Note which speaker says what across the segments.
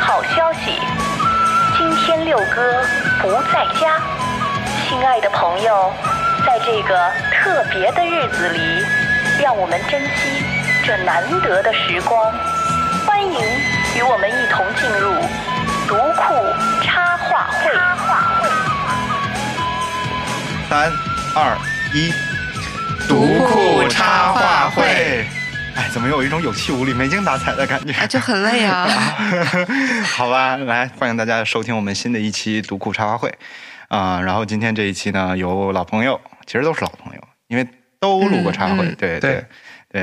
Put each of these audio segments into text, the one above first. Speaker 1: 好消息，今天六哥不在家。亲爱的朋友，在这个特别的日子里，让我们珍惜这难得的时光。欢迎与我们一同进入读库插画会。插画会
Speaker 2: 三二一，
Speaker 3: 独库插画会。
Speaker 2: 哎，怎么有一种有气无力、没精打采的感觉？
Speaker 3: 哎，就很累啊。
Speaker 2: 好吧，来欢迎大家收听我们新的一期独库插花会啊、然后今天这一期呢，有老朋友，其实都是老朋友，因为都录过插会，
Speaker 3: 嗯嗯
Speaker 2: 对
Speaker 4: 对
Speaker 2: 对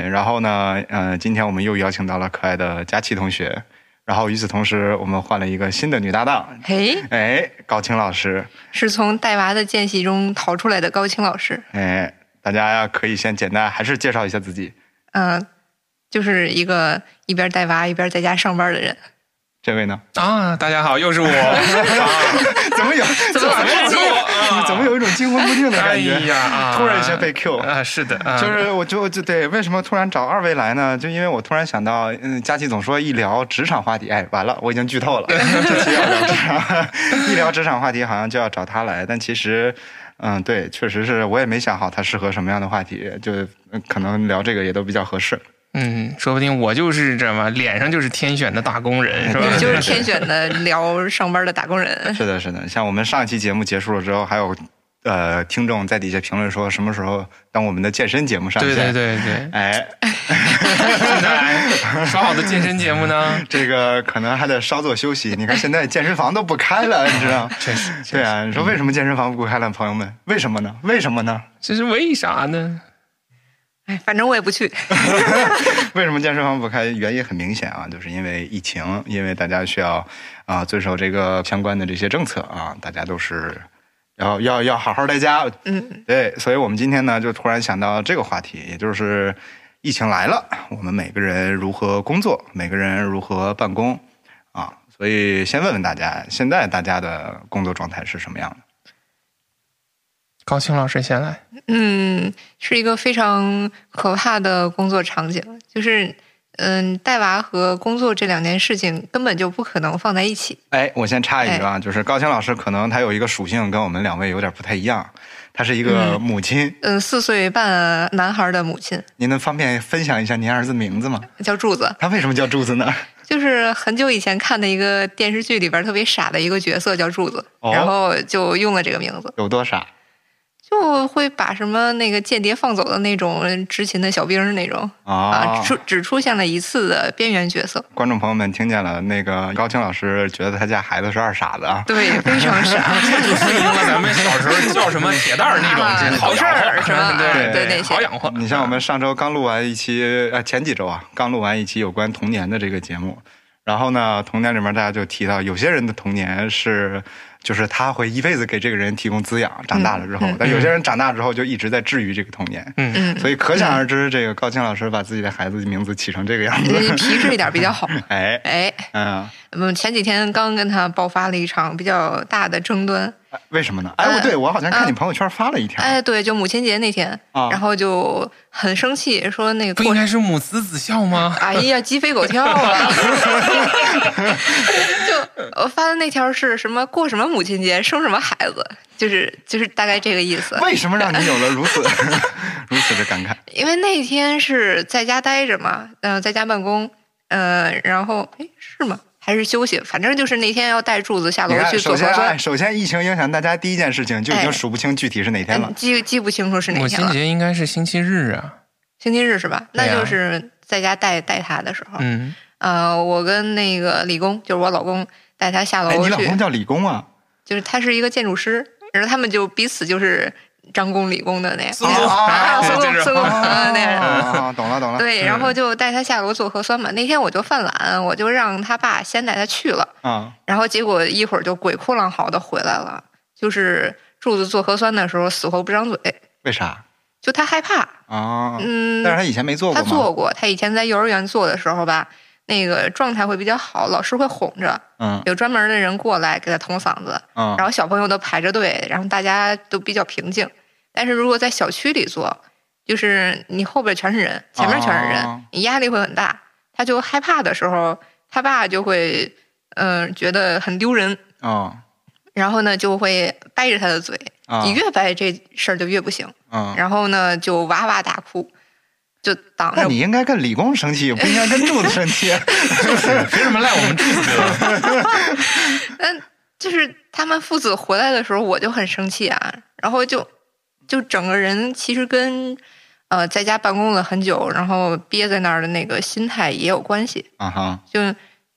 Speaker 2: 对。然后呢，呃，今天我们又邀请到了可爱的佳琪同学，然后与此同时，我们换了一个新的女搭档，
Speaker 3: 嘿，
Speaker 2: 哎，高清老师，
Speaker 3: 是从带娃的间隙中逃出来的高清老师，
Speaker 2: 哎，大家呀可以先简单还是介绍一下自己。
Speaker 3: 嗯、就是一个一边带娃一边在家上班的人。
Speaker 2: 这位呢？
Speaker 4: 啊，大家好，又是我，啊、
Speaker 2: 怎么有
Speaker 3: 怎么
Speaker 4: 怎么又是我？啊、
Speaker 2: 怎么有一种惊魂不定的
Speaker 4: 哎
Speaker 2: 感觉？
Speaker 4: 呀，啊、
Speaker 2: 突然一下被 Q
Speaker 4: 啊，是的，啊、
Speaker 2: 就是我就就对，为什么突然找二位来呢？就因为我突然想到，嗯，佳琪总说一聊职场话题，哎，完了，我已经剧透了，这期要聊职场， 一聊职场话题好像就要找他来，但其实。嗯，对，确实是我也没想好他适合什么样的话题，就嗯可能聊这个也都比较合适。
Speaker 4: 嗯，说不定我就是这么脸上就是天选的打工人，是吧？
Speaker 3: 你就是天选的聊上班的打 工人，
Speaker 2: 是的，是的，像我们上一期节目结束了之后，还有呃听众在底下评论说，什么时候当我们的健身节目上线？
Speaker 4: 对对对对，
Speaker 2: 哎，
Speaker 4: 那说好的健身节目呢？
Speaker 2: 这个可能还得稍作休息。你看现在健身房都不开了，你知道？
Speaker 4: 确实，
Speaker 2: 对啊，你说为什么健身房不开了，朋友们？为什么呢？为什么呢？
Speaker 4: 这是为啥呢？
Speaker 3: 哎，反正我也不去。
Speaker 2: 为什么健身房不开？原因很明显啊，就是因为疫情，因为大家需要啊、遵守这个相关的这些政策啊，大家都是要要要好好在家。
Speaker 3: 嗯，
Speaker 2: 对，所以我们今天呢就突然想到这个话题，也就是疫情来了，我们每个人如何工作，每个人如何办公啊。所以先问问大家，现在大家的工作状态是什么样的？
Speaker 4: 高清老师先来，
Speaker 3: 嗯，是一个非常可怕的工作场景，就是嗯，带娃和工作这两件事情根本就不可能放在一起。
Speaker 2: 哎，我先插一句啊，就是高清老师可能他有一个属性跟我们两位有点不太一样，他是一个母亲。
Speaker 3: 嗯，四岁半男孩的母亲
Speaker 2: 您能方便分享一下您儿子名字吗？
Speaker 3: 叫柱子，
Speaker 2: 他为什么叫柱子 呢？
Speaker 3: 就是很久以前看的一个电视剧里边特别傻的一个角色叫柱子，
Speaker 2: 哦
Speaker 3: 然后就用了这个名字，
Speaker 2: 有多傻？
Speaker 3: 就会把什么那个间谍放走的那种执勤的小兵儿那种
Speaker 4: 哦
Speaker 2: 啊
Speaker 3: 啊，出只出现了一次的边缘角色，
Speaker 2: 观众朋友们听见了，那个高清老师觉得他家孩子是二傻子啊。
Speaker 3: 对，非常傻，
Speaker 4: 对应了咱们小时候叫什么铁蛋儿那
Speaker 3: 啊
Speaker 4: 种，好
Speaker 3: 懂事
Speaker 4: 养
Speaker 3: 儿
Speaker 4: 活
Speaker 3: 是吧
Speaker 4: 对
Speaker 3: 对那些
Speaker 4: 好养活。
Speaker 2: 你像我们上周刚录完一期，呃，前几周啊，刚录完一期有关童年的这个节目。然后呢，童年里面大家就提到，有些人的童年是，就是他会一辈子给这个人提供滋养，长大了之后，
Speaker 3: 嗯嗯
Speaker 2: 但有些人长大之后就一直在治愈这个童年。
Speaker 4: 嗯，
Speaker 3: 嗯，
Speaker 2: 所以可想而知，这个高清老师把自己的孩子名字起成这个样
Speaker 3: 你
Speaker 2: 子，
Speaker 3: 皮实一点比较好。
Speaker 2: 哎，
Speaker 3: 哎，
Speaker 2: 嗯，
Speaker 3: 嗯，前几天刚跟他爆发了一场比较大的争端，
Speaker 2: 为什么呢？哎，
Speaker 3: 呃
Speaker 2: 我对我好像看你
Speaker 3: 呃
Speaker 2: 朋友圈发了一条，
Speaker 3: 哎，对，就母亲节那天，
Speaker 2: 啊
Speaker 3: 然后就很生气，说那个
Speaker 4: 不
Speaker 3: 过
Speaker 4: 应该是母慈子孝吗？
Speaker 3: 哎呀，鸡飞狗 跳啊！就我发的那条是什么？过什么母亲节，生什么孩子，就是就是大概这个意思。
Speaker 2: 为什么让你有了如此 如此的感慨？
Speaker 3: 因为那天是在家待着嘛，嗯、在家办公，呃，然后哎，是吗？还是休息？反正就是那天要带柱子下
Speaker 2: 你
Speaker 3: 楼
Speaker 2: 看，
Speaker 3: 去做
Speaker 2: 首
Speaker 3: 核
Speaker 2: 先
Speaker 3: 酸
Speaker 2: 哎，，首先疫情影响大家第一件事情就已经
Speaker 3: 哎
Speaker 2: 数不清具体是哪天了
Speaker 3: 嗯。记记不清楚是哪
Speaker 4: 母
Speaker 3: 天
Speaker 4: 亲
Speaker 3: 了，
Speaker 4: 节应该是星期日啊。
Speaker 3: 星期日是吧？那
Speaker 4: 对啊
Speaker 3: 就是在家带带他的时候，
Speaker 4: 嗯，
Speaker 3: 呃，我跟那个李工，就是我老公，带他下楼
Speaker 2: 哎，
Speaker 3: 去。
Speaker 2: 你老公叫李工啊？
Speaker 3: 就是他是一个建筑师，然后他们就彼此就是张工、李工的那样，
Speaker 4: 孙悟空
Speaker 3: 啊，孙
Speaker 4: 这
Speaker 3: 工、
Speaker 4: 是
Speaker 3: 孙工啊 那样。
Speaker 2: 啊，懂了懂了。
Speaker 3: 对，然后就带他下楼做核酸嘛。那天我就犯懒，我就让他爸先带他去了，
Speaker 2: 啊，
Speaker 3: 然后结果一会儿就鬼哭狼嚎的回来了，就是柱子做核酸的时候死活不张嘴，
Speaker 2: 为啥
Speaker 3: 就他害怕，
Speaker 2: 啊？但是
Speaker 3: 嗯，
Speaker 2: 他以前没做
Speaker 3: 他
Speaker 2: 过吗？
Speaker 3: 做过，他以前在幼儿园做的时候吧，那个状态会比较好，老师会哄着，
Speaker 2: 嗯
Speaker 3: 有专门的人过来给他捅嗓子，
Speaker 2: 嗯
Speaker 3: 然后小朋友都排着队，然后大家都比较平静。但是如果在小区里做，就是你后边全是人，前面全是人，
Speaker 2: 哦
Speaker 3: 你压力会很大。他就害怕的时候，他爸就会呃，觉得很丢人，
Speaker 2: 啊
Speaker 3: 然后呢就会掰着他的嘴，
Speaker 2: 啊
Speaker 3: 你越掰这事儿就越不行，
Speaker 2: 啊！
Speaker 3: 然后呢就哇哇大哭，就挡
Speaker 2: 那
Speaker 3: 着
Speaker 2: 你应该跟李工生气，不应该跟柱子生 气。
Speaker 4: 凭什么赖我们柱子？
Speaker 3: 但就是他们父子回来的时候，我就很生气啊，然后就就整个人其实跟呃在家办公了很久，然后憋在那儿的那个心态也有关系。
Speaker 2: 啊哈，
Speaker 3: 就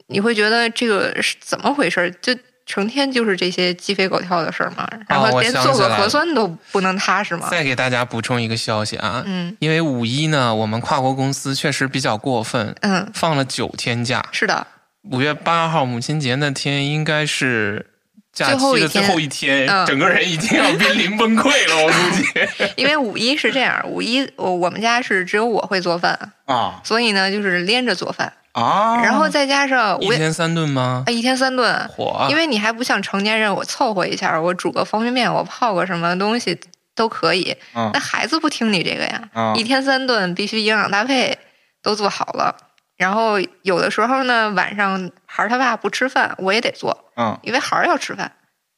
Speaker 3: 你会觉得这个是怎么回事儿？就成天就是这些鸡飞狗跳的事儿嘛，然后
Speaker 4: 哦我
Speaker 3: 连
Speaker 4: 想
Speaker 3: 做
Speaker 4: 起
Speaker 3: 个
Speaker 4: 来
Speaker 3: 核
Speaker 4: 了
Speaker 3: 酸都不能踏实嘛。
Speaker 4: 再给大家补充一个消息啊，
Speaker 3: 嗯
Speaker 4: 因为五一呢，我们跨国公司确实比较过分，
Speaker 3: 嗯，
Speaker 4: 放了九天假。
Speaker 3: 是的，
Speaker 4: 五月八号母亲节那天应该是假
Speaker 3: 最后
Speaker 4: 期
Speaker 3: 一
Speaker 4: 的
Speaker 3: 天
Speaker 4: 最后一天，
Speaker 3: 嗯
Speaker 4: 整个人已经要濒临崩溃了，我估 计。
Speaker 3: 因为五一是这样，五一我我们家是只有我会做饭，
Speaker 2: 啊
Speaker 3: 所以呢就是连着做饭，
Speaker 2: 啊！
Speaker 3: 然后再加上
Speaker 4: 哦一
Speaker 3: 我也
Speaker 4: 天三顿吗
Speaker 3: 啊？一天三顿，
Speaker 4: 火啊！
Speaker 3: 因为你还不像成年人，我凑合一下，我煮个方便面，我泡个什么东西都可以。
Speaker 2: 嗯
Speaker 3: 那孩子不听你这个呀，
Speaker 2: 嗯
Speaker 3: 一天三顿必须营养搭配都做好了。然后有的时候呢，晚上孩儿他爸不吃饭，我也得做，
Speaker 2: 嗯
Speaker 3: 因为孩儿要吃饭，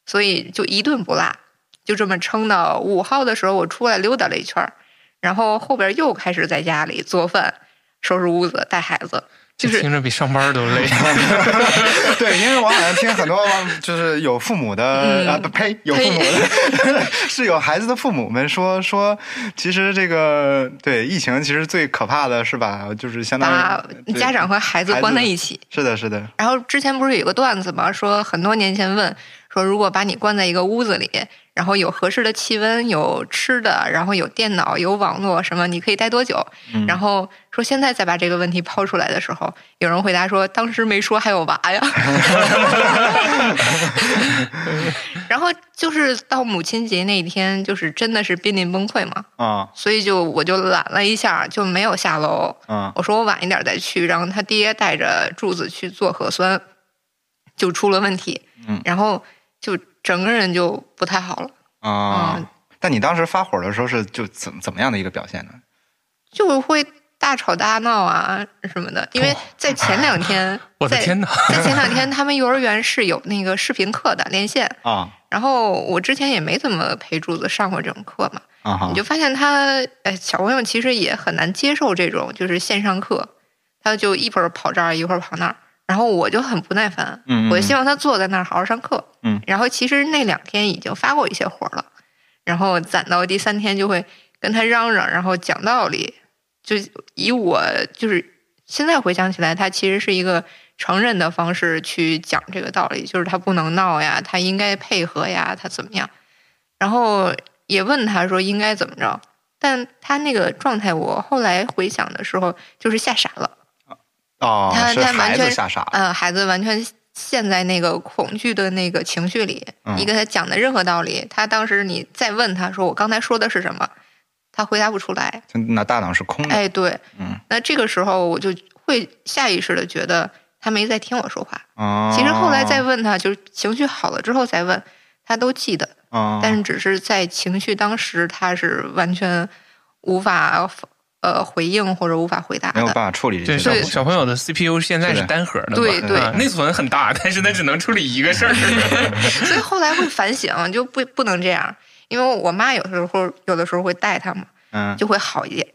Speaker 3: 所以就一顿不落，就这么撑到五号的时候，我出来溜达了一圈儿，然后后边又开始在家里做饭、收拾屋子、带孩子，就
Speaker 4: 这
Speaker 3: 是
Speaker 4: 听着比上班都累。，
Speaker 2: 对，因为我好像听很多就是有父母的、
Speaker 3: 嗯
Speaker 2: 啊，不呸，有父母的， 是有孩子的父母们说说，其实这个对疫情其实最可怕的是把就是相
Speaker 3: 把
Speaker 2: 当于
Speaker 3: 家长
Speaker 2: 和
Speaker 3: 和孩子
Speaker 2: 孩
Speaker 3: 关
Speaker 2: 子
Speaker 3: 在一起。
Speaker 2: 是的，是的，
Speaker 3: 然后之前不是有个段子嘛，说很多年前问说，如果把你关在一个屋子里，然后有合适的气温、有吃的，然后有电脑、有网络什么，你可以待多久？
Speaker 2: 嗯
Speaker 3: 然后说现在再把这个问题抛出来的时候，有人回答说，当时没说还有娃呀。然后就是到母亲节那一天，就是真的是濒临崩溃嘛，
Speaker 2: 啊
Speaker 3: 所以就我就懒了一下，就没有下楼。
Speaker 2: 啊
Speaker 3: 我说我晚一点再去，然后他爹带着柱子去做核酸，就出了问题，
Speaker 2: 嗯
Speaker 3: 然后就整个人就不太好了，嗯
Speaker 2: 啊！但你当时发火的时候是就怎怎么样的一个表现呢？
Speaker 3: 就会大吵大闹啊什么的。因为在前两天
Speaker 4: 我的
Speaker 3: 在
Speaker 4: 天哪！
Speaker 3: 在前两天他们幼儿园是有那个视频课的连线，
Speaker 2: 啊
Speaker 3: 然后我之前也没怎么陪柱子上过这种课嘛，
Speaker 2: 啊哈
Speaker 4: 哦
Speaker 3: 你就发现他，哎，小朋友其实也很难接受这种就是线上课，他就一会儿跑这儿，一会儿跑那儿，然后我就很不耐烦，
Speaker 2: 嗯嗯嗯
Speaker 3: 我希望他坐在那儿好好上课，
Speaker 2: 嗯，
Speaker 3: 然后其实那两天已经发过一些火了，然后攒到第三天就会跟他嚷嚷，然后讲道理，就以我就是现在回想起来，他其实是一个成人的方式去讲这个道理，就是他不能闹呀，他应该配合呀，他怎么样，然后也问他说应该怎么着，但他那个状态，我后来回想的时候，就是吓傻了，
Speaker 2: 哦，
Speaker 3: 他
Speaker 2: 是
Speaker 3: 他完
Speaker 2: 孩子
Speaker 3: 全
Speaker 2: 吓傻了
Speaker 3: 嗯、孩子完全陷在那个恐惧的那个情绪里，
Speaker 2: 嗯
Speaker 3: 你跟他讲的任何道理，他当时你再问他说我刚才说的是什么，他回答不出来，
Speaker 2: 就那大脑是空的，
Speaker 3: 哎，对，
Speaker 2: 嗯
Speaker 3: 那这个时候我就会下意识的觉得他没在听我说话，
Speaker 2: 哦
Speaker 3: 其实后来再问他，就是情绪好了之后再问，他都记得，
Speaker 2: 哦
Speaker 3: 但是只是在情绪当时，他是完全无法呃回应或者无法回答
Speaker 2: 没有
Speaker 3: 的。
Speaker 2: 办法处理这些
Speaker 4: 对小
Speaker 2: 东西
Speaker 4: 小朋友的 CPU 现在
Speaker 2: 是
Speaker 4: 是
Speaker 2: 的
Speaker 4: 单核的嘛，
Speaker 3: 对对
Speaker 4: 啊内存很大，但是它只能处理一个事儿。
Speaker 3: 所以后来会反省，就不不能这样，因为我妈有的时候有的时候会带他嘛，
Speaker 2: 嗯
Speaker 3: 就会好一点。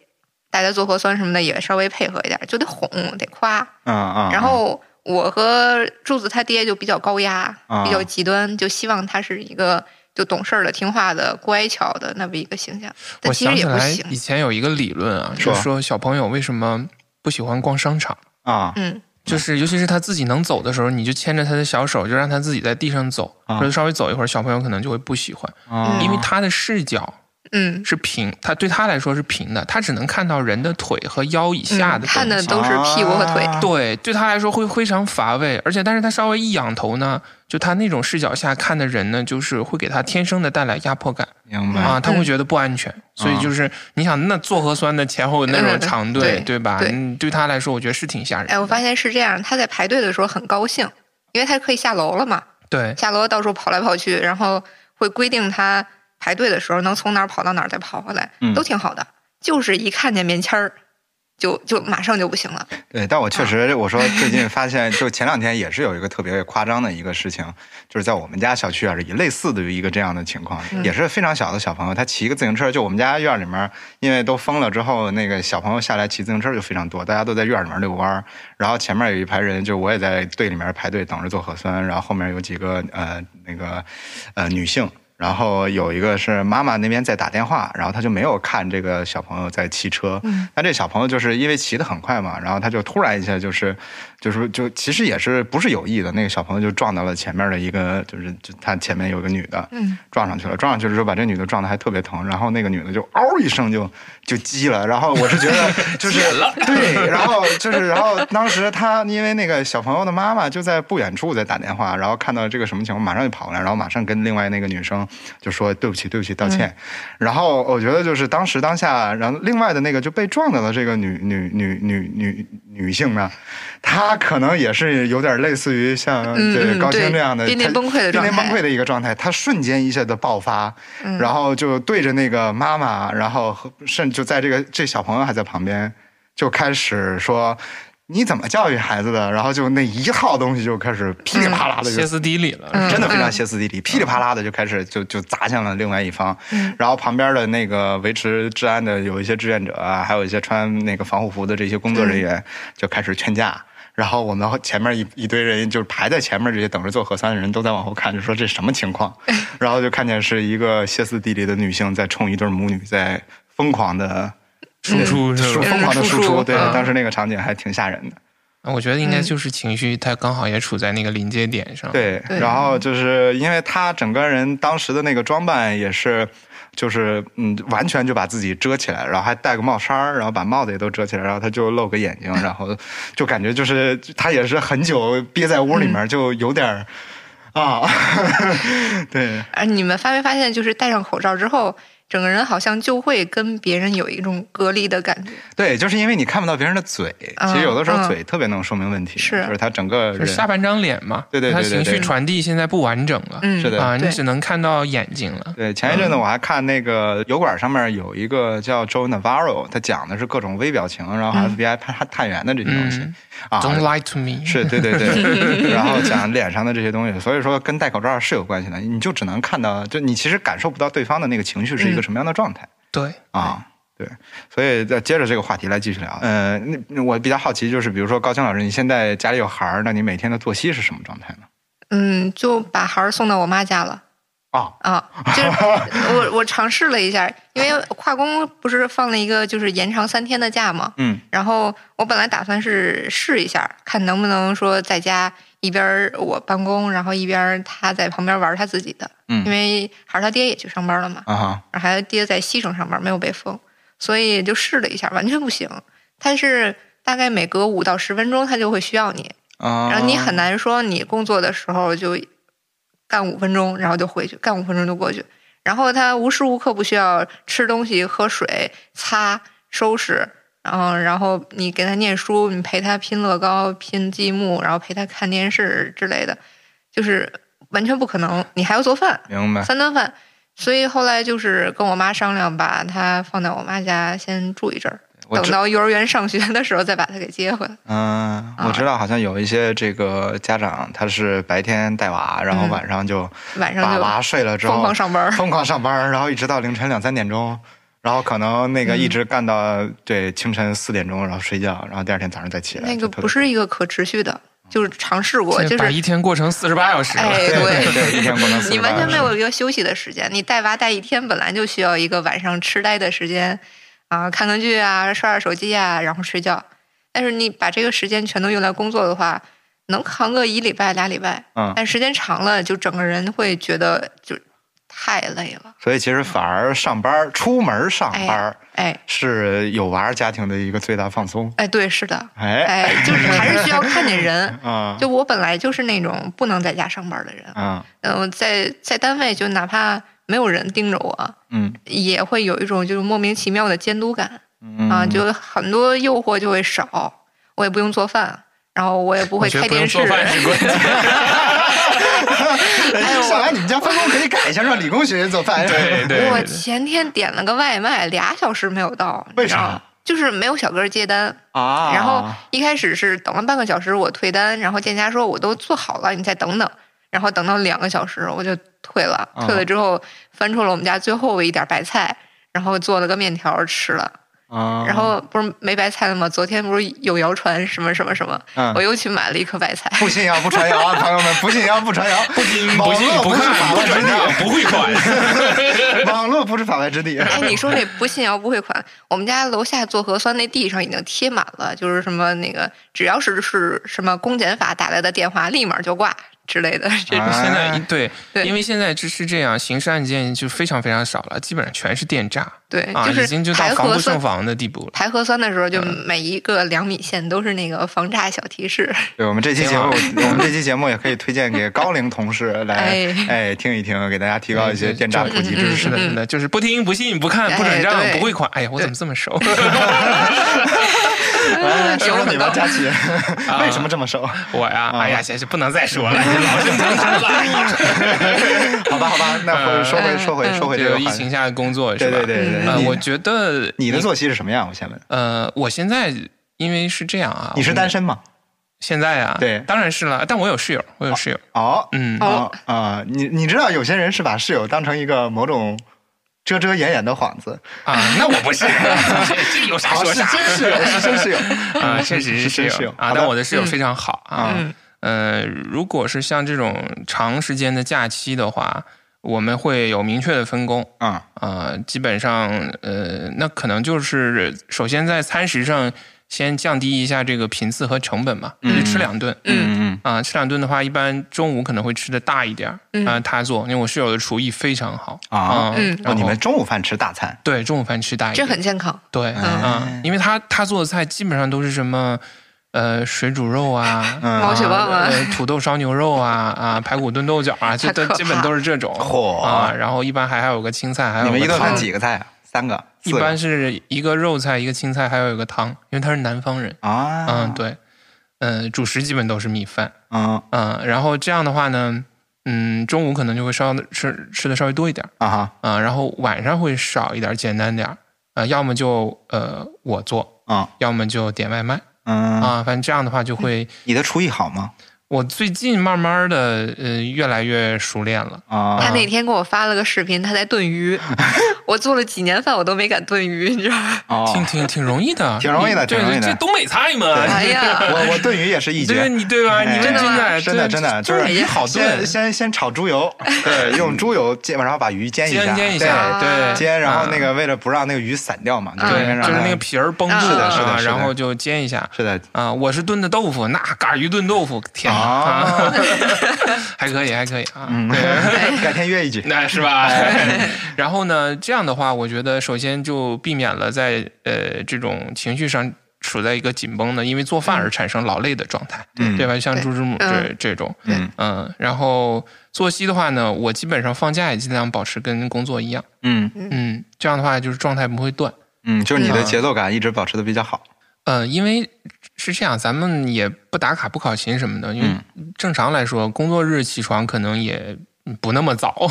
Speaker 3: 带他做核酸什么的也稍微配合一点，就得哄得夸。
Speaker 2: 啊啊，
Speaker 3: 然后我和柱子他爹就比较高压，
Speaker 2: 啊
Speaker 3: 比较极端，就希望他是一个就懂事儿的、听话的、乖巧的那么一个形象。但
Speaker 4: 我
Speaker 3: 其实
Speaker 4: 想起
Speaker 3: 也不
Speaker 4: 来
Speaker 3: 行，
Speaker 4: 以前有一个理论啊，
Speaker 2: 说
Speaker 4: 就是说小朋友为什么不喜欢逛商场，
Speaker 2: 啊
Speaker 3: 嗯
Speaker 4: 就是尤其是他自己能走的时候，你就牵着他的小手，就让他自己在地上走，
Speaker 2: 啊
Speaker 4: 或者稍微走一会儿，小朋友可能就会不喜欢，
Speaker 2: 啊，
Speaker 4: 因为他的视角
Speaker 3: 嗯，
Speaker 4: 是平，他对他来说是平的，他只能看到人的腿和腰以下的东西。
Speaker 3: 嗯看的都是屁股和腿。
Speaker 2: 啊
Speaker 4: 对，对他来说会非常乏味，而且但是他稍微一仰头呢，就他那种视角下看的人呢，就是会给他天生的带来压迫感
Speaker 2: 明
Speaker 3: 嗯
Speaker 2: 白
Speaker 4: 啊，他会觉得不安全，所以就是你想那做核酸的前后那种长队，
Speaker 3: 啊嗯对
Speaker 4: 对吧？
Speaker 3: 对
Speaker 4: 嗯对他来说，我觉得是挺吓人的。
Speaker 3: 哎，我发现是这样，他在排队的时候很高兴，因为他可以下楼了嘛，
Speaker 4: 对
Speaker 3: 下楼到处跑来跑去，然后会规定他排队的时候能从哪儿跑到哪儿再跑回来
Speaker 2: 嗯，
Speaker 3: 都挺好的。就是一看见棉签儿，就就马上就不行了。
Speaker 2: 对，但我确实，我说最近发现，就前两天也是有一个特别夸张的一个事情，就是在我们家小区也是以类似的一个这样的情况，也是非常小的小朋友，他骑一个自行车，就我们家院里面，因为都封了之后，那个小朋友下来骑自行车就非常多，大家都在院里面遛弯儿，然后前面有一排人，就我也在队里面排队等着做核酸，然后后面有几个呃那个呃女性。然后有一个是妈妈那边在打电话，然后他就没有看这个小朋友在骑车。那这小朋友就是因为骑得很快嘛，然后他就突然一下就是，就是就其实也是不是有意的，那个小朋友就撞到了前面的一个，就是就他前面有个女的，
Speaker 3: 嗯，
Speaker 2: 撞上去了，撞上去了之后把这女的撞得还特别疼，然后那个女的就嗷一声就就激了，然后我是觉得就是对，然后就是然后当时他因为那个小朋友的妈妈就在不远处在打电话，然后看到这个什么情况，马上就跑过来，然后马上跟另外那个女生就说对不起对不起道歉，然后我觉得就是当时当下，然后另外的那个就被撞到的这个女女女女女女性呢，她可能也是有点类似于像
Speaker 3: 嗯
Speaker 2: 对
Speaker 3: 嗯
Speaker 2: 高清
Speaker 3: 对
Speaker 2: 这样的
Speaker 3: 濒临
Speaker 2: 她
Speaker 3: 崩溃的
Speaker 2: 濒临
Speaker 3: 状态嗯
Speaker 2: 崩溃的一个状态，她瞬间一下的爆发，然后就对着那个妈妈，然后和甚至就在这个这小朋友还在旁边就开始说。你怎么教育孩子的？然后就那一套东西就开始噼里啪啦的就
Speaker 4: 歇斯底里了。
Speaker 3: 嗯
Speaker 2: 真的非常歇斯底里，噼里啪啦的就开始就就砸向了另外一方，
Speaker 4: 嗯
Speaker 2: 然后旁边的那个维持治安的有一些志愿者啊，还有一些穿那个防护服的这些工作人员
Speaker 4: 嗯
Speaker 2: 就开始劝架。然后我们前面一一堆人，就是排在前面这些等着做核酸的人都在往后看，就说这什么情况？
Speaker 4: 嗯
Speaker 2: 然后就看见是一个歇斯底里的女性在冲一对母女在疯狂的
Speaker 4: 输出是
Speaker 2: 嗯输，
Speaker 4: 吧？
Speaker 2: 疯狂的输出。对，
Speaker 4: 嗯
Speaker 2: 当时那个场景还挺吓人的。
Speaker 4: 我觉得应该
Speaker 3: 嗯
Speaker 4: 就是情绪，它刚好也处在那个临界点上。，
Speaker 2: 对，
Speaker 3: 对
Speaker 2: 然后就是因为他整个人当时的那个装扮也是，就是嗯，完全就把自己遮起来，然后还戴个帽衫儿，然后把帽子也都遮起来，然后他就露个 眼睛，然后就感觉就是他也是很久憋在屋里 面，就有点儿、啊， 对。
Speaker 3: 而你们发没发现，就是戴上口罩之后，整个人好像就会跟别人有一种隔离的感觉。
Speaker 2: 对，就是因为你看不到别人的嘴，
Speaker 3: 嗯
Speaker 2: 其实有的时候
Speaker 3: 嗯
Speaker 2: 嘴特别能说明问题，
Speaker 3: 是
Speaker 2: 就是他整个
Speaker 4: 就
Speaker 2: 人
Speaker 4: 是下半张脸嘛，
Speaker 2: 对对对
Speaker 4: 它
Speaker 2: 对对
Speaker 4: 情绪
Speaker 2: 对
Speaker 4: 传递现在不完整了。
Speaker 3: 嗯，
Speaker 2: 是的
Speaker 4: 啊，你
Speaker 3: 对
Speaker 4: 只能看到眼睛了。
Speaker 2: 对，前一
Speaker 3: 嗯
Speaker 2: 阵子我还看那个油管上面有一个叫 Joe Navarro，他讲的是各种微表情，然后
Speaker 3: 嗯
Speaker 2: FBI 探探员的这些东西、
Speaker 4: 嗯
Speaker 2: 啊。
Speaker 4: Don't lie to me。
Speaker 2: 是对对 对，然后讲脸上的这些东西，所以说跟戴口罩是有关系的，你就只能看到，就你其实感受不到对方的那个情绪是
Speaker 3: 嗯
Speaker 2: 一个什么样的状态、
Speaker 4: 对，
Speaker 2: 啊。对，所以再接着这个话题来继续聊。呃，那那我比较好奇，就是比如说高清老师，你现在家里有孩儿，那你每天的作息是什么状态呢？
Speaker 3: 嗯，就把孩儿送到我妈家了。
Speaker 2: 啊，
Speaker 3: 啊，就是我我尝试了一下，因为跨工不是放了一个就是延长三天的假嘛，
Speaker 2: 嗯
Speaker 3: 然后我本来打算是试一下，看能不能说在家一边儿我办公，然后一边儿他在旁边玩儿他自己的，因
Speaker 2: 嗯
Speaker 3: 为孩儿他爹也去上班了嘛，
Speaker 2: 啊哈
Speaker 3: 然后他爹在西城上班没有被封，所以就试了一下，完全不行。他是大概每隔五到十分钟他就会需要你，
Speaker 2: 啊，
Speaker 3: 然后你很难说你工作的时候就干五分钟，然后就回去，干五分钟就过去。然后他无时无刻不需要吃东西、喝水、擦、收拾，然后然后你给他念书，你陪他拼乐高、拼积木，然后陪他看电视之类的，就是完全不可能。你还要做饭，
Speaker 2: 明白，
Speaker 3: 三顿饭。所以后来就是跟我妈商量，把他放在我妈家先住一阵儿，
Speaker 2: 我
Speaker 3: 等
Speaker 2: 知
Speaker 3: 到幼儿园上学的时候再把他给接回来。
Speaker 2: 嗯，
Speaker 3: 啊
Speaker 2: 我知道，好像有一些这个家长，他是白天带娃，然后
Speaker 3: 嗯
Speaker 2: 晚上就
Speaker 3: 晚上
Speaker 2: 把
Speaker 3: 就
Speaker 2: 娃睡了之后，
Speaker 3: 疯狂上班儿
Speaker 2: 疯狂上班儿，然后一直到凌晨两三点钟，然后可能那
Speaker 3: 嗯
Speaker 2: 个一直干到、对清晨四点钟，然后睡觉，然后第二天早上再起来。
Speaker 3: 那
Speaker 2: 就
Speaker 3: 个
Speaker 2: 特别
Speaker 3: 不是一个可持续的，就是尝试过，
Speaker 4: 现在
Speaker 3: 就
Speaker 4: 把
Speaker 3: 是
Speaker 4: 一天过成四十八小时了。
Speaker 3: 哎
Speaker 2: 对对对，一天不能四
Speaker 3: 你
Speaker 2: 十八
Speaker 3: 完全
Speaker 2: 小
Speaker 3: 没
Speaker 2: 时
Speaker 3: 有一个休息的时间。你带娃带一天，本来就需要一个晚上痴呆的时间啊，看看剧啊，刷刷手机啊，然后睡觉。但是你把这个时间全都用来工作的话，能扛个一礼拜俩礼拜，
Speaker 2: 嗯，
Speaker 3: 但时间长了，就整个人会觉得就太累了。
Speaker 2: 所以其实反而上班儿，出门儿上班儿
Speaker 3: 哎
Speaker 2: 是有娃儿家庭的一个最大放松。
Speaker 3: 哎，对，是的，
Speaker 2: 哎，。
Speaker 3: 哎，就是还是需要看见人
Speaker 2: 啊，
Speaker 3: 就我本来就是那种不能在家上班的人，
Speaker 2: 嗯
Speaker 3: 嗯，在在单位就哪怕没有人盯着我，
Speaker 2: 嗯
Speaker 3: 也会有一种就是莫名其妙的监督感
Speaker 2: 嗯
Speaker 3: 啊，就很多诱惑就会少，我也不用做饭，然后我也不
Speaker 4: 我
Speaker 3: 会
Speaker 4: 觉得
Speaker 3: 开
Speaker 4: 不用
Speaker 3: 电视
Speaker 4: 做，饭是关键。
Speaker 3: 哎
Speaker 2: 上来你们家分工可以改一下，让理工学院做饭。
Speaker 4: 对对
Speaker 3: 我前天点了个外卖，俩小时没有到，你
Speaker 2: 为
Speaker 3: 知道
Speaker 2: 啥
Speaker 3: 吗？就是没有小哥接单。
Speaker 2: 啊，
Speaker 3: 然后一开始是等了半个小时，我退单，然后店家说我都做好了，你再等等。然后等到两个小时，我就退了。
Speaker 2: 啊
Speaker 4: 嗯
Speaker 3: 退了之后，翻出了我们家最后一点白菜，然后做了个面条吃了。
Speaker 2: 啊，
Speaker 4: 嗯
Speaker 3: 然后不是没白菜了吗？昨天不是有谣传什么什么什么，
Speaker 2: 嗯
Speaker 3: 我又去买了一颗白 菜。
Speaker 2: 不信谣不传谣啊，朋友们，不信 谣不传谣，不
Speaker 5: 不信
Speaker 2: 网络
Speaker 5: 不
Speaker 2: 是
Speaker 5: 看
Speaker 2: 法啊
Speaker 5: 不
Speaker 2: 外之
Speaker 5: 转账
Speaker 2: 地，
Speaker 5: 不汇款，
Speaker 2: 网络不是法外之地。
Speaker 3: 哎， 你说这不信谣不汇款，我们家楼下做核酸那地上已经贴满了，就是什么那个，只要是是什么公检法打来的电话，立马就挂之类的这种。
Speaker 2: 啊
Speaker 4: 现在对，
Speaker 3: 对
Speaker 4: 因为现在这是这样，刑事案件就非常非常少了，基本上全是电诈
Speaker 3: 对，
Speaker 4: 啊，
Speaker 3: 就
Speaker 4: 已
Speaker 3: 是
Speaker 4: 经就到
Speaker 3: 排
Speaker 4: 防
Speaker 3: 核
Speaker 4: 不胜
Speaker 3: 酸。
Speaker 4: 防的嗯地步了。
Speaker 3: 排核酸的时候，就每一个两米线都是那个防诈小提示。
Speaker 2: 对我们这期节目，
Speaker 4: 挺好
Speaker 2: 我们这期节目也可以推荐给高龄同事来
Speaker 3: 哎，
Speaker 2: 哎，听一听，给大家提高一些电诈普及
Speaker 4: 知
Speaker 2: 知
Speaker 4: 识
Speaker 2: 识。
Speaker 4: 的，那就是不听、不信、不看、不转账、不汇款。哎呀，我怎么这么熟？
Speaker 2: 来，说说你吧，佳琪，为什么这么 熟？
Speaker 4: 我呀，哎呀，行，是不能再说了，老生常谈了。
Speaker 2: 好吧，好吧，那回说回
Speaker 3: 嗯
Speaker 2: 说回说回这
Speaker 4: 就
Speaker 2: 个
Speaker 4: 疫
Speaker 2: 话
Speaker 4: 情
Speaker 2: 题。嗯
Speaker 4: 下的工作是
Speaker 2: 对
Speaker 4: 吧？
Speaker 2: 对对对，
Speaker 4: 呃，
Speaker 2: 你
Speaker 4: 我觉得
Speaker 2: 你的作息是什么样？我先问，
Speaker 4: 呃，我现在因为是这样啊，
Speaker 2: 你是单？身吗？
Speaker 4: 现在啊，
Speaker 2: 对
Speaker 4: 当然是了，但我有室友，我有室友。
Speaker 2: 哦，
Speaker 4: 嗯，
Speaker 2: 哦啊，你你知道有些人是把室友当成一个某种遮遮掩掩的幌子，
Speaker 4: 啊，那我不是，这这有啥
Speaker 2: 好
Speaker 4: 说
Speaker 2: 是
Speaker 4: 啥
Speaker 2: 真室友，是真室友
Speaker 4: 啊，确实
Speaker 2: 是
Speaker 4: 是室
Speaker 2: 真室
Speaker 4: 友
Speaker 2: 友
Speaker 4: 啊
Speaker 2: 好，的
Speaker 4: 但我的室友非常好啊。
Speaker 2: 啊，
Speaker 3: 嗯
Speaker 4: 呃，如果是像这种长时间的假期的话，我们会有明确的分工
Speaker 2: 啊
Speaker 4: 啊、基本上呃，那可能就是首先在餐食上先降低一下这个频次和成本嘛，
Speaker 2: 嗯
Speaker 4: 就吃两顿。
Speaker 2: 嗯
Speaker 4: 啊，吃两顿的话，一般中午可能会吃的大一点儿。
Speaker 3: 嗯
Speaker 4: 啊，他做，因为我室友的厨艺非常好
Speaker 2: 嗯啊，
Speaker 3: 嗯
Speaker 4: 然
Speaker 2: 哦，
Speaker 4: 后
Speaker 2: 你们中午饭吃大餐
Speaker 4: 对中午饭吃大一
Speaker 3: 这
Speaker 4: 点，
Speaker 3: 很健康。
Speaker 4: 对，
Speaker 2: 哎
Speaker 4: 嗯，因为他他做的菜基本上都是什么，呃，水煮肉啊，
Speaker 2: 嗯
Speaker 3: 毛血旺啊，
Speaker 4: 呃，土豆烧牛肉啊，啊，排骨炖豆角啊，就
Speaker 3: 太
Speaker 4: 都
Speaker 3: 可怕
Speaker 4: 基本都是这种。
Speaker 2: 嚯
Speaker 4: 啊，然后一般还还有个青菜，还有
Speaker 2: 你们一
Speaker 4: 个
Speaker 2: 顿饭
Speaker 4: 汤。
Speaker 2: 几个菜啊？三个，
Speaker 4: 一
Speaker 2: 四个
Speaker 4: 般是一个肉菜，一个青菜，还有一个汤，因为他是南方人。
Speaker 2: 啊，
Speaker 4: 嗯，，对，嗯，主食基本都是米饭。
Speaker 2: 嗯
Speaker 4: 嗯，然后这样的话呢，嗯，中午可能就会稍的吃吃的稍微多一点儿
Speaker 2: 啊哈
Speaker 4: 啊，然后晚上会少一点儿，简单点儿啊，要么就呃我做，
Speaker 2: 啊
Speaker 4: 要么就点外卖
Speaker 2: 嗯，
Speaker 4: 啊，反正这样的话就会。
Speaker 2: 你的厨艺好吗？
Speaker 4: 我最近慢慢的，呃，越来越熟练了。
Speaker 3: 他
Speaker 2: 啊，
Speaker 3: 那天给我发了个视频，他在炖 鱼。我做了几年饭，我都没敢炖鱼，你知道吗？
Speaker 2: 哦，
Speaker 4: 挺挺挺容易的，
Speaker 2: 挺容易的
Speaker 4: 对
Speaker 2: 挺容易的
Speaker 4: 这东北菜嘛，
Speaker 3: 哎呀，
Speaker 2: 我我炖鱼也是一
Speaker 4: 对
Speaker 2: 绝。
Speaker 4: 你对吧？
Speaker 2: 哎
Speaker 4: 你们
Speaker 2: 真的
Speaker 3: 吗
Speaker 4: 的
Speaker 2: 真的真的就是
Speaker 4: 鱼好炖
Speaker 2: 先，先先炒猪 油，对，用猪油煎，然后把鱼煎一下，
Speaker 4: 煎煎一下，
Speaker 3: 啊
Speaker 4: 对，
Speaker 2: 对，煎，然后那
Speaker 4: 啊
Speaker 2: 个为了不让那个鱼散掉嘛，就
Speaker 4: 对
Speaker 2: 是让，
Speaker 4: 就是
Speaker 2: 它
Speaker 4: 那个皮儿崩住
Speaker 3: 是的
Speaker 2: 嗯是的
Speaker 4: 啊
Speaker 2: 是的
Speaker 4: 然后就煎一下。
Speaker 2: 是的，
Speaker 4: 啊，我是炖的豆腐，那嘎鱼炖豆腐，天哪，
Speaker 2: 啊
Speaker 4: 啊 还可以，还可以啊，
Speaker 2: 哦嗯， 改天约一局。
Speaker 4: 那 是吧？
Speaker 2: 哎
Speaker 4: 然后呢，这样的话，我觉得首先就避免了在呃这种情绪上处在一个紧绷的，因为做饭而产生劳累的状态，
Speaker 2: 嗯
Speaker 4: 对吧？像
Speaker 3: 对
Speaker 4: 朱之母这
Speaker 3: 嗯
Speaker 4: 这种，
Speaker 2: 嗯
Speaker 4: 嗯，然后作息的话呢，我基本上放假也尽量保持跟工作一样，
Speaker 2: 嗯
Speaker 4: 嗯，这样的话就是状态不会断，
Speaker 2: 嗯，就是你的
Speaker 4: 嗯
Speaker 2: 节奏感一直保持的比较 好。
Speaker 4: 嗯，因为是这样，咱们也不打卡、不考勤什么的，因为
Speaker 2: 嗯
Speaker 4: 正常来说，工作日起床可能也不那么早，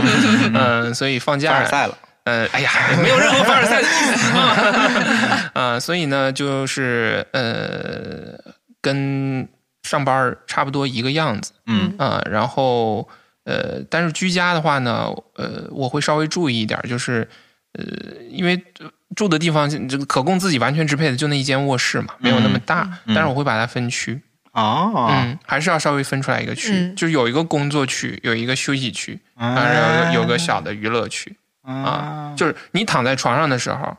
Speaker 4: 嗯，所以放假
Speaker 2: 凡尔 赛了，
Speaker 4: 呃，哎呀，没有任何凡尔 赛的意思啊、呃所以呢，就是呃，跟上班儿差不多一个样子
Speaker 2: 嗯
Speaker 4: 啊、然后呃，但是居家的话呢，呃，我会稍微注意一点儿，就是呃，因为住的地方这个可供自己完全支配的就那一间卧室嘛，没有那么大，但是我会把它分区，
Speaker 2: 哦，
Speaker 4: 嗯，还是要稍微分出来一个区，
Speaker 3: 嗯
Speaker 4: 就是有一个工作区，有一个休息区，
Speaker 2: 啊
Speaker 4: 当然有有个小的娱乐区。啊
Speaker 2: 啊，
Speaker 4: 就是你躺在床上的时候，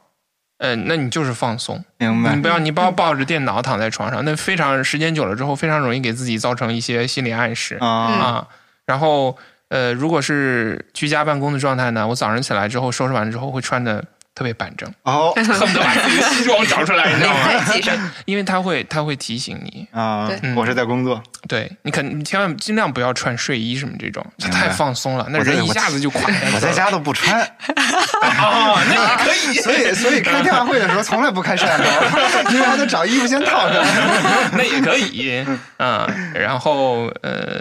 Speaker 4: 呃，那你就是放松，
Speaker 2: 明白
Speaker 4: 你。嗯不要你不要抱着电脑躺在床上，那非常时间久了之后，非常容易给自己造成一些心理暗示
Speaker 2: 啊，
Speaker 4: 啊。然后呃，如果是居家办公的状态呢，我早上起来之后收拾完之后会穿的特别板正，
Speaker 2: 哦
Speaker 4: 恨不得把自己的西装找出 来，你知道吗？
Speaker 3: 太谨慎。
Speaker 4: 因为它会它会提醒你，
Speaker 2: 啊
Speaker 3: 对，
Speaker 2: 我是在工作，
Speaker 4: 对你肯你千万尽量不要穿睡衣什么这种，这
Speaker 2: 明白
Speaker 4: 太放松 了，那
Speaker 2: 我在
Speaker 4: 人一
Speaker 2: 我
Speaker 4: 下 子就垮下去了。
Speaker 2: 我在家都不穿，
Speaker 4: 哦，那也可以。
Speaker 2: 所以所以开电话会的时候从来不开摄像 头，因为还得找衣服先套
Speaker 4: 啊
Speaker 2: 上。
Speaker 4: 那也可以，啊，然后呃，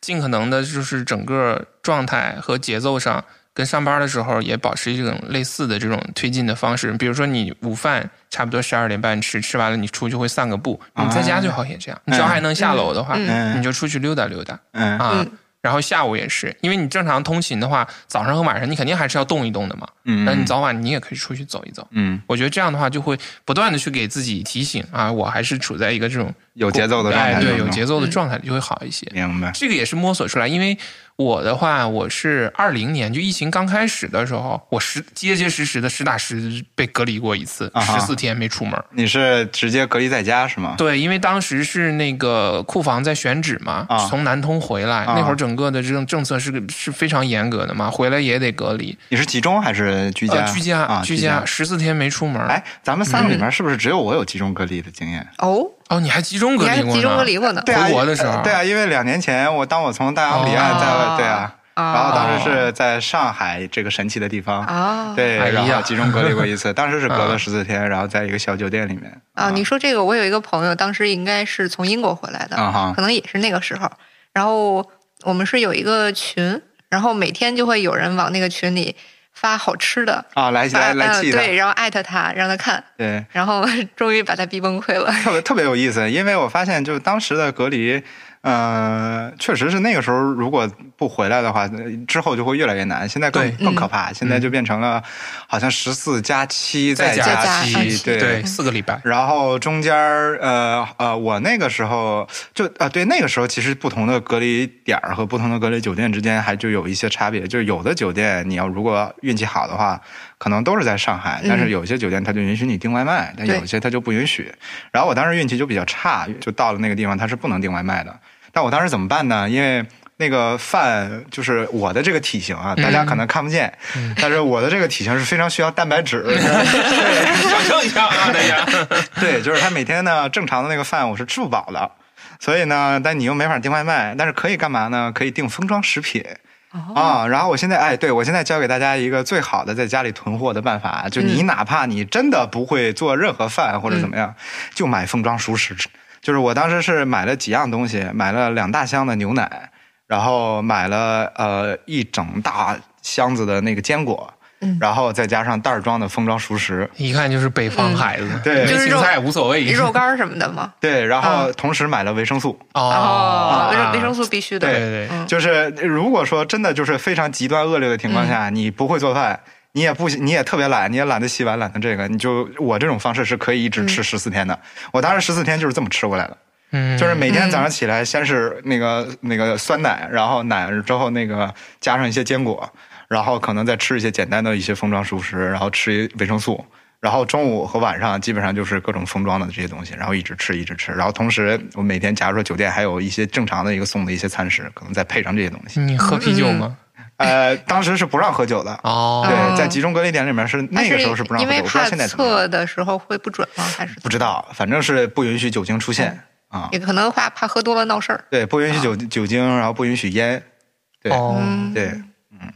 Speaker 4: 尽可能的就是整个状态和节奏上跟上班的时候也保持一种类似的这种推进的方式。比如说你午饭差不多十二点半吃，吃完了你出去会散个步。
Speaker 2: 啊
Speaker 4: 你在家最好也这样，你只要还能下楼的话，
Speaker 2: 嗯
Speaker 4: 你就出去溜达溜达
Speaker 2: 嗯
Speaker 4: 啊
Speaker 3: 嗯。
Speaker 4: 然后下午也是，因为你正常通勤的话，早上和晚上你肯定还是要动一动的嘛。
Speaker 2: 嗯，
Speaker 4: 那你早晚你也可以出去走一走。
Speaker 2: 嗯
Speaker 4: 我觉得这样的话，就会不断的去给自己提醒啊，我还是处在一个这种
Speaker 2: 有节奏的状态嗯
Speaker 4: 哎，
Speaker 2: 当中，
Speaker 4: 对，有节奏的状态就会好一些。
Speaker 2: 明白，
Speaker 4: 这个也是摸索出来，因为我的话，我是二零年就疫情刚开始的时候，我实结结实实的实打实被隔离过一次
Speaker 2: 啊，哈
Speaker 4: 十四天没出门。
Speaker 2: 你是直接隔离在家是吗？
Speaker 4: 对，因为当时是那个库房在选址嘛，
Speaker 2: 啊
Speaker 4: 从南通回来，
Speaker 2: 啊
Speaker 4: 那会儿整个的这种政策是是非常严格的嘛，回来也得隔离，
Speaker 2: 你是集中还是居家？
Speaker 4: 呃，居家、
Speaker 2: 啊，
Speaker 4: 居
Speaker 2: 家。
Speaker 4: 十四天没出门。
Speaker 2: 哎，咱们三个里面是不是只有我有集中隔离的经验？
Speaker 3: 哦，
Speaker 4: 哦，你还集中
Speaker 3: 你
Speaker 4: 隔
Speaker 3: 还
Speaker 4: 离过呢？
Speaker 3: 集中隔离过呢？
Speaker 2: 对啊，
Speaker 4: 回国的时候
Speaker 2: 呃对啊，因为两年前我当我从大洋彼岸在、
Speaker 3: 哦
Speaker 2: 对啊，
Speaker 3: 啊
Speaker 2: 然后当时是在上海这个神奇的地方，
Speaker 3: 啊
Speaker 2: 对，
Speaker 4: 哎呀嗯
Speaker 2: 然后集中隔离过一 次，当时是隔了十四天，然后在一个小酒店里面
Speaker 4: 哦
Speaker 3: 啊！你说这个，我有一个朋友，当时应该是从英国回来的，
Speaker 2: 啊哈
Speaker 3: 可能也是那个时候。然后我们是有一个群，然后每天就会有人往那个群里发好吃的，
Speaker 2: 啊，来
Speaker 3: 发
Speaker 2: 来来
Speaker 3: 呃
Speaker 2: 气的，
Speaker 3: 对，然后艾特他，让他看，
Speaker 2: 对
Speaker 3: 然后 终于把他逼崩溃了。
Speaker 2: 特别特别有意思，因为我发现就是当时的隔离，呃，确实是那个时候如果不回来的话，呃之后就会越来越难。现在更
Speaker 4: 对嗯
Speaker 2: 更可怕，现在就变成了好像十四加七
Speaker 4: 在
Speaker 2: 加
Speaker 3: 加
Speaker 2: 七，
Speaker 3: 七
Speaker 2: 对。
Speaker 4: 对，四个礼拜。
Speaker 2: 然后中间儿，呃呃，我那个时候就啊、对，那个时候其实不同的隔离点儿和不同的隔离酒店之间还就有一些差别。就是有的酒店你要如果运气好的话，可能都是在上海，但是有些酒店它就允许你订外卖，但有些它就不允许。然后我当时运气就比较差，就到了那个地方它是不能订外卖的。但我当时怎么办呢？因为那个饭就是我的这个体型啊，大家可能看不见，但是我的这个体型是非常需要蛋白质，
Speaker 4: 想象一下啊，大家。
Speaker 2: 对，就是他每天呢正常的那个饭我是吃不饱的，所以呢，但你又没法订外卖，但是可以干嘛呢？可以订封装食品。啊、然后我现在哎，对我现在教给大家一个最好的在家里囤货的办法，就你哪怕你真的不会做任何饭或者怎么样，就买封装熟食。就是我当时是买了几样东西，买了两大箱的牛奶，然后买了呃一整大箱子的那个坚果，然后再加上袋儿装的封装熟食。
Speaker 4: 一看就是北方孩子，
Speaker 2: 嗯对
Speaker 4: 没
Speaker 3: 就是
Speaker 4: 芹
Speaker 3: 肉
Speaker 4: 菜无所谓。
Speaker 3: 肉干儿什么的嘛，
Speaker 2: 对，然后
Speaker 3: 啊
Speaker 2: 同时买了维生素。
Speaker 3: 哦，维生维生
Speaker 4: 素，
Speaker 3: 素必须的，
Speaker 4: 对对
Speaker 3: 嗯
Speaker 2: 就是如果说真的就是非常极端恶劣的情况下，你不会做饭，你也不你也特别懒，你也懒得洗碗，懒得这个，你就我这种方式是可以一直吃十四天的。我当时十四天就是这么吃过来的，
Speaker 4: 嗯，
Speaker 2: 就是每天早上起来先是那个那个酸奶，然后奶之后那个加上一些坚果，然后可能再吃一些简单的一些封装熟食，然后吃一维生素。然后中午和晚上基本上就是各种封装的这些东西，然后一直吃一直吃，然后同时我每天假如说酒店还有一些正常的一个送的一些餐食，可能再配上这些东西。
Speaker 4: 你喝啤酒吗？
Speaker 2: 呃，当时是不让喝酒的，
Speaker 4: 哦，
Speaker 2: 嗯对，在集中隔离点里面是
Speaker 3: 他
Speaker 2: 那个时候是不让
Speaker 3: 啊因
Speaker 2: 喝酒，我
Speaker 3: 为
Speaker 2: 不知道
Speaker 3: 怕
Speaker 2: 现在怎么样，
Speaker 3: 测的时候会不准吗？还是
Speaker 2: 不知道，反正是不允许酒精出现啊，
Speaker 3: 也可能怕怕喝多了闹事儿。
Speaker 2: 对，不允许酒
Speaker 3: 啊
Speaker 2: 酒精，然后不允许烟，对嗯
Speaker 3: 嗯
Speaker 4: 哦，
Speaker 2: 对，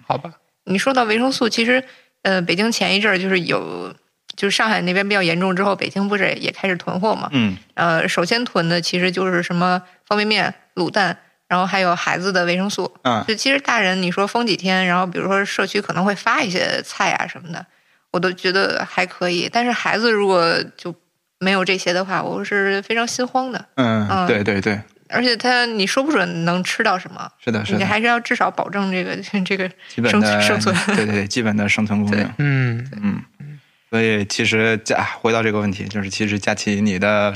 Speaker 4: 好吧，
Speaker 3: 你说到维生素，其实呃，北京前一阵儿就是有，就是上海那边比较严重之后，北京不是也开始囤货嘛？
Speaker 2: 嗯
Speaker 3: 呃，首先囤的其实就是什么方便面、卤蛋，然后还有孩子的维生素。
Speaker 2: 嗯
Speaker 3: 就其实大人你说封几天，然后比如说社区可能会发一些菜啊什么的，我都觉得还可以。但是孩子如果就没有这些的话，我是非常心慌的。
Speaker 2: 嗯，
Speaker 3: 嗯
Speaker 2: 对对对，
Speaker 3: 而且他你说不准能吃到什么，
Speaker 2: 是的，是
Speaker 3: 你
Speaker 2: 的，
Speaker 3: 还是要至少保证这个 这个
Speaker 2: 基本
Speaker 3: 生
Speaker 2: 的
Speaker 3: 生存
Speaker 2: 对对对，基本的生 存供应
Speaker 3: 对，
Speaker 4: 嗯，
Speaker 2: 嗯。所以其实假回到这个问题，就是其实假期你的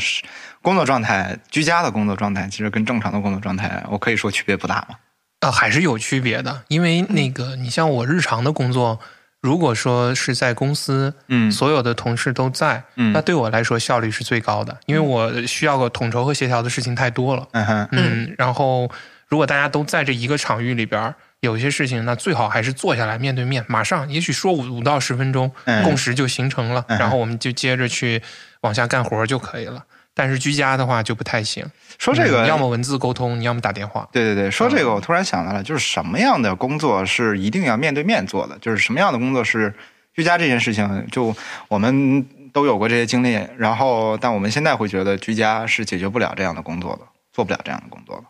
Speaker 2: 工作状态、居家的工作状态，其实跟正常的工作状态，我可以说区别不大嘛。
Speaker 4: 啊，还是有区别的，因为那个你像我日常的工作，如果说是在公司，
Speaker 2: 嗯
Speaker 4: 所有的同事都在，
Speaker 2: 嗯
Speaker 4: 那对我来说效率是最高的，因为我需要个统筹和协调的事情太多了。
Speaker 2: 嗯哼，
Speaker 4: 嗯，然后如果大家都在这一个场域里边儿，有一些事情那最好还是坐下来面对面，马上，也许说五五到十分钟
Speaker 2: 嗯，
Speaker 4: 共识就形成了，
Speaker 2: 嗯
Speaker 4: 然后我们就接着去往下干活就可以了。但是居家的话就不太行，
Speaker 2: 说这个
Speaker 4: 嗯要么文字沟通，你要么打电话。
Speaker 2: 对对对，说这个我突然想到了，就是什么样的工作是一定要面对面做的，就是什么样的工作是居家这件事情，就我们都有过这些经历，然后但我们现在会觉得居家是解决不了这样的工作的，做不了这样的工作的。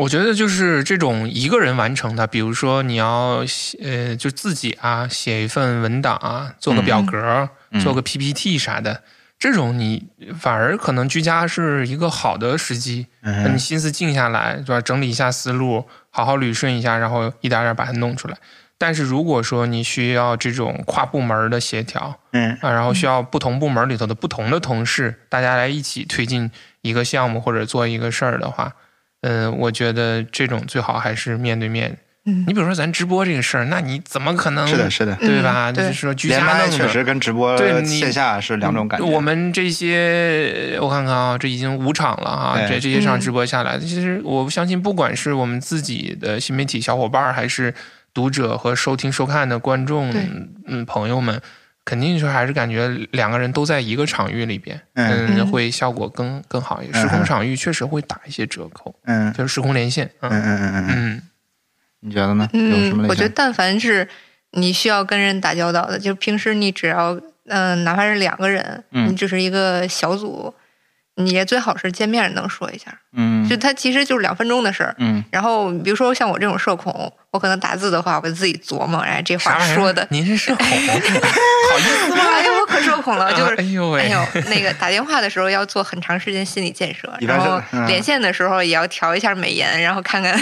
Speaker 4: 我觉得就是这种一个人完成的，比如说你要写呃，就自己啊写一份文档啊，做个表格，
Speaker 2: 嗯
Speaker 4: 做个 PPT 啥的，这种你反而可能居家是一个好的时机，
Speaker 2: 嗯
Speaker 4: 让你心思静下来，对吧？整理一下思路，好好捋顺一下，然后一点点把它弄出来。但是如果说你需要这种跨部门的协调，
Speaker 2: 嗯
Speaker 4: 啊，然后需要不同部门里头的不同的同事，大家来一起推进一个项目或者做一个事儿的话，嗯，我觉得这种最好还是面对面。
Speaker 3: 嗯
Speaker 4: 你比如说咱直播这个事儿，那你怎么可能
Speaker 2: 是的，是的，
Speaker 4: 对吧？
Speaker 3: 嗯
Speaker 4: 就
Speaker 3: 对
Speaker 4: 是说居
Speaker 2: 连
Speaker 4: 家
Speaker 2: 麦
Speaker 4: 弄
Speaker 2: 确
Speaker 4: 的
Speaker 2: 实跟直播
Speaker 4: 对你
Speaker 2: 线下是两种感觉。
Speaker 4: 嗯我们这些我看看啊，这已经五场了啊，
Speaker 2: 对
Speaker 4: 这这些场
Speaker 3: 嗯
Speaker 4: 直播下来，其实我相信，不管是我们自己的新媒体小伙伴儿，还是读者和收听收看的观众
Speaker 3: 对，
Speaker 4: 嗯，朋友们，肯定是还是感觉两个人都在一个场域里边，
Speaker 2: 嗯
Speaker 3: 嗯
Speaker 4: 会效果更更好一些。
Speaker 2: 嗯
Speaker 4: 时空场域确实会打一些折扣，
Speaker 2: 嗯
Speaker 4: 就是时空连线，
Speaker 2: 嗯嗯
Speaker 4: 嗯
Speaker 2: 嗯嗯嗯，
Speaker 4: 嗯
Speaker 2: 你觉得呢？有什么
Speaker 3: 嗯，
Speaker 2: 类
Speaker 3: 我觉得
Speaker 2: 型？
Speaker 3: 但凡是你需要跟人打交道的，就是平时你只要嗯、呃哪怕是两个人，
Speaker 2: 嗯
Speaker 3: 你只是一个小组，你也最好是见面能说一下，
Speaker 2: 嗯
Speaker 3: 就它其实就是两分钟的事儿。
Speaker 2: 嗯
Speaker 3: 然后比如说像我这种社恐，我可能打字的话，我自己琢磨，哎，这
Speaker 4: 啥
Speaker 3: 话
Speaker 4: 玩意儿
Speaker 3: 说的，
Speaker 4: 您是社恐，好意思吗？
Speaker 3: 哎呀， 我可社恐了，就
Speaker 4: 啊
Speaker 3: 是
Speaker 4: 哎呦喂，
Speaker 3: 哎呦，那个打电话的时候要做很长时间心理建设，
Speaker 2: 一般
Speaker 3: 然
Speaker 2: 是
Speaker 3: 后
Speaker 2: 嗯
Speaker 3: 连线的时候也要调一下美颜，然后看 看，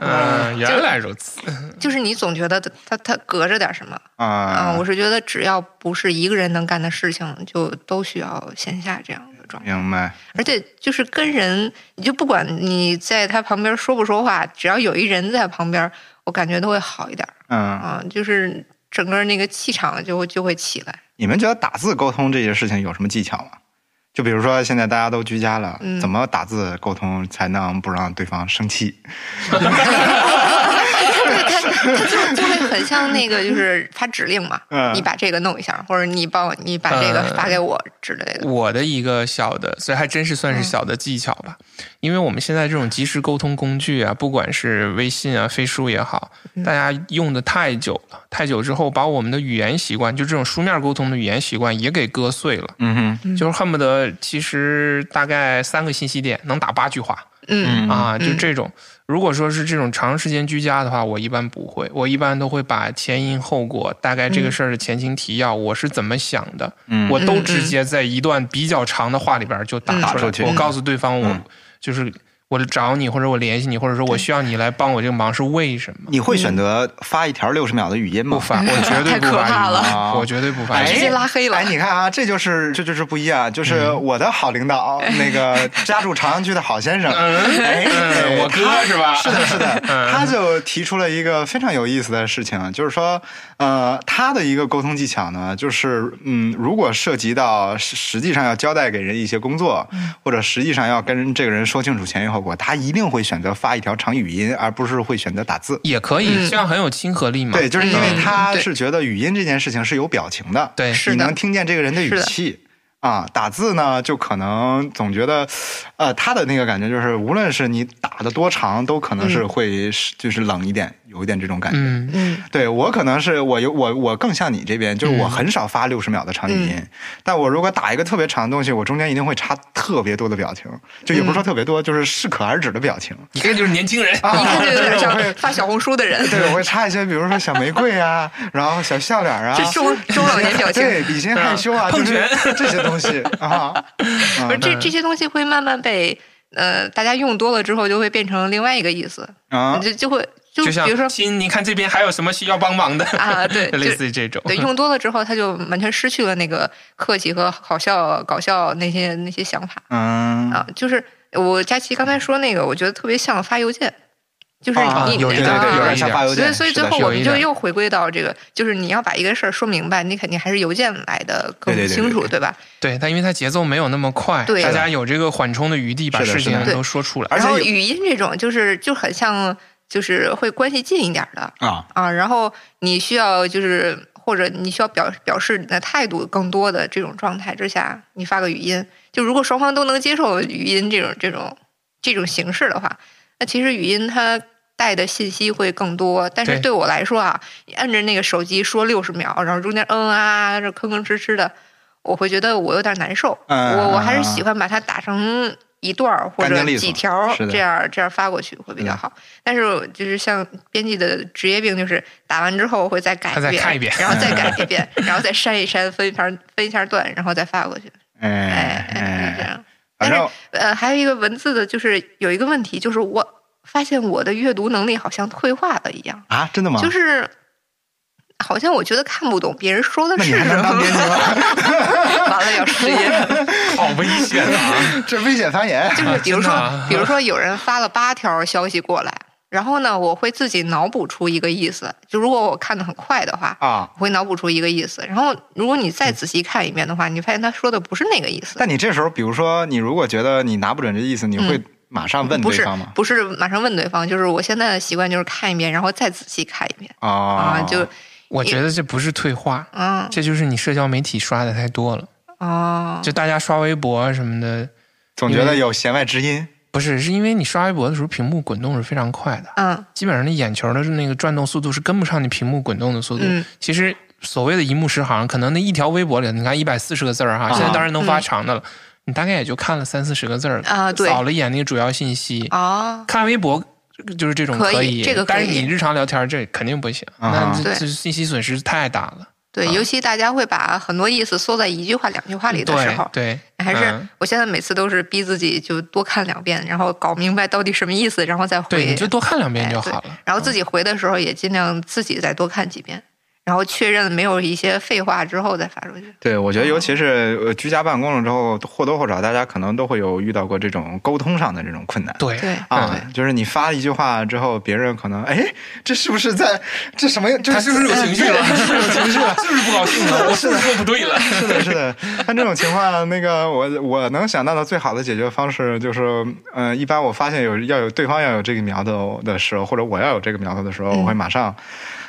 Speaker 4: 嗯，原来如此，
Speaker 3: 就是你总觉得他他隔着点什么啊、
Speaker 2: 啊，
Speaker 3: 我是觉得只要不是一个人能干的事情，就都需要线下这样的状态。
Speaker 2: 明白。
Speaker 3: 而且就是跟人，你就不管你在他旁边说不说话，只要有一人在旁边，我感觉都会好一点
Speaker 2: 嗯，
Speaker 3: 啊、就是整个那个气场就就会起来。
Speaker 2: 你们觉得打字沟通这些事情有什么技巧吗？就比如说现在大家都居家了，
Speaker 3: 嗯
Speaker 2: 怎么打字沟通才能不让对方生气？
Speaker 3: 对他，他就就会很像那个，就是发指令嘛，
Speaker 2: 嗯
Speaker 3: 你把这个弄一下，或者你帮我，你把这个
Speaker 4: 嗯
Speaker 3: 发给我之类的。
Speaker 4: 我的一个小的，所以还真是算是小的技巧吧。因为我们现在这种即时沟通工具啊，不管是微信啊、飞书也好，大家用的太久了，太久之后把我们的语言习惯，就这种书面沟通的语言习惯也给割碎了，
Speaker 2: 嗯哼，
Speaker 4: 就是恨不得其实大概三个信息点能打八句话。
Speaker 3: 嗯，
Speaker 4: 啊，
Speaker 3: 嗯
Speaker 4: 就这种。如果说是这种长时间居家的话，我一般不会，我一般都会把前因后果，大概这个事儿的前情提要，我是怎么想的，
Speaker 2: 嗯
Speaker 4: 啊我都
Speaker 3: 嗯嗯
Speaker 4: 直接在一段比较长的话里边儿就打
Speaker 3: 嗯
Speaker 4: 出来。
Speaker 2: 打出去
Speaker 4: 我告诉对方我，
Speaker 2: 嗯
Speaker 4: 就是我找你，或者我联系你，或者说我需要你来帮我这个忙是为什么？
Speaker 2: 你会选择发一条六十秒的语音吗？
Speaker 4: 不发，我绝对
Speaker 3: 太
Speaker 4: 不
Speaker 3: 可怕
Speaker 4: 发语音
Speaker 2: 了
Speaker 4: 我绝对不发
Speaker 2: 哎
Speaker 4: 语
Speaker 3: 直
Speaker 4: 音。
Speaker 3: 接拉黑了
Speaker 2: 哎，。你看啊，这就是这就是不一样，就是
Speaker 4: 嗯
Speaker 2: 我的好领导，那 个家住朝阳区的好先生，哎，
Speaker 4: 嗯我哥是吧嗯
Speaker 2: 他是的，是的，他就提出了一个非常有意思的事情，啊就是说，呃，他的一个沟通技巧呢，就是嗯，如果涉及到实实际上要交代给人一些工作，
Speaker 4: 嗯
Speaker 2: 或者实际上要跟这个人说清楚前因后果，他一定会选择发一条长语音，而不是会选择打字。
Speaker 4: 也可以，
Speaker 3: 嗯
Speaker 4: 这样很有亲和力嘛。
Speaker 2: 对，就是因为
Speaker 4: 嗯
Speaker 2: 他
Speaker 3: 对
Speaker 2: 是觉得语音这件事情是有表情的，
Speaker 4: 对
Speaker 3: 是
Speaker 2: 你
Speaker 3: 的
Speaker 2: 能听见这个人的语
Speaker 3: 是的
Speaker 2: 气啊。打字呢，就可能总觉得，呃，他的那个感觉就是，无论是你打的多长，都可能是会是就是冷一点，有一点这种感觉。
Speaker 4: 嗯，
Speaker 3: 嗯，
Speaker 2: 对我可能是我有我我更像你这边，就是我很少发六十秒的长语音，但我如果打一个特别长的东西，我中间一定会插特别多的表情，就也不是说特别多，就是适可而止的表情。
Speaker 4: 一个就是年轻人，
Speaker 3: 一看就有点像发小红书的人，
Speaker 2: 对，我会插一些，比如说小玫瑰啊，然后小笑脸啊，
Speaker 3: 这中中老年表 情。
Speaker 2: 对，比心害羞啊，
Speaker 4: 碰
Speaker 2: 就是
Speaker 4: 拳
Speaker 2: 这些东西 啊。
Speaker 3: 不是这这些东西会慢慢被呃大家用多了之后，就会变成另外一个意思，
Speaker 2: 啊，
Speaker 3: 就就会就
Speaker 4: 就像
Speaker 3: 比 如说
Speaker 4: 亲，你看这边还有什么需要帮忙的
Speaker 3: 啊对就
Speaker 4: 类似于这种。
Speaker 3: 对，用多了之后，他就完全失去了那个客气和好笑、搞笑那些那些想法
Speaker 2: 嗯，
Speaker 3: 啊。就是我佳琪刚才说那个，我觉得特别像发邮件，就是你、
Speaker 2: 啊，
Speaker 3: 你
Speaker 2: 有
Speaker 3: 那
Speaker 2: 对对
Speaker 3: 个
Speaker 2: 对，有
Speaker 3: 啊
Speaker 2: 点像发邮
Speaker 3: 所以
Speaker 2: 件，
Speaker 3: 所以
Speaker 2: 是
Speaker 3: 最
Speaker 2: 的
Speaker 3: 后
Speaker 2: 是
Speaker 3: 我
Speaker 2: 的
Speaker 4: 有
Speaker 3: 们
Speaker 4: 一
Speaker 3: 就
Speaker 4: 点
Speaker 3: 又回归到这个，就是你要把一个事儿说明白，你肯定还是邮件来的更
Speaker 2: 对对对
Speaker 3: 清楚，
Speaker 2: 对
Speaker 3: 吧？
Speaker 4: 对，但因为它节奏没有那么快，
Speaker 3: 对
Speaker 4: 大家有这个缓冲的余地，把
Speaker 2: 是的
Speaker 4: 事
Speaker 2: 是的
Speaker 4: 情
Speaker 3: 对
Speaker 4: 都说出来。
Speaker 2: 而且
Speaker 3: 然后
Speaker 2: 有
Speaker 3: 语音这种就是就很像，就是会关系近一点的，
Speaker 2: 啊，
Speaker 3: 啊，然后你需要就是或者你需要表表示你的态度更多的这种状态之下，你发个语音，就如果双方都能接受语音这种这种这种形式的话，那其实语音它带的信息会更多。但是
Speaker 4: 对
Speaker 3: 对我来说啊，你按着那个手机说六十秒，然后中间嗯啊这吭吭哧哧的，我会觉得我有点难受。
Speaker 2: 嗯
Speaker 3: 我我
Speaker 2: 嗯
Speaker 3: 还是
Speaker 2: 嗯
Speaker 3: 喜欢把它打成一段儿或
Speaker 2: 干
Speaker 3: 者
Speaker 2: 净利索
Speaker 3: 几条儿
Speaker 2: 是的
Speaker 3: 这样这样发过去会比较好。但是就是像编辑的职业病，就是打完之后会再改
Speaker 4: 他再看一遍
Speaker 3: 然后 再改一遍，然后再删一删，分一盘分一下段，然后再发过去。哎
Speaker 2: 哎
Speaker 3: 哎，就是这样。
Speaker 2: 反正
Speaker 3: 呃，还有一个文字的，就是有一个问题，就是我发现我的阅读能力好像退化了一样，
Speaker 2: 啊，真的吗？
Speaker 3: 就是好像我觉得看不懂别人说的
Speaker 2: 那
Speaker 3: 是
Speaker 2: 你还
Speaker 3: 什
Speaker 2: 能
Speaker 3: 么
Speaker 2: 当，编辑吗？
Speaker 3: 完了要失业了。
Speaker 4: 好危 险啊！
Speaker 2: 这危险发言。
Speaker 3: 就是比如说，
Speaker 4: 真的啊
Speaker 3: 比如说有人发了八条消息过来，然后呢，我会自己脑补出一个意思。就如果我看的很快的话，
Speaker 2: 啊！
Speaker 3: 我会脑补出一个意思。然后如果你再
Speaker 4: 嗯
Speaker 3: 仔细看一遍的话，你发现他说的不是那个意思。
Speaker 2: 但你这时候，比如说，你如果觉得你拿不准这意思，你会马上问
Speaker 3: 嗯不
Speaker 2: 对
Speaker 3: 是
Speaker 2: 方吗？
Speaker 3: 不是马上问对方，就是我现在的习惯就是看一遍，然后再仔细看一遍
Speaker 4: 哦
Speaker 3: 啊，
Speaker 2: 啊，
Speaker 3: 就
Speaker 4: 我觉得这不是退化，
Speaker 3: 嗯
Speaker 4: 这就是你社交媒体刷的太多了。
Speaker 3: 哦，
Speaker 4: 就大家刷微博啊什么的，
Speaker 2: 总觉得有弦外之音。
Speaker 4: 不是是因为你刷微博的时候，屏幕滚动是非常快的，
Speaker 3: 嗯
Speaker 4: 基本上你眼球的那个转动速度是跟不上你屏幕滚动的速度。
Speaker 3: 嗯
Speaker 4: 其实所谓的一目十行，可能那一条微博里，你看一百四十个字儿哈，
Speaker 2: 啊
Speaker 4: 现在当然能发
Speaker 3: 嗯
Speaker 4: 长的了，你大概也就看了三四十个字儿
Speaker 3: 啊对
Speaker 4: 扫了一眼那个主要信息，
Speaker 3: 哦，
Speaker 4: 看微博。就是这种
Speaker 3: 可以
Speaker 4: 以，
Speaker 3: 这个可以
Speaker 4: 但是你日常聊天这肯定不行，
Speaker 2: 啊
Speaker 4: 那这
Speaker 3: 对
Speaker 4: 这信息损失太大了。
Speaker 3: 对，尤其大家会把很多意思缩在一句话、两句话里的时候，
Speaker 4: 对，对
Speaker 3: 还是
Speaker 4: 嗯
Speaker 3: 我现在每次都是逼自己就多看两遍，然后搞明白到底什么意思，然后再
Speaker 4: 对，
Speaker 3: 回
Speaker 4: 你。就多看两遍就
Speaker 3: 哎对
Speaker 4: 好了。嗯
Speaker 3: 然后自己回的时候也尽量自己再多看几遍，然后确认没有一些废话之后再发出去。
Speaker 2: 对，我觉得尤其是呃居家办公了之后，或多或少大家可能都会有遇到过这种沟通上的这种困难。
Speaker 4: 对
Speaker 3: 对
Speaker 2: 啊
Speaker 4: 嗯，
Speaker 2: 就是你发一句话之后，别人可能哎，这是不是在这什么呀？这
Speaker 4: 他是不是有情绪了？ 是不是有情绪了？是不是不高兴了？我是不是说不对 了？
Speaker 2: 是的，是的。像这种情况，那个我我能想到的最好的解决方式就是，嗯、一般我发现有要有对方要有这个苗头的时候，或者我要有这个苗头的时候，
Speaker 4: 嗯
Speaker 2: 我会马上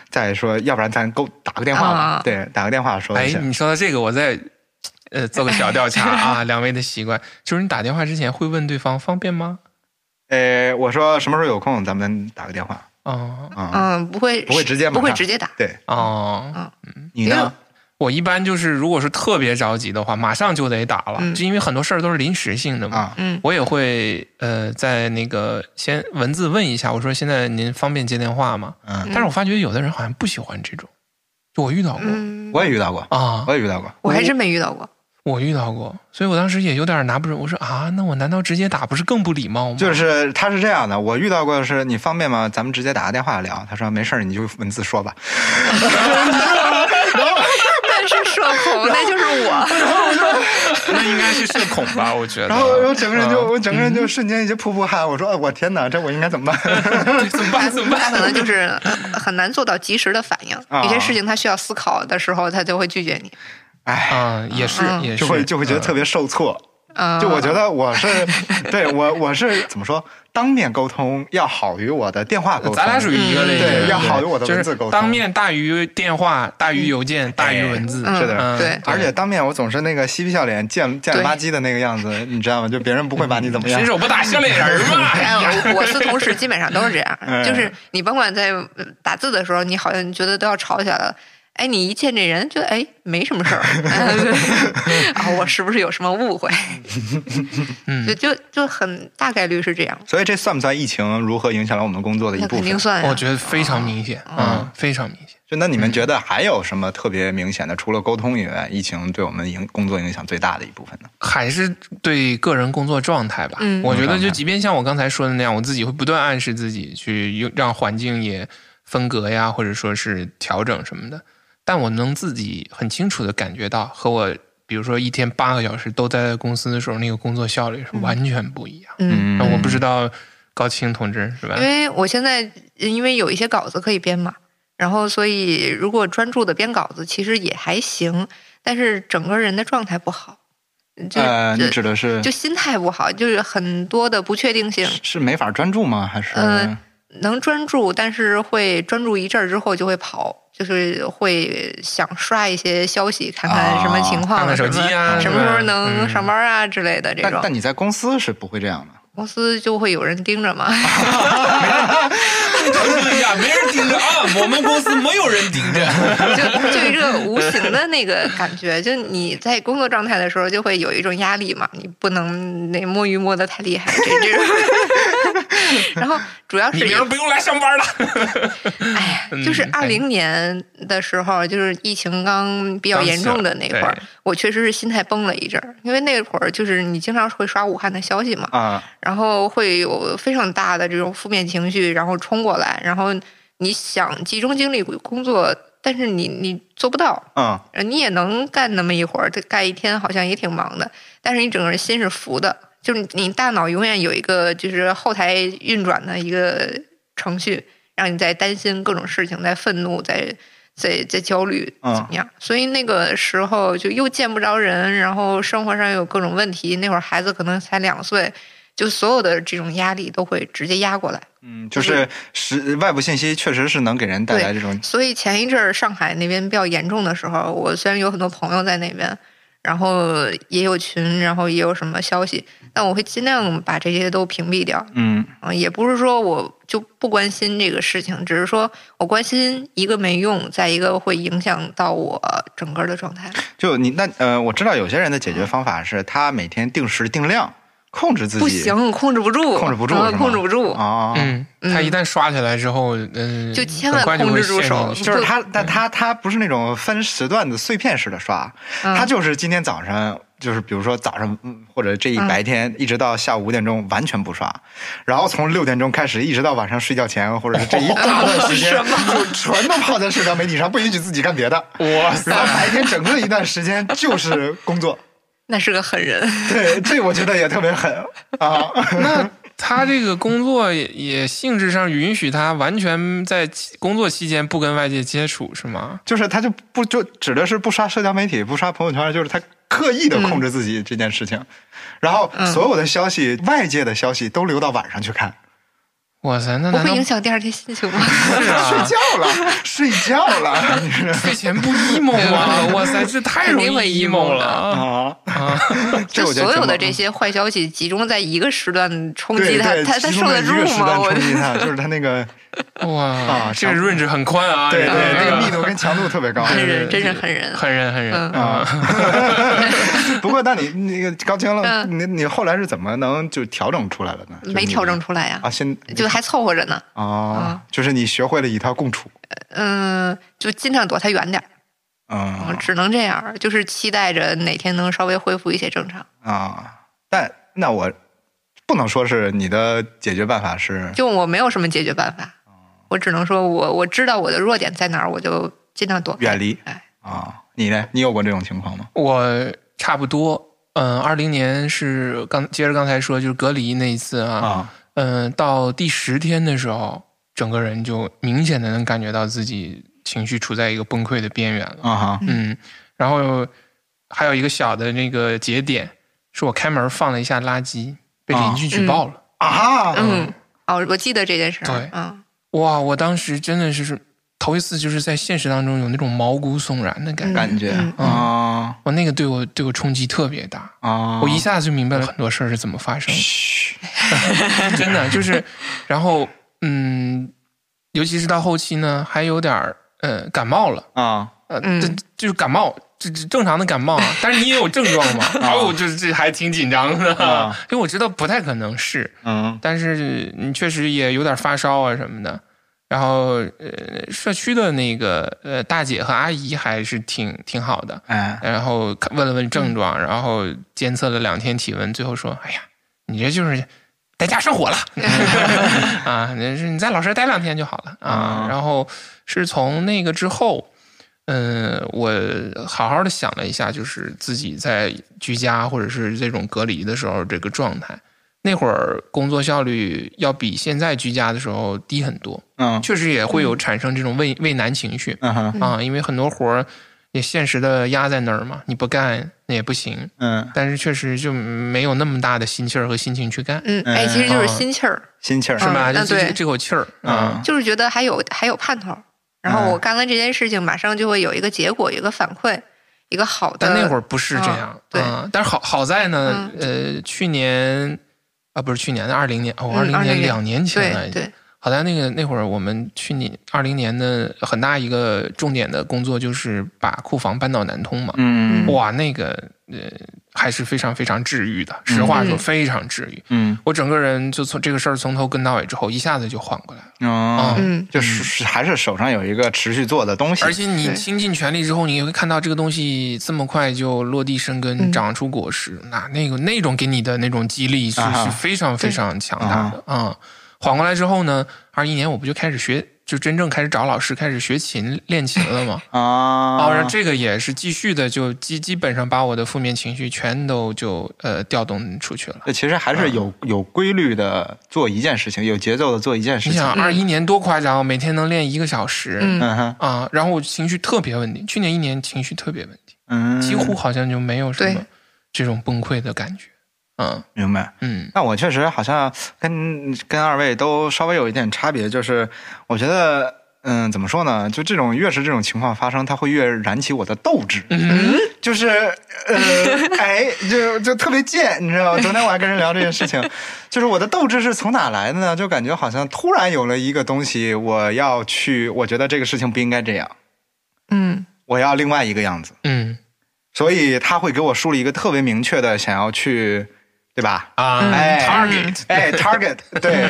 Speaker 2: 再说，要不然咱沟打个电话吧，
Speaker 3: 啊
Speaker 2: 对，打个电话说
Speaker 4: 哎
Speaker 2: 一下，。
Speaker 4: 你说到这个，我再呃做个小调查 啊，两位的习惯就是你打电话之前会问对方方便吗？
Speaker 2: 呃，我说什么时候有空，咱们打个电话
Speaker 4: 哦
Speaker 2: 啊。
Speaker 3: 嗯，不会
Speaker 2: 不会直接马
Speaker 3: 不会
Speaker 2: 上
Speaker 3: 直接打，
Speaker 2: 对
Speaker 4: 哦，
Speaker 2: 你
Speaker 3: 因为
Speaker 2: 呢？
Speaker 4: 我一般就是如果是特别着急的话，马上就得打了，
Speaker 3: 嗯
Speaker 4: 就因为很多事儿都是临时性的嘛。
Speaker 2: 啊，
Speaker 3: 嗯
Speaker 4: 我也会呃在那个先文字问一下，我说现在您方便接电话吗？
Speaker 2: 嗯，
Speaker 4: 但是我发觉有的人好像不喜欢这种，就我遇到过、
Speaker 3: 嗯，
Speaker 2: 我也遇到过，
Speaker 4: 啊，
Speaker 2: 我也遇到过。
Speaker 3: 我还真没遇 到过。
Speaker 4: 我遇到过，所以我当时也有点拿不准，我说啊，那我难道直接打不是更不礼貌吗？
Speaker 2: 就是他是这样的，我遇到过的是你方便吗？咱们直接打个电话聊。他说没事儿，你就文字说吧。
Speaker 3: 但是社恐， 那 就是我。
Speaker 4: 那应该是社恐 吧，我觉得。
Speaker 2: 然后我整个人就、
Speaker 4: 啊
Speaker 2: 我整个人就瞬间一扑扑汗，我说、哎我天哪，这我应该怎么办？
Speaker 4: 怎么办？ 怎么
Speaker 3: 他可能
Speaker 4: 办？啊
Speaker 3: 就是很难做到及时的反应，有些事情他需要思考的时候，他就会拒绝你。
Speaker 2: 哎，
Speaker 4: 啊，也是，
Speaker 3: 嗯
Speaker 4: 也是，
Speaker 2: 就会就会觉得特
Speaker 4: 别
Speaker 2: 别受挫。
Speaker 3: 嗯，
Speaker 2: 就我觉得我是对我我是怎么说，当面沟通要好于我的电话沟通。
Speaker 4: 咱俩属于
Speaker 3: 嗯
Speaker 4: 一个类型，
Speaker 2: 对要好于我的
Speaker 4: 就是
Speaker 2: 文字沟通哎
Speaker 4: 当面大于电话，大于邮件，大于文字。
Speaker 3: 嗯
Speaker 2: 是的
Speaker 4: 嗯
Speaker 3: 对
Speaker 2: 而且当面我总是那个嬉皮笑脸、贱贱了吧唧的那个样子，你知道吗？就别人不会把你怎么样
Speaker 4: 伸。手不打笑脸人儿 嘛。
Speaker 3: 哎，我我司同事基本上都是这样
Speaker 2: 嗯，
Speaker 3: 就是你甭管在呃打字的时候，你好像觉得都要吵起来了。哎，你一见这人，觉得哎没什么 事儿， 啊，我是不是有什么误会？
Speaker 2: 嗯
Speaker 3: 就就就很大概率是这样，
Speaker 2: 所以这算不算疫情如何影响了我们工作的一
Speaker 3: 那
Speaker 2: 部
Speaker 3: 肯
Speaker 2: 分
Speaker 3: 定？算啊呀。
Speaker 4: 我觉得非常明显，嗯，非常明显。
Speaker 2: 就那你们
Speaker 3: 嗯
Speaker 2: 觉得还有什么特别明显的？除了沟通以外，疫情对我们影工作影响最大的一部分呢？
Speaker 4: 还是对个人工作状态吧。
Speaker 3: 嗯
Speaker 4: 我觉得就即便像我刚才说的那样，我自己会不断暗示自己去用让环境也分隔呀，或者说是调整什么的。但我能自己很清楚的感觉到，和我比如说一天八个小时都待在公司的时候，那个工作效率是完全不一样。
Speaker 3: 嗯，
Speaker 4: 那、呃我不知道高清同志是吧
Speaker 2: 嗯
Speaker 3: 因？为我现在因为有一些稿子可以编嘛，然后所以如果专注的编稿子，其实也还行，但是整个人的状态不好，就、
Speaker 2: 呃，你
Speaker 3: 就
Speaker 2: 指的是
Speaker 3: 就心态不好，就是很多的不确定性。
Speaker 2: 是没法专注吗？还是
Speaker 3: 嗯能专注，但是会专注一阵儿之后就会跑，就是会想刷一些消息，看看什么情况
Speaker 4: 啊
Speaker 3: 了，
Speaker 4: 看看手
Speaker 3: 什
Speaker 4: 机
Speaker 3: 么
Speaker 4: 啊，
Speaker 3: 什么时候
Speaker 4: 是吧
Speaker 3: 能
Speaker 4: 嗯
Speaker 3: 上班啊之类的这
Speaker 2: 但
Speaker 3: 种。
Speaker 2: 但你在公司是不会这样的
Speaker 3: 公司就会有人盯着 嘛。
Speaker 4: 对哎呀，没人盯着啊，我们公司没有人盯着。
Speaker 3: 就就一个无形的那个感觉，就你在工作状态的时候就会有一种压力嘛，你不能那摸鱼摸得太厉害，这这种。 然后主要是
Speaker 4: 你明儿不用来上班了。
Speaker 3: 哎呀，就是
Speaker 4: 嗯
Speaker 3: 二
Speaker 4: 哎
Speaker 3: 零年的时候，就是疫情刚比较严重的那会
Speaker 4: 刚
Speaker 3: 儿
Speaker 4: 起来，
Speaker 3: 我确实是心态崩了一阵儿，因为那会儿就是你经常会刷武汉的消息嘛，
Speaker 2: 啊，
Speaker 3: 然后会有非常大的这种负面情绪，然后冲过来，然后你想集中精力工作，但是你你做不到，
Speaker 2: 嗯
Speaker 3: 呃你也能干那么一会儿，这干一天好像也挺忙的，但是你整个人心是浮的，就是你大脑永远有一个就是后台运转的一个程序，让你在担心各种事情，在愤怒，在在在焦虑怎
Speaker 2: 嗯
Speaker 3: 么样？所以那个时候就又见不着人，然后生活上有各种问题，那会儿孩子可能才两岁，就所有的这种压力都会直接压过来。
Speaker 2: 嗯，就是是外部信息确实是能给人带来这种
Speaker 3: 所以前一阵儿上海那边比较严重的时候，我虽然有很多朋友在那边，然后也有群，然后也有什么消息，但我会尽量把这些都屏蔽掉。
Speaker 2: 嗯
Speaker 3: 嗯，也不是说我就不关心这个事情，只是说我关心一个没用，再一个会影响到我整个的状态。
Speaker 2: 就你那呃，我知道有些人的解决方法是他每天定时定量控制自己，
Speaker 3: 不行，控制不住，
Speaker 2: 控制不住
Speaker 3: 嗯
Speaker 2: 是吗
Speaker 3: 控制不住，
Speaker 2: 啊，
Speaker 4: 嗯，他一旦刷起来之后，嗯，
Speaker 3: 就千万
Speaker 4: 很快就会
Speaker 3: 控制住
Speaker 4: 陷
Speaker 3: 手
Speaker 4: 进去
Speaker 2: 就是他，但他他不是那种分时段的碎片式的刷，
Speaker 3: 嗯
Speaker 2: 他就是今天早上，就是比如说早上嗯或者这一白天一直到下午五点钟完全不刷，然后从六点钟开始一直到晚上睡觉前，或者是这一大段时间
Speaker 3: 什么
Speaker 2: 就全都泡在社交媒体上，不允许自己干别 的。
Speaker 4: 哇
Speaker 2: 然后白天整个一段时间就是工 作，
Speaker 3: 那是个狠人。
Speaker 2: 对，这我觉得也特别狠啊。
Speaker 4: 那他这个工作也也性质上允许他完全在其工作期间不跟外界接触，是吗？
Speaker 2: 就是他就不就指的是不刷社交媒体、不刷朋友圈，就是他刻意的控制自己这件事
Speaker 3: 嗯
Speaker 2: 情，然后所有的消息、外界的消息都留到晚上去看，
Speaker 4: 哇塞，那
Speaker 3: 不
Speaker 4: 难
Speaker 3: 会
Speaker 4: 道
Speaker 3: 影响第二天 心情吗？
Speaker 4: 是啊？
Speaker 2: 睡觉了，睡觉了，你是
Speaker 4: 睡前不 emo 吗？哇塞，这太容
Speaker 3: 肯定会
Speaker 4: 易
Speaker 3: emo
Speaker 4: 了
Speaker 3: 的
Speaker 4: 啊！
Speaker 2: 啊，
Speaker 4: 啊
Speaker 2: 这
Speaker 3: 就
Speaker 2: 我觉得
Speaker 3: 所有的
Speaker 2: 挺
Speaker 3: 这
Speaker 2: 猛。
Speaker 3: 些坏消息集中在一个时段冲
Speaker 2: 对
Speaker 3: 击他，
Speaker 2: 对，
Speaker 3: 他他
Speaker 2: 集
Speaker 3: 受
Speaker 2: 中在
Speaker 3: 得
Speaker 2: 一
Speaker 3: 住
Speaker 2: 个时段
Speaker 3: 吗？我
Speaker 2: 冲击他，就是他那 个，
Speaker 4: 哇
Speaker 2: 啊，
Speaker 4: 这个
Speaker 2: 差不多
Speaker 4: range 很宽啊！
Speaker 2: 对
Speaker 4: 这
Speaker 2: 对
Speaker 4: 个，
Speaker 2: 那个
Speaker 4: 这
Speaker 2: 密度跟强度特别高。
Speaker 3: 狠
Speaker 4: 对对
Speaker 3: 人， 真是
Speaker 4: 对
Speaker 3: 狠人。
Speaker 4: 狠人狠人
Speaker 3: 嗯
Speaker 2: 啊，不过，那你那个高清了，
Speaker 3: 嗯
Speaker 2: 你你后来是怎么能就调整出来了呢？就是
Speaker 3: 没
Speaker 2: 你
Speaker 3: 调整出来呀、
Speaker 2: 啊，现
Speaker 3: 就还凑合着呢。
Speaker 2: 啊，就是你学会了与他共处，
Speaker 3: 嗯，就尽量躲他远点儿，
Speaker 2: 嗯
Speaker 3: 嗯只能这样，就是期待着哪天能稍微恢复一些正常。
Speaker 2: 啊，但那我不能说是你的解决办法是
Speaker 3: 就我没有什么解决办法，我只能说我我知道我的弱点在哪儿，我就尽量躲开
Speaker 2: 远离
Speaker 3: 哎，
Speaker 2: 啊，你呢？你有过这种情况吗？
Speaker 4: 我差不多，嗯，二零年是刚接着刚才说就是隔离那一次啊，
Speaker 2: 啊，
Speaker 4: 嗯，到第十天的时候，整个人就明显的能感觉到自己情绪处在一个崩溃的边缘了，
Speaker 2: 啊哈，
Speaker 4: 嗯，然后还有一个小的那个节点，是我开门放了一下垃圾，被邻居举报了。
Speaker 2: 啊哈，
Speaker 3: 嗯，哦，我记得这件事儿。
Speaker 4: 对
Speaker 3: 嗯，
Speaker 4: 哇！我当时真的是是头一次，就是在现实当中有那种毛骨悚然的感觉。
Speaker 2: 感觉
Speaker 3: 嗯
Speaker 2: 啊
Speaker 4: 哇，那个对我对我冲击特别大，
Speaker 2: 啊，
Speaker 4: 哦我一下子就明白了很多事儿是怎么发生的，
Speaker 2: 嘘，
Speaker 4: 真的就是，然后嗯，尤其是到后期呢，还有点儿呃感冒了，
Speaker 2: 啊
Speaker 4: 呃，
Speaker 3: 嗯
Speaker 4: 这就是感冒，这这正常的感冒啊，但是你也有症状嘛，然后我就是这还挺紧张的
Speaker 2: 啊，
Speaker 4: 因为我知道不太可能是，
Speaker 2: 嗯
Speaker 4: 但是你确实也有点发烧啊什么的。然后，呃，社区的那个呃大姐和阿姨还是挺挺好的，
Speaker 2: 哎
Speaker 4: 然后看问了问症状，然后监测了两天体温，最后说：“哎呀，你这就是在家生火了啊！你是你在老师待两天就好了啊
Speaker 2: 啊。”
Speaker 4: 然后是从那个之后，嗯、我好好的想了一下，就是自己在居家或者是这种隔离的时候这个状态。那会儿工作效率要比现在居家的时候低很多，
Speaker 2: 嗯
Speaker 4: 确实也会有产生这种畏畏难情绪。
Speaker 2: 嗯哼
Speaker 4: 啊，因为很多活儿也现实的压在那儿嘛，你不干那也不行。
Speaker 2: 嗯，
Speaker 4: 但是确实就没有那么大的心气儿和心情去干，
Speaker 3: 嗯，哎，
Speaker 2: 嗯
Speaker 3: 其实就是
Speaker 4: 嗯
Speaker 3: 心气儿，
Speaker 2: 心气儿
Speaker 4: 是
Speaker 3: 嗯
Speaker 4: 吧？就
Speaker 3: 那
Speaker 4: 这
Speaker 3: 对
Speaker 4: 这口气儿
Speaker 2: 嗯
Speaker 4: 啊，
Speaker 3: 就是觉得还有还有盼头儿。然后我干了这件事情，马上就会有一个结果，有一个反馈，一个好的。
Speaker 4: 但那会儿不是这样
Speaker 3: 嗯对
Speaker 4: 啊。但是好好在呢
Speaker 3: 嗯，
Speaker 4: 呃，去年啊，不是去年的二零年，哦，二
Speaker 3: 嗯
Speaker 4: 零年
Speaker 3: 20年
Speaker 4: 两年前了
Speaker 3: 对
Speaker 4: 已经。
Speaker 3: 对，
Speaker 4: 好在那个那会儿，我们去年二零年的很大一个重点的工作就是把库房搬到南通嘛。
Speaker 2: 嗯
Speaker 4: 哇，那个呃还是非常非常治愈的，实话说
Speaker 3: 嗯
Speaker 4: 非常治愈。
Speaker 2: 嗯
Speaker 4: 我整个人就从这个事儿从头跟到尾之后，一下子就缓过来了。
Speaker 2: 哦
Speaker 3: 嗯
Speaker 2: 就是还是手上有一个持续做的东西，
Speaker 4: 而且你
Speaker 3: 对
Speaker 4: 倾尽全力之后，你会看到这个东西这么快就落地生根，
Speaker 3: 嗯
Speaker 4: 长出果实。那那个那种给你的那种激励是、
Speaker 2: 啊哈
Speaker 4: 是非常非常强大的啊、嗯缓过来之后呢，二一年我不就开始学，就真正开始找老师开始学琴练琴了吗？
Speaker 2: 啊，
Speaker 4: 哦，然后这个也是继续的，就基基本上把我的负面情绪全都就呃调动出去了。
Speaker 2: 这其实还是有
Speaker 4: 嗯
Speaker 2: 有规律的做一件事情，有节奏的做一件事
Speaker 4: 你
Speaker 2: 情
Speaker 4: 想，
Speaker 3: 嗯
Speaker 4: 二一年多夸张，每天能练一个小时，
Speaker 3: 嗯
Speaker 2: 嗯哼，
Speaker 4: 啊，然后我情绪特别稳定，去年一年情绪特别稳定，
Speaker 2: 嗯，
Speaker 4: 几乎好像就没有什么
Speaker 3: 对
Speaker 4: 这种崩溃的感觉。嗯
Speaker 2: 明白。
Speaker 4: 嗯
Speaker 2: 那我确实好像跟跟二位都稍微有一点差别，就是我觉得，嗯，怎么说呢？就这种越是这种情况发生，它会越燃起我的斗志，
Speaker 4: 嗯
Speaker 2: 就是呃， 哎，就就特别贱，你知道吗？昨天我还跟人聊这件事情，就是我的斗志是从哪来的呢？就感觉好像突然有了一个东西，我要去，我觉得这个事情不应该这样，
Speaker 3: 嗯
Speaker 2: 我要另外一个样子，
Speaker 4: 嗯
Speaker 2: 所以他会给我树立一个特别明确的想要去，对吧？
Speaker 4: 啊
Speaker 3: 嗯
Speaker 2: 哎
Speaker 4: target
Speaker 2: 哎，target，对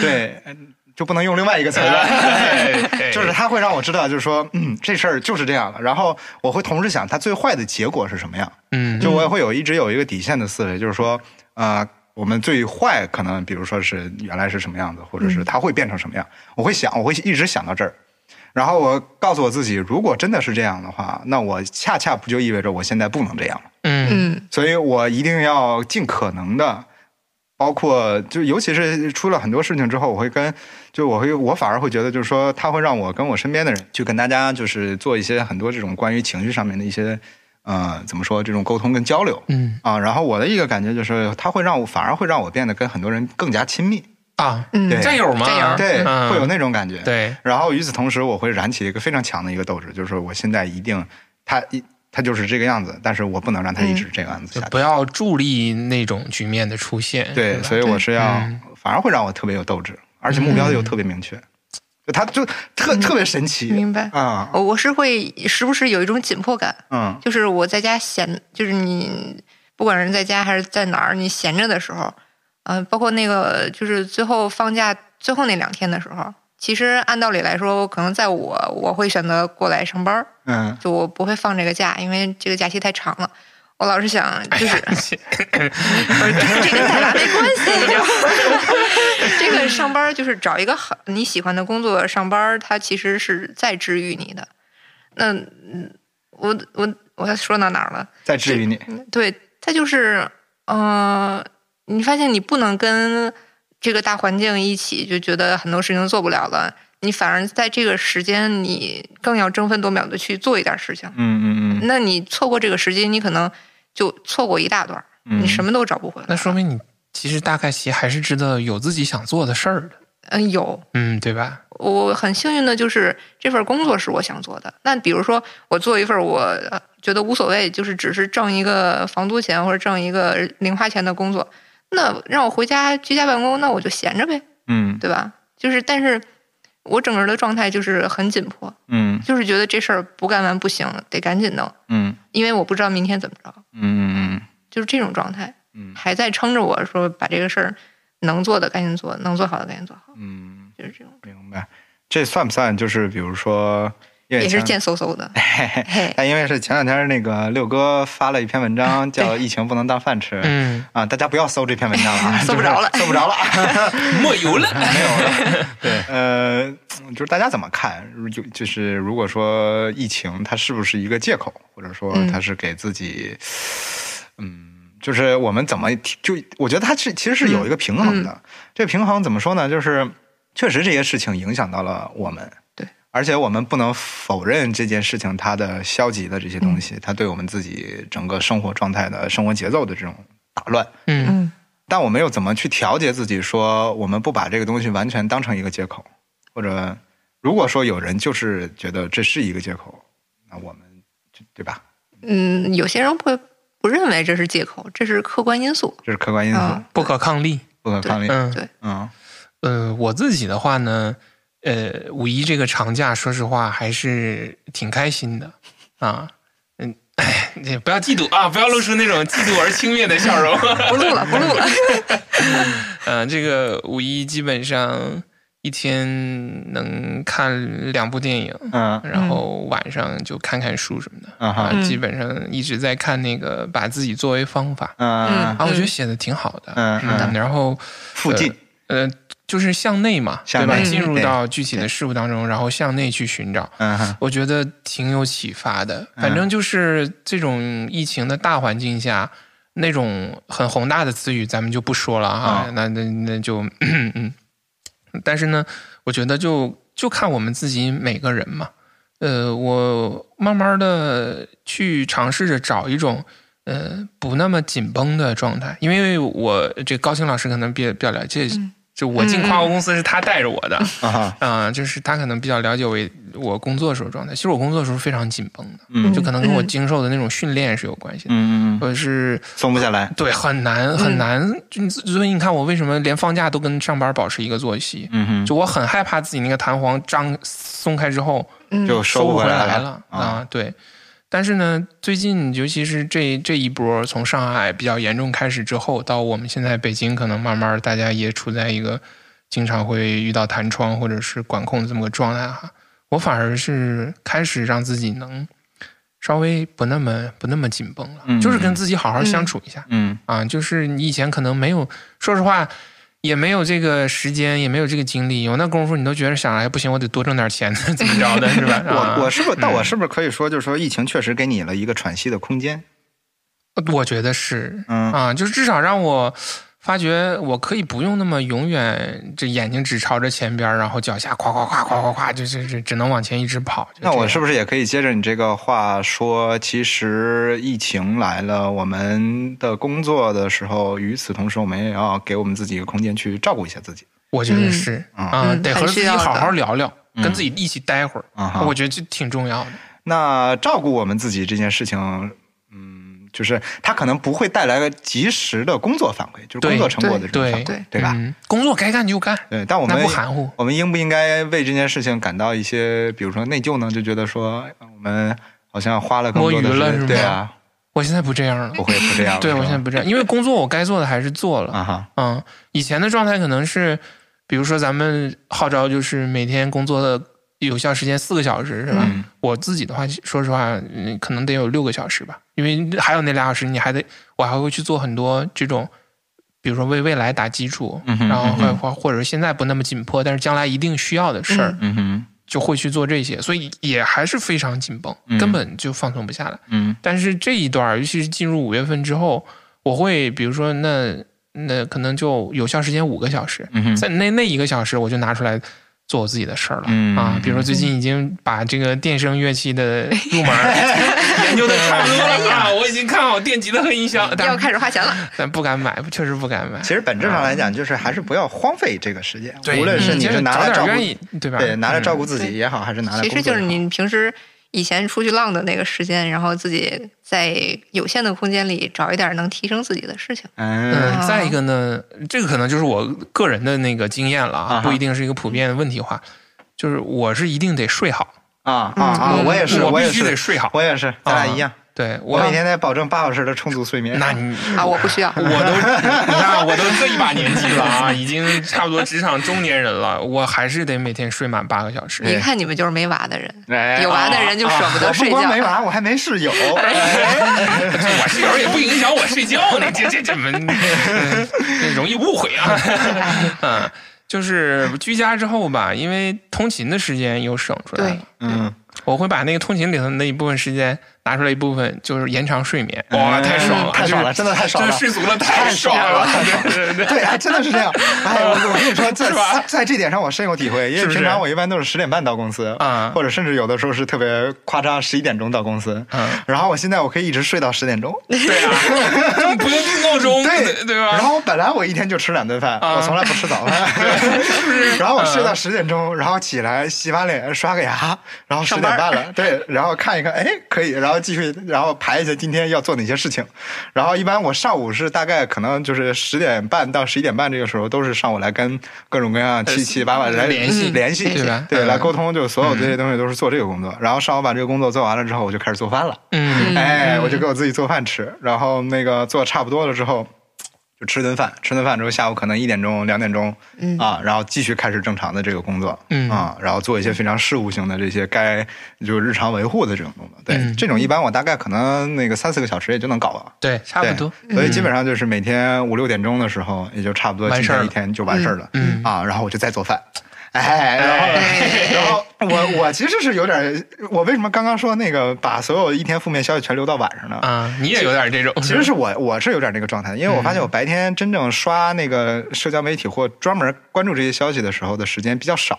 Speaker 2: 对，嗯就不能用另外一个词了。
Speaker 3: 嗯
Speaker 2: 哎
Speaker 4: 嗯
Speaker 2: 就是他会让我知道，就是说，嗯，这事儿就是这样了。然后我会同时想，它最坏的结果是什么样。
Speaker 4: 嗯
Speaker 2: 就我也会有一直有一个底线的思维，就是说，呃，我们最坏可能，比如说是原来是什么样子，或者是它会变成什么样，我会想，我会一直想到这儿。然后我告诉我自己，如果真的是这样的话，那我恰恰不就意味着我现在不能这样了？
Speaker 4: 嗯
Speaker 3: 嗯
Speaker 2: 所以我一定要尽可能的，包括就尤其是出了很多事情之后，我会跟就我会我反而会觉得就是说，他会让我跟我身边的人去跟大家就是做一些很多这种关于情绪上面的一些呃怎么说这种沟通跟交流
Speaker 4: 嗯
Speaker 2: 啊。然后我的一个感觉就是，他会让我反而会让我变得跟很多人更加亲密，
Speaker 4: 啊，
Speaker 3: 嗯，
Speaker 2: 对
Speaker 4: 战友嘛，
Speaker 3: 战友
Speaker 2: 对，
Speaker 4: 嗯
Speaker 2: 会有那种感觉。
Speaker 4: 对，
Speaker 2: 然后与此同时，我会燃起一个非常强的一个斗志，就是我现在一定他一。他就是这个样子，但是我不能让他一直这个样子
Speaker 4: 就
Speaker 2: 下去。
Speaker 4: 不要助力那种局面的出现。
Speaker 2: 对，
Speaker 4: 吧
Speaker 2: 所以我是要，
Speaker 4: 嗯
Speaker 2: 反而会让我特别有斗志，而且目标又
Speaker 3: 嗯
Speaker 2: 特别明确，就他就特、特别神奇
Speaker 3: 明白。
Speaker 2: 啊，
Speaker 3: 我我是会时不时有一种紧迫感，
Speaker 2: 嗯
Speaker 3: 就是我在家闲，就是你不管是在家还是在哪儿，你闲着的时候，嗯、包括那个就是最后放假最后那两天的时候，其实按道理来说，可能在我我会选择过来上班儿，
Speaker 2: 嗯，
Speaker 3: 就我不会放这个假，因为这个假期太长了。我老是想，就是、不是这跟带娃没关系，你知道吗？ 这个上班就是找一个好你喜欢的工作上班，它其实是在治愈你的。那嗯我我我要说到哪儿了？
Speaker 2: 再至于你，
Speaker 3: 对，它就是，呃，你发现你不能跟这个大环境一起，就觉得很多事情做不了了，你反而在这个时间，你更要争分夺秒的去做一点事情。
Speaker 2: 嗯嗯嗯
Speaker 3: 那你错过这个时机，你可能就错过一大段儿，
Speaker 2: 嗯，
Speaker 3: 你什么都找不回
Speaker 4: 那
Speaker 3: 来。
Speaker 4: 说明你其实大概其还是知道有自己想做的事儿的，
Speaker 3: 嗯，有，
Speaker 4: 嗯，对吧？
Speaker 3: 我很幸运的就是这份工作是我想做的。那比如说，我做一份我呃觉得无所谓，就是只是挣一个房租钱或者挣一个零花钱的工作，那让我回家居家办公，那我就闲着呗，
Speaker 2: 嗯
Speaker 3: 对吧？就是，但是我整个的状态就是很紧迫，
Speaker 2: 嗯
Speaker 3: 就是觉得这事儿不干完不行，得赶紧弄，
Speaker 2: 嗯
Speaker 3: 因为我不知道明天怎么着，
Speaker 2: 嗯嗯
Speaker 3: 就是这种状态，
Speaker 2: 嗯
Speaker 3: 还在撑着我说把这个事儿能做的赶紧做，能做好的赶紧做好，
Speaker 2: 嗯，
Speaker 3: 就是这种，
Speaker 2: 明白。这算不算就是比如说，因为
Speaker 3: 也是
Speaker 2: 前
Speaker 3: 贱嗖 嗖的，嘿，
Speaker 2: 哎，因为是前两天那个六哥发了一篇文
Speaker 3: 啊
Speaker 2: 章，叫《疫情不能当饭吃》。
Speaker 4: 嗯，
Speaker 2: 啊，大家不要搜这篇文章了啊，
Speaker 3: 搜不着了
Speaker 2: 就是搜不着了。
Speaker 4: 没有了，
Speaker 2: 没有 了。对，呃，就是大家怎么看？如有就是如果说疫情它是不是一个借口，或者说
Speaker 3: 嗯
Speaker 2: 它是给自己，嗯，就是我们怎么就我觉得它是其实是有一个平衡的。
Speaker 3: 嗯
Speaker 2: 这个平衡怎么说呢？就是确实这些事情影响到了我们。
Speaker 3: 对，
Speaker 2: 而且我们不能否认这件事情它的消极的这些东
Speaker 3: 嗯
Speaker 2: 西，它对我们自己整个生活状态的生活节奏的这种打乱。
Speaker 4: 嗯
Speaker 3: 嗯
Speaker 2: 但我们又怎么去调节自己？说我们不把这个东西完全当成一个借口，或者如果说有人就是觉得这是一个借口，那我们就对吧？
Speaker 3: 嗯嗯，有些人会不认为这是借口，这是客观因素。
Speaker 2: 这是客观因素。
Speaker 3: 啊
Speaker 4: 不可抗力，
Speaker 2: 不可抗力。
Speaker 4: 嗯
Speaker 3: 对，
Speaker 2: 嗯
Speaker 4: 呃，我自己的话呢，呃，五一这个长假，说实话还是挺开心的啊。嗯，哎，你不要嫉妒啊，不要露出那种嫉妒而轻蔑的笑容。
Speaker 3: 不录了，不录了。
Speaker 4: 嗯、这个五一基本上一天能看两部电影，
Speaker 2: 嗯
Speaker 4: 然后晚上就看看书什么的。
Speaker 2: 嗯哈
Speaker 4: 啊，基本上一直在看那个把自己作为方法
Speaker 2: 嗯
Speaker 4: 啊，我觉得写的挺好的。
Speaker 2: 嗯嗯，
Speaker 4: 然后
Speaker 2: 附近
Speaker 4: 呃，就是向内嘛，
Speaker 2: 向
Speaker 4: 对吧？
Speaker 2: 内
Speaker 4: 进入
Speaker 2: 对
Speaker 4: 到具体的事物当中，然后向内去寻找，
Speaker 2: 嗯哈
Speaker 4: 我觉得挺有启发的。反正就是这种疫情的大环境下，那种很宏大的词语咱们就不说了哈，
Speaker 2: 啊
Speaker 4: 那那那就 嗯，但是呢，我觉得就就看我们自己每个人嘛。呃，我慢慢的去尝试着找一种呃不那么紧绷的状态，因为我这高清老师可能比较比较了解，就我进跨国公司是他带着我的，
Speaker 2: 啊哈
Speaker 4: 啊、就是他可能比较了解我我工作的时候状态。其实我工作的时候非常紧绷的，
Speaker 2: 嗯
Speaker 4: 就可能跟我
Speaker 3: 嗯
Speaker 4: 经受的那种训练是有关系的。
Speaker 2: 嗯嗯嗯，
Speaker 4: 我是
Speaker 2: 松不下来。
Speaker 4: 对很难很难，就所以你看我为什么连放假都跟上班保持一个作息？
Speaker 2: 嗯哼，
Speaker 4: 就我很害怕自己那个弹簧张松开之后
Speaker 3: 嗯
Speaker 2: 就
Speaker 4: 收
Speaker 2: 收
Speaker 4: 不
Speaker 2: 不
Speaker 4: 回
Speaker 2: 来
Speaker 4: 了
Speaker 2: 啊。
Speaker 4: 啊，对。但是呢，最近尤其是这这一波从上海比较严重开始之后，到我们现在北京，可能慢慢大家也处在一个经常会遇到弹窗或者是管控这么个状态哈。我反而是开始让自己能稍微不那么不那么紧绷了，
Speaker 2: 嗯
Speaker 4: 就是跟自己好好相处一下、
Speaker 2: 嗯
Speaker 4: 啊。就是你以前可能没有，说实话。也没有这个时间，也没有这个精力，有那功夫你都觉得想，哎，不行，我得多挣点钱，怎么着的，是吧？啊
Speaker 2: 我我是不是？但我是不是可以说，就是说，疫情确实给你了一个喘息的空间？
Speaker 4: 呃我觉得是，
Speaker 2: 嗯
Speaker 4: 啊，就是至少让我发觉我可以不用那么永远这眼睛只朝着前边儿，然后脚下咵咵咵咵咵咵，就是只只能往前一直跑。就
Speaker 2: 那
Speaker 4: 这
Speaker 2: 我
Speaker 4: 样
Speaker 2: 是不是也可以接着你这个话说？其实疫情来了，我们的工作的时候，与此同时，我们也要给我们自己一个空间去照顾一下自己。
Speaker 4: 我觉得
Speaker 3: 嗯
Speaker 4: 是、
Speaker 2: 嗯
Speaker 4: 啊，
Speaker 3: 嗯
Speaker 4: 得和
Speaker 3: 很
Speaker 4: 自
Speaker 3: 需
Speaker 4: 己
Speaker 3: 要
Speaker 4: 好
Speaker 3: 的
Speaker 4: 好聊聊，
Speaker 2: 嗯
Speaker 4: 跟自己一起待会儿，
Speaker 2: 啊哈
Speaker 4: 我觉得这挺重要的。
Speaker 2: 那照顾我们自己这件事情，嗯，就是它可能不会带来个及时的工作反馈，就是工作成果的这种反馈，
Speaker 4: 对
Speaker 2: 对吧？
Speaker 4: 嗯，工作该干就干，
Speaker 2: 对，但我们
Speaker 4: 那不含糊
Speaker 2: 我们应不应该为这件事情感到一些，比如说内疚呢？就觉得说哎我们好像花了更多的
Speaker 4: 摸鱼
Speaker 2: 时
Speaker 4: 了是
Speaker 2: 间，
Speaker 4: 吗
Speaker 2: 对啊，
Speaker 4: 我现在不这样
Speaker 3: 哎
Speaker 4: 了
Speaker 2: 不。会不这样了。
Speaker 4: 对，
Speaker 2: 啊是吧
Speaker 4: 我现在不这样，因为工作我该做的还是做了。
Speaker 2: 啊哈，
Speaker 4: 嗯，以前的状态可能是，比如说咱们号召就是每天工作的有效时间四个小时是吧？
Speaker 2: 嗯
Speaker 4: 我自己的话，说实话，嗯可能得有六个小时吧，因为还有那俩小时，你还得我还会去做很多这种，比如说为未来打基础，
Speaker 2: 嗯哼
Speaker 4: 然后或
Speaker 2: 嗯
Speaker 4: 或或者现在不那么紧迫，但是将来一定需要的事儿，
Speaker 2: 嗯哼，
Speaker 4: 就会去做这些，所以也还是非常紧绷，
Speaker 2: 嗯
Speaker 4: 根本就放松不下来。
Speaker 2: 嗯
Speaker 4: 但是这一段儿，尤其是进入五月份之后，我会比如说那那可能就有效时间五个小时，
Speaker 2: 嗯哼，
Speaker 4: 在那那一个小时我就拿出来做我自己的事儿了、
Speaker 2: 嗯
Speaker 4: 啊。比如说最近已经把这个电声乐器的入 门儿研究的差不多了啊，我已经看好电吉他和音箱，
Speaker 3: 要
Speaker 4: 但
Speaker 3: 开始花钱了。
Speaker 4: 但不敢买，确实不敢买。
Speaker 2: 其实本质上来讲，就是还是不要荒废这个时间，
Speaker 4: 对，
Speaker 2: 无论是你
Speaker 4: 嗯就是
Speaker 2: 拿来
Speaker 4: 找
Speaker 2: 照
Speaker 4: 点
Speaker 2: 顾
Speaker 4: 愿意对吧？
Speaker 2: 对，拿来照
Speaker 4: 顾。
Speaker 2: 顾自己也好，还是拿来
Speaker 3: 其
Speaker 2: 工
Speaker 3: 实
Speaker 2: 作也
Speaker 3: 就是
Speaker 2: 好
Speaker 3: 你平时以前出去浪的那个时间，然后自己在有限的空间里找一点能提升自己的事情。
Speaker 2: 嗯
Speaker 4: 嗯，再一个呢，这个可能就是我个人的那个经验了
Speaker 2: 啊哈
Speaker 4: 啊，不一定是一个普遍的问题化。就是我是一定得睡好，
Speaker 2: 啊啊啊！
Speaker 3: 嗯
Speaker 2: 我也是，
Speaker 4: 我
Speaker 2: 也
Speaker 4: 必须得
Speaker 2: 是，
Speaker 4: 睡好。
Speaker 2: 我也是，咱俩一样。
Speaker 4: 对
Speaker 2: 我
Speaker 4: 我
Speaker 2: 每天得保证八小时的充足睡眠。
Speaker 4: 那你
Speaker 3: 啊，我不 需要
Speaker 4: 我。都 你看我都这一把年纪了啊，已经差不多职场中年人了，我还是得每天睡满八个小时。
Speaker 3: 一看你们就是没娃的人，
Speaker 2: 哎
Speaker 3: 有娃的人就舍不
Speaker 2: 我
Speaker 3: 得
Speaker 2: 不
Speaker 3: 睡觉。
Speaker 2: 光没娃，我还没室友。 哎
Speaker 4: 我室友也不影响我睡觉呢，这这这么嗯这容易误会 啊。嗯，就是居家之后吧，因为通勤的时间又省出来了
Speaker 3: 对。
Speaker 2: 嗯，
Speaker 4: 我会把那个通勤里头那一部分时间拿出来一部分，就是延长睡眠。哇，
Speaker 2: 嗯
Speaker 4: 太爽了，
Speaker 2: 太爽了
Speaker 4: 就是
Speaker 2: 真的太爽了
Speaker 4: 真的睡足了，太爽了，对对对
Speaker 2: 对，还真的是这样。 哎，我我跟你说，在
Speaker 4: 是吧
Speaker 2: 在这点上我深有体会，因
Speaker 4: 是
Speaker 2: 为
Speaker 4: 不是
Speaker 2: 平常我一般都是十点半到公司，
Speaker 4: 啊
Speaker 2: 或者甚至有的时候是特别夸张，十一点钟到公司。
Speaker 4: 嗯
Speaker 2: 然后我现在我可以一直睡到十点钟。
Speaker 4: 对啊，你不用定闹钟，
Speaker 2: 对
Speaker 4: 对
Speaker 2: 然
Speaker 4: 吧？
Speaker 2: 后本来我一天就吃两顿饭，
Speaker 4: 啊
Speaker 2: 我从来不吃早饭， 然后我睡到十点钟，然后起来洗把脸、刷个牙，然后十
Speaker 3: 上
Speaker 2: 点
Speaker 3: 班
Speaker 2: 半了，对，然后看一看，哎，可以，然后继续，然后排一下今天要做哪些事情。然后一般我上午是大概可能就是十点半到十一点半这个时候，都是上午来跟各种各样七七八八来
Speaker 4: 联系
Speaker 2: 联系，
Speaker 4: 对吧
Speaker 2: 对，
Speaker 4: 嗯
Speaker 2: 来沟通，就所有这些东西都是做这个工作。然后上午把这个工作做完了之后，我就开始做饭了。
Speaker 4: 嗯
Speaker 2: 哎，我就给我自己做饭吃，然后那个做差不多了之后，就吃顿饭，吃顿饭之后下午可能一点钟、两点钟，
Speaker 3: 嗯
Speaker 2: 啊，然后继续开始正常的这个工作，
Speaker 4: 嗯
Speaker 2: 啊，然后做一些非常事务性的这些该就是日常维护的这种工作，对，
Speaker 4: 嗯
Speaker 2: 这种一般我大概可能那个三四个小时也就能搞了。
Speaker 4: 对，差不
Speaker 2: 对
Speaker 4: 多，嗯
Speaker 2: 所以基本上就是每天五六点钟的时候，也就差不多
Speaker 4: 完
Speaker 2: 今
Speaker 4: 事儿
Speaker 2: 天一
Speaker 4: 了
Speaker 2: 天就完事儿了，
Speaker 4: 嗯
Speaker 2: 啊，然后我就再做饭，哎，然后然后我我其实是有点，我为什么刚刚说那个把所有一天负面消息全留到晚上呢？
Speaker 4: 啊，你也有嗯点这种，
Speaker 2: 其实是我我是有点那个状态，因为我发现我白天真正刷那个社交媒体或专门关注这些消息的时候的时间比较少。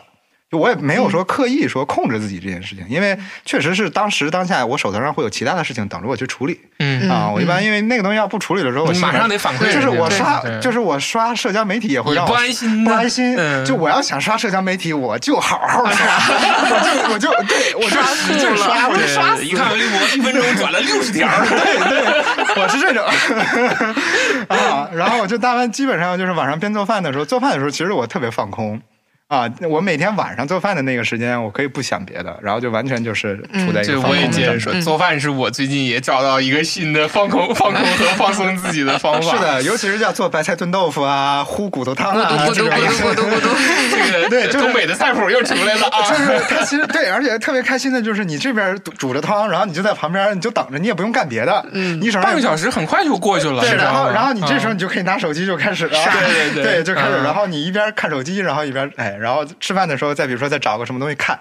Speaker 2: 就我也没有
Speaker 4: 嗯
Speaker 2: 说刻意说控制自己这件事情，因为确实是当时当下我手头上会有其他的事情等着我去处理
Speaker 4: 嗯，
Speaker 2: 啊。我一般因为那个东西要不处理的时候，我
Speaker 4: 你
Speaker 2: 心里
Speaker 4: 马上得反馈人家，
Speaker 2: 就是我刷
Speaker 4: 对，
Speaker 2: 就是我刷社交媒体也会
Speaker 4: 你
Speaker 2: 让我
Speaker 4: 不安心呢，
Speaker 2: 不安心
Speaker 4: 嗯，
Speaker 2: 就我要想刷社交媒体，我就好好 刷，我就我就对我就使劲刷，我就
Speaker 4: 对
Speaker 2: 刷死
Speaker 4: 一看微博，一分钟转了六十条儿，
Speaker 2: 我是这种 啊。然后我就大半基本上就是晚上边做饭的时候，做饭的时候其实我特别放空啊。我每天晚上做饭的那个时间，我可以不想别的，然后就完全就是处在一
Speaker 3: 嗯
Speaker 4: 对，
Speaker 2: 个放
Speaker 4: 我也
Speaker 2: 空的嗯
Speaker 4: 接
Speaker 2: 状
Speaker 4: 着
Speaker 2: 态。
Speaker 4: 说，做饭是我最近也找到一个新的放空、放空和放松自己的方法。
Speaker 2: 是，的，尤其是要做白菜炖豆腐啊，烀骨头汤
Speaker 3: 咕嘟
Speaker 2: 啊，
Speaker 3: 咕
Speaker 2: 这种
Speaker 3: 嘟咕嘟咕嘟咕嘟，
Speaker 4: 这个
Speaker 2: 对就是
Speaker 4: 东北的菜谱又出来了
Speaker 2: 就
Speaker 4: 啊！
Speaker 2: 是他其实对，而且特别开心的就是你这边煮煮着汤，然后你就在旁边，你就等着，你也不用干别的，嗯，你手上
Speaker 4: 半个小时很快就过去了，
Speaker 2: 对，
Speaker 4: 你知道
Speaker 2: 然后
Speaker 4: 吗
Speaker 2: 然后你这时候
Speaker 4: 啊
Speaker 2: 你就可以拿手机就开始了，对
Speaker 4: 对对
Speaker 2: 对，就开始，
Speaker 4: 嗯
Speaker 2: 然后你一边看手机，然后一边哎，然后吃饭的时候再比如说再找个什么东西看。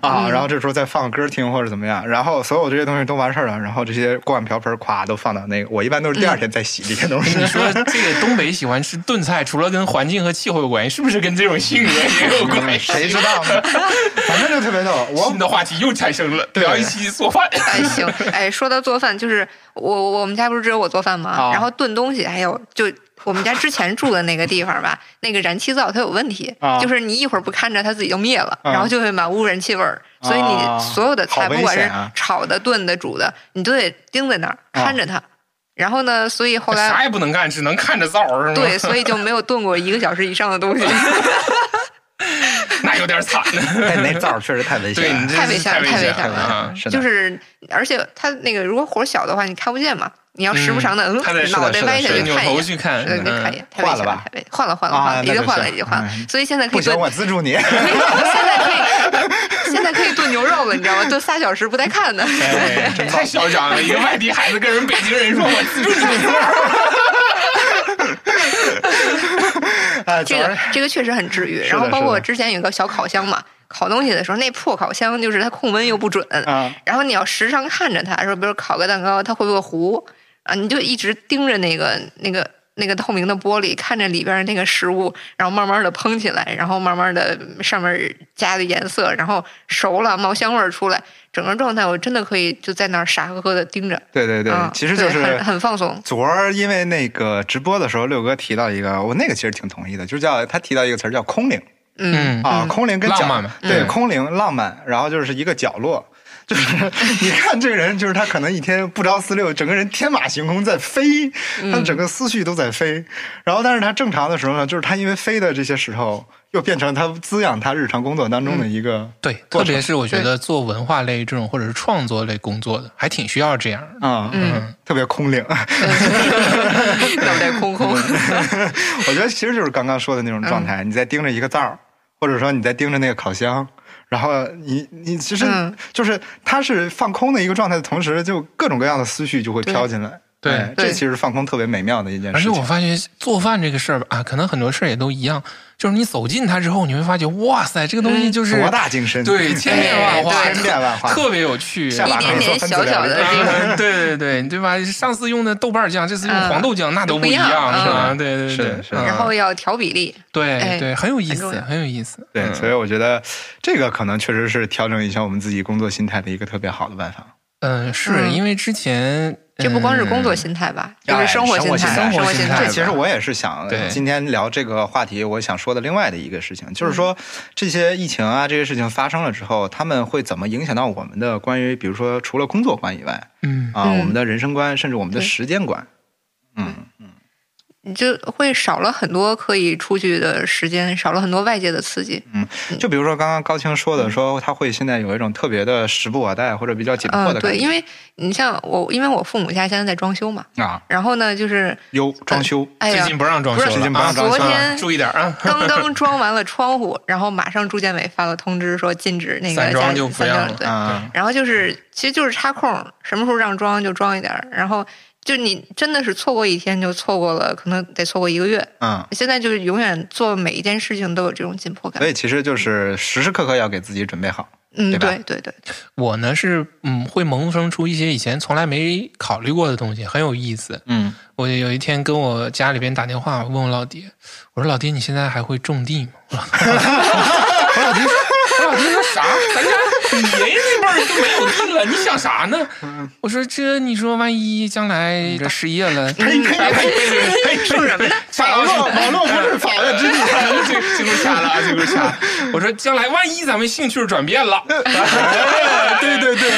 Speaker 2: 啊，然后这时候再放歌听或者怎么样，然后所有这些东西都完事儿了，然后这些锅碗瓢盆咵都放到那个，我一般都是第二天再洗这些东西。
Speaker 4: 哎 你说这个东北喜欢吃炖菜，除了跟环境和气候有关系，是不是跟这种性格也有关系？
Speaker 2: 谁知道呢？反正就特别逗。我
Speaker 4: 新的话题又产生了，
Speaker 2: 对
Speaker 4: 聊一期做饭。
Speaker 3: 哎行，哎，说到做饭，就是我我们家不是只有我做饭吗？
Speaker 2: 啊
Speaker 3: 然后炖东西，还有就我们家之前住的那个地方吧，那个燃气灶它有问题，
Speaker 2: 啊
Speaker 3: 就是你一会儿不看着它自己就灭了，
Speaker 2: 啊
Speaker 3: 然后就会满屋燃气味儿。所以
Speaker 2: 啊
Speaker 3: 你所有的菜，
Speaker 2: 好危
Speaker 3: 不管是
Speaker 2: 险啊哦
Speaker 3: 炒的、炖的、煮的，你都得盯在那儿看着它。然后呢，所以 后来
Speaker 4: 啥也不能干，只能看着灶儿是吗？
Speaker 3: 对，，所以就没有炖过一个小时以上的东西。
Speaker 4: 那有点惨。
Speaker 2: 哎，那灶儿确实太危
Speaker 4: 对
Speaker 2: 险
Speaker 4: 你
Speaker 2: 了。嗯
Speaker 4: 这
Speaker 3: 太
Speaker 4: 是
Speaker 3: 危险
Speaker 4: 太
Speaker 3: 了
Speaker 4: 危
Speaker 3: 太危
Speaker 4: 险
Speaker 3: 险
Speaker 4: 了
Speaker 3: 了
Speaker 4: 啊！
Speaker 2: 是的，
Speaker 3: 就是，而且它那个如果火小的话，你看不见嘛，你要时不常的，嗯，
Speaker 4: 他得
Speaker 3: 脑袋歪一下去
Speaker 4: 扭
Speaker 3: 看一
Speaker 4: 头
Speaker 3: 眼。
Speaker 4: 去看，
Speaker 3: 对，没看一
Speaker 4: 嗯
Speaker 3: 眼，太危
Speaker 2: 换
Speaker 3: 险
Speaker 2: 了吧
Speaker 3: 太危换了，换了，
Speaker 2: 啊
Speaker 3: 换了，已
Speaker 2: 那
Speaker 3: 经
Speaker 2: 就
Speaker 3: 换了，
Speaker 2: 是
Speaker 3: 已经换了
Speaker 2: 嗯。
Speaker 3: 所以现在可
Speaker 2: 不
Speaker 3: 以
Speaker 2: 行，
Speaker 3: 炖，
Speaker 2: 我资助你。
Speaker 3: 现在可以，现在可以炖牛肉了，你知道吗？炖仨小时不带看 的。
Speaker 4: 哎太嚣张了！一个外地孩子跟人北京人说：“我资助你。
Speaker 2: 哎，
Speaker 3: 这
Speaker 2: 早
Speaker 3: 个
Speaker 2: 上
Speaker 3: 这个确实很治愈。
Speaker 2: 是的
Speaker 3: 然后包
Speaker 2: 是
Speaker 3: 括我
Speaker 2: 的
Speaker 3: 之前有个小烤箱嘛，烤东西的时候，那破烤箱就是它控温又不准，
Speaker 2: 啊，
Speaker 3: 然后你要时常看着它，说比如烤个蛋糕，它会不会糊啊？你就一直盯着那个那个那个透明的玻璃，看着里边那个食物，然后慢慢的烹起来，然后慢慢的上面加的颜色，然后熟了冒香味儿出来，整个状态我真的可以就在那儿傻呵呵的盯着。
Speaker 2: 对对对
Speaker 3: 嗯，
Speaker 2: 其实就是
Speaker 3: 很很放 松。
Speaker 2: 昨儿因为那个直播的时候，六哥提到一个，我那个其实挺同意的，就是叫他提到一个词儿叫空灵”
Speaker 3: 嗯，
Speaker 2: 啊，
Speaker 3: 嗯
Speaker 2: 空灵跟角
Speaker 4: 浪漫嘛
Speaker 2: 对，
Speaker 4: 嗯
Speaker 2: 空灵浪漫，然后就是一个角落。 就是你看这个人，就是他可能一天不着四六，整个人天马行空在飞，他整个思绪都在飞。然后，但是他正常的时候呢，就是他因为飞的这些时候，又变成他滋养他日常工作当中的一个”
Speaker 4: 对，
Speaker 2: 过
Speaker 4: 特
Speaker 2: 程
Speaker 4: 别是我觉得做文化类这种或者是创作类工作的，还挺需要这样。
Speaker 2: 啊，
Speaker 3: 嗯
Speaker 2: 特别空灵。
Speaker 3: 脑袋 空空。
Speaker 2: 我觉得其实就是刚刚说的那种状态，你在盯着一个灶儿，或者说你在盯着那个烤箱，然后你你其实
Speaker 3: 嗯
Speaker 2: 就是它是放空的一个状态的同时，就各种各样的思绪就会飘进来。
Speaker 4: 对
Speaker 2: 哎
Speaker 3: 对
Speaker 2: 这其实放空特别美妙的一件
Speaker 4: 而
Speaker 2: 事
Speaker 4: 且
Speaker 2: 情。
Speaker 4: 我发觉做饭这个事儿吧，啊，可能很多事儿也都一样，就是你走近它之后，你会发觉，哇塞，这个东西就是
Speaker 2: 博嗯大精深，哎
Speaker 4: 对，千变万化，
Speaker 3: 对
Speaker 2: 千变万化，
Speaker 4: 特别有趣。
Speaker 2: 下
Speaker 3: 一
Speaker 2: 巴可
Speaker 3: 点
Speaker 2: 以做分
Speaker 3: 点小
Speaker 2: 子料
Speaker 3: 小
Speaker 2: 理
Speaker 3: 的
Speaker 2: 啊
Speaker 3: 这个
Speaker 4: 啊对对对，对吧？上次用的豆瓣酱，这次用
Speaker 3: 嗯
Speaker 4: 黄豆酱，那
Speaker 3: 都
Speaker 4: 都不
Speaker 3: 不
Speaker 4: 一
Speaker 3: 一样
Speaker 4: 样，是吧？
Speaker 2: 嗯
Speaker 4: 对对
Speaker 2: 是
Speaker 4: 对
Speaker 2: 的，是的
Speaker 4: 嗯
Speaker 3: 然后要调比例，
Speaker 4: 对
Speaker 3: 哎
Speaker 4: 对，很有意
Speaker 3: 很
Speaker 4: 思
Speaker 3: 重，要
Speaker 4: 很有意思。
Speaker 2: 对，
Speaker 4: 嗯
Speaker 2: 所以我觉得这个可能确实是调整一下我们自己工作心态的一个特别好的办法。
Speaker 4: 嗯，是
Speaker 3: 嗯
Speaker 4: 因为之前
Speaker 3: 这不光是工作
Speaker 4: 嗯
Speaker 3: 心态吧，
Speaker 2: 哎
Speaker 3: 就是生活
Speaker 2: 生活
Speaker 3: 态，生心
Speaker 4: 心态生活
Speaker 2: 这
Speaker 4: 心态
Speaker 2: 其实我也是想
Speaker 4: 对
Speaker 2: 今天聊这个话题，我想说的另外的一个事情，就是说这些疫情啊，这些事情发生了之后，他们会怎么影响到我们的关于，比如说除了工作观以外
Speaker 4: 嗯
Speaker 2: 啊，
Speaker 3: 嗯
Speaker 2: 我们的人生观，甚至我们的
Speaker 3: 对
Speaker 2: 时间观。嗯，
Speaker 3: 你就会少了很多可以出去的时间，少了很多外界的刺激。
Speaker 2: 就比如说刚刚高清说
Speaker 3: 嗯
Speaker 2: 的，说他会现在有一种特别的时不我待或者比较紧迫
Speaker 3: 嗯，
Speaker 2: 的感觉。
Speaker 3: 对，因为你像我，因为我父母家现在在装修嘛，
Speaker 2: 啊，
Speaker 3: 然后呢，就是
Speaker 2: 有装修，
Speaker 3: 哎
Speaker 4: 最
Speaker 3: 呀
Speaker 4: 近，不让装
Speaker 3: 不
Speaker 4: 修
Speaker 3: 是
Speaker 4: 了啊，
Speaker 2: 最近不让装
Speaker 3: 昨修了天
Speaker 4: 注意点啊。
Speaker 3: 刚刚装完了窗户，然后马上住建委发了通知说禁止那个家
Speaker 4: 散装
Speaker 3: 里
Speaker 4: 就不让
Speaker 3: 散
Speaker 4: 了
Speaker 3: 装对，
Speaker 2: 啊，
Speaker 3: 然后就是其实就是插空，什么时候让装就装一点儿，然后就你真的是错过一天就错过了，可能得错过一个月。
Speaker 2: 嗯，
Speaker 3: 现在就是永远做每一件事情都有这种紧迫感
Speaker 2: 所。以其实就是时时刻刻要给自己准备好。
Speaker 3: 嗯，
Speaker 2: 对吧
Speaker 3: 对对对，
Speaker 4: 我呢是嗯，会萌生出一些以前从来没考虑过的东西，很有意思。
Speaker 2: 嗯，
Speaker 4: 我有一天跟我家里边打电话，我问我老爹，我说老爹，你现在还会种地吗？我 老爹，我老爹说啥？咱家你爷爷那辈儿就没有地了，你想啥
Speaker 2: 嗯
Speaker 4: 呢？我说这你说万一将来这失业了，哎
Speaker 2: 呸呸呸呸 呸！
Speaker 3: 种什么呢？
Speaker 4: 下楼去
Speaker 2: 网络不是法外之地。
Speaker 4: 这个这个掐了啊，这个掐。我说将来万一咱们兴趣转变了，
Speaker 2: 哎
Speaker 4: 对对对，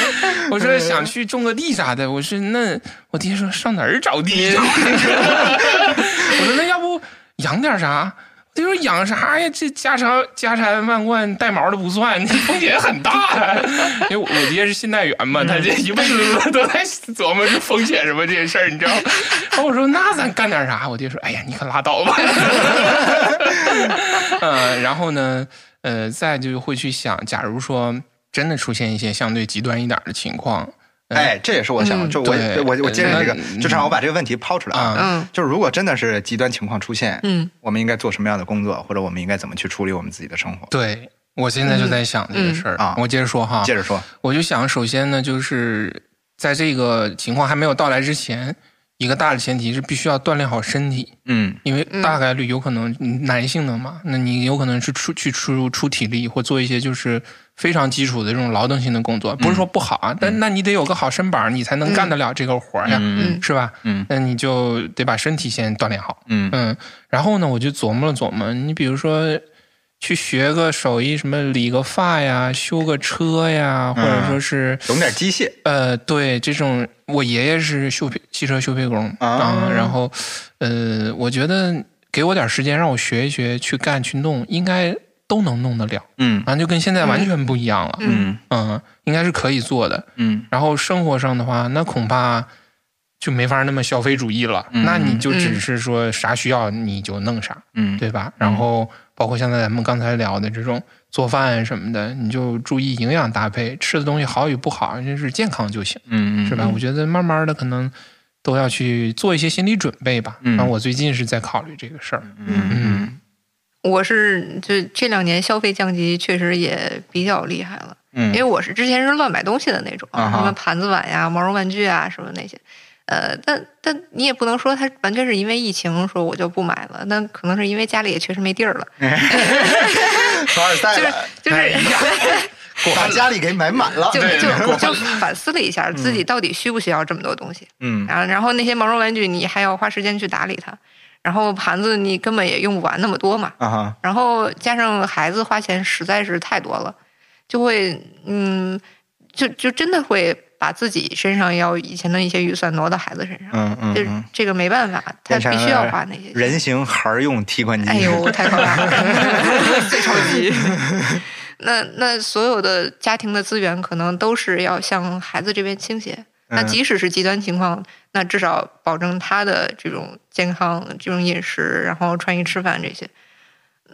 Speaker 4: 我说想去种个地啥的，我说那我爹说上哪儿找地？我说那要不养点啥？我爹说养啥呀？这家常家产万贯带毛的不算， 这风险很大呀。 因为我我爹是信贷员嘛，他这一辈子都在琢磨这风险什么这些事儿，你知道吗？然后我说那咱干点啥？我爹说哎呀，你可拉倒吧。 呃，然后呢，呃，再就会去想，假如说真的出现一些相对极端一点儿的情况，
Speaker 2: 哎，这也是我想的，
Speaker 3: 嗯
Speaker 2: 就我
Speaker 4: 对
Speaker 2: 我我接着这个
Speaker 4: 嗯，
Speaker 2: 就正好我把这个问题抛出来啊。
Speaker 3: 嗯
Speaker 2: 就是如果真的是极端情况出现，
Speaker 3: 嗯，
Speaker 2: 我们应该做什么样的工作，或者我们应该怎么去处理我们自己的生活？
Speaker 4: 对我现在就在想这个
Speaker 3: 嗯
Speaker 4: 事儿、
Speaker 2: 啊
Speaker 4: 我接着说哈，
Speaker 2: 接着说，
Speaker 4: 我就想，首先呢，就是在这个情况还没有到来之前，一个大的前提是必须要锻炼好身体，
Speaker 2: 嗯
Speaker 4: 因为大概率有可能嗯男性的嘛，那你有可能是出去出出体力或做一些就是非常基础的这种劳动性的工作，不是说不好啊，但那你得有个好身板儿，你才能干得了这个活儿呀，
Speaker 2: 嗯
Speaker 4: 是吧？
Speaker 2: 嗯
Speaker 4: 那你就得把身体先锻炼好。
Speaker 2: 嗯
Speaker 4: 嗯，然后呢，我就琢磨了琢磨，你比如说去学个手艺，什么理个发呀、修个车呀，或
Speaker 2: 嗯
Speaker 4: 者说是、
Speaker 2: 懂点机械，
Speaker 4: 呃，对这种，我爷爷是修配汽车修配工
Speaker 2: 啊
Speaker 4: 然后呃，我觉得给我点时间让我学一学，去干去弄，应该都能弄得了。
Speaker 2: 嗯
Speaker 4: 啊，就跟现在完全不一样了，
Speaker 2: 嗯
Speaker 4: 嗯应该是可以做的。
Speaker 2: 嗯
Speaker 4: 然后生活上的话，那恐怕就没法那么消费主义了。
Speaker 2: 嗯
Speaker 4: 那你就只是说啥需要你就弄啥，
Speaker 2: 嗯，
Speaker 4: 对吧？然后包括像咱们刚才聊的这种做饭什么的，你就注意营养搭配，吃的东西好与不好，就是健康就行，
Speaker 2: 嗯嗯
Speaker 4: 是吧？我觉得慢慢的可能都要去做一些心理准备吧。
Speaker 2: 嗯
Speaker 4: 反正我最近是在考虑这个事儿。
Speaker 2: 嗯
Speaker 3: 我是就这两年消费降级确实也比较厉害了，
Speaker 2: 嗯
Speaker 3: 因为我是之前是乱买东西的那种，
Speaker 2: 啊哈
Speaker 3: 什么盘子碗呀、毛绒玩具啊什么那些。呃，但但你也不能说它完全是因为疫情说我就不买了，那可能是因为家里也确实没地儿了，
Speaker 2: 嗯凡尔赛
Speaker 3: 就是
Speaker 2: 了，
Speaker 3: 就是、
Speaker 2: 把家里给买满了，
Speaker 3: 就
Speaker 4: 对
Speaker 3: 就就反思了一下自己到底需不需要这么多东西，啊
Speaker 2: 嗯
Speaker 3: 然后然后那些毛绒玩具你还要花时间去打理它，然后盘子你根本也用不完那么多嘛，
Speaker 2: 啊哈，
Speaker 3: 然后加上孩子花钱实在是太多了，就会嗯，就就真的会把自己身上要以前的一些预算挪到孩子身上，
Speaker 2: 嗯嗯
Speaker 3: 这
Speaker 2: 嗯，
Speaker 3: 这个没办法，他
Speaker 2: 变成
Speaker 3: 必须要花那些钱。
Speaker 2: 人形孩儿用提款机，
Speaker 3: 哎呦，太可怕了，最超级。 那那所有的家庭的资源可能都是要向孩子这边倾斜。那
Speaker 2: 嗯
Speaker 3: 即使是极端情况，那至少保证他的这种健康、这种饮食，然后穿衣吃饭这些。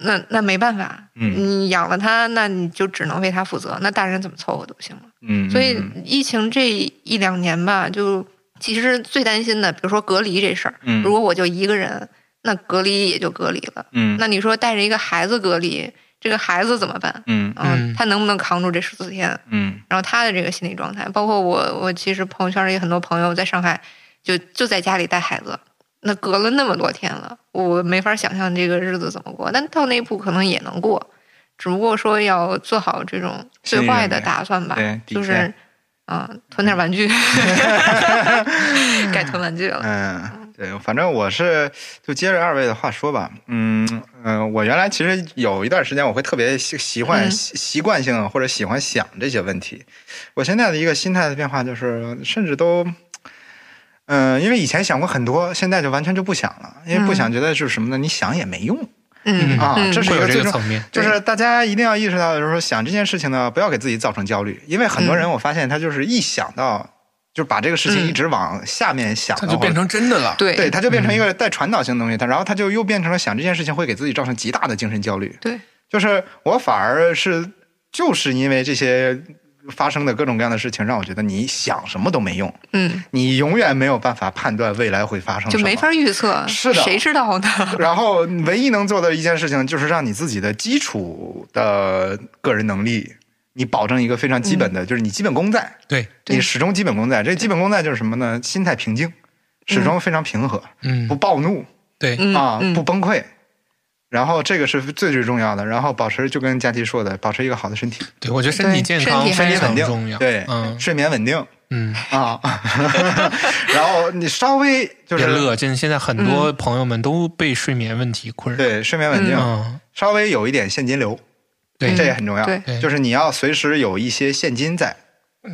Speaker 3: 那那没办法，
Speaker 2: 嗯
Speaker 3: 你养了他，那你就只能为他负责。那大人怎么凑合都行了。
Speaker 2: 嗯，
Speaker 3: 所以
Speaker 2: 嗯
Speaker 3: 疫情这一两年吧，就其实最担心的，比如说隔离这事儿，
Speaker 2: 嗯
Speaker 3: 如果我就一个人，那隔离也就隔离了。
Speaker 2: 嗯
Speaker 3: 那你说带着一个孩子隔离，这个孩子怎么办？
Speaker 2: 嗯
Speaker 4: 嗯
Speaker 3: 他能不能扛住这十四天？
Speaker 2: 嗯
Speaker 3: 然后他的这个心理状态，包括我，我其实朋友圈里很多朋友在上海就就在家里带孩子，那隔了那么多天了，我没法想象这个日子怎么过。但到那一步可能也能过，只不过说要做好这种最坏的打算吧
Speaker 2: 心理准备，对
Speaker 3: 就
Speaker 2: 底
Speaker 3: 是
Speaker 2: 线
Speaker 3: 啊、囤点玩 具， 该囤玩具了。
Speaker 2: 嗯，对，反正我是就接着二位的话说吧，嗯嗯、呃我原来其实有一段时间我会特别习习惯
Speaker 3: 嗯
Speaker 2: 习习惯性或者喜欢想这些问题，我现在的一个心态的变化就是，甚至都。嗯，因为以前想过很多，现在就完全就不想了，因为不想觉得是什么呢？你想也没用
Speaker 3: 嗯
Speaker 2: 啊，
Speaker 3: 嗯
Speaker 2: 这是
Speaker 4: 会
Speaker 2: 一
Speaker 4: 有这
Speaker 2: 最
Speaker 4: 个
Speaker 2: 重
Speaker 4: 层面。
Speaker 2: 就是大家一定要意识到，就是说想这件事情呢，不要给自己造成焦虑，因为很多人我发现他就是一想到，就把这个事情一直往下面想
Speaker 4: 它
Speaker 2: 的话，
Speaker 4: 就变成真的了。
Speaker 3: 对
Speaker 2: 对，
Speaker 3: 对
Speaker 2: 它就变成一个带传导性的东西，它然后它就又变成了想这件事情会给自己造成极大的精神焦虑。
Speaker 3: 对，
Speaker 2: 就是我反而是就是因为这些发生的各种各样的事情，让我觉得你想什么都没用，
Speaker 3: 嗯，
Speaker 2: 你永远没有办法判断未来会发嗯生什
Speaker 3: 就
Speaker 2: 么，
Speaker 3: 没法预测，
Speaker 2: 是的
Speaker 3: 谁知道 呢？
Speaker 2: 然后唯一能做的一件事情，就是让你自己的基础的个人能力，你保证一个非常基本的，就是你基本功在，
Speaker 4: 对，
Speaker 3: 嗯对
Speaker 2: 你始终基本功在。这基本功在就是什么呢？心态平静，始终非常平和，
Speaker 4: 嗯
Speaker 2: 不，暴怒
Speaker 4: 对，
Speaker 3: 嗯
Speaker 2: 啊，
Speaker 3: 嗯
Speaker 2: 不崩溃。然后这个是最最重要的，然后保持就跟佳琪说的，保持一个好的身体，
Speaker 4: 对，我觉得身体
Speaker 3: 对
Speaker 4: 健
Speaker 3: 身
Speaker 4: 康
Speaker 3: 体还
Speaker 4: 非
Speaker 3: 是
Speaker 2: 稳
Speaker 4: 常
Speaker 2: 定
Speaker 4: 重要。
Speaker 2: 对，
Speaker 4: 嗯
Speaker 2: 睡眠稳定
Speaker 4: 嗯，
Speaker 2: 啊，然后你稍微就
Speaker 4: 别
Speaker 2: 是嗯
Speaker 4: 乐，真的现在很多朋友们都被睡眠问题困扰。
Speaker 2: 对睡眠稳定，
Speaker 4: 嗯，
Speaker 2: 稍微有一点现金流，
Speaker 4: 对，
Speaker 2: 这也
Speaker 3: 嗯
Speaker 2: 很重要
Speaker 3: 对，
Speaker 4: 对
Speaker 2: 就是你要随时有一些现金在。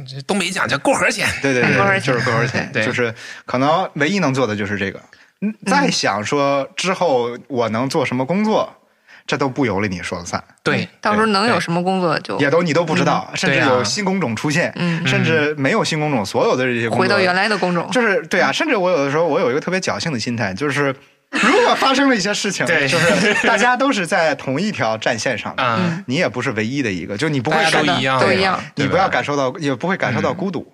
Speaker 4: 这东北讲叫过河钱。
Speaker 2: 对对对，
Speaker 3: 多少钱
Speaker 2: 就是多少钱，
Speaker 4: 对
Speaker 2: 就是可能唯一能做的就是这个。嗯，再想说之后我能做什么工作，这都不由了你说了算，
Speaker 4: 对，
Speaker 3: 到时候能有
Speaker 4: 对
Speaker 3: 什么工作就
Speaker 2: 也都你都不知道，甚至
Speaker 4: 对啊
Speaker 2: 有新工种出现，
Speaker 3: 嗯
Speaker 2: 甚至没有新工种，所有的这些工作
Speaker 3: 回到原来的工种。
Speaker 2: 就是对
Speaker 4: 嗯
Speaker 2: 啊，甚至我有的时候我有一个特别侥幸的心态，就是如果发生了一些事情，
Speaker 4: 对
Speaker 2: 就是大家都是在同一条战线上的，
Speaker 4: 啊，
Speaker 2: 你也不是唯一的一个，就你不会
Speaker 4: 大家
Speaker 2: 感
Speaker 4: 都
Speaker 2: 到
Speaker 4: 一样，
Speaker 3: 都一样
Speaker 2: 你不要感受到，也不会感受
Speaker 4: 嗯
Speaker 2: 到孤独，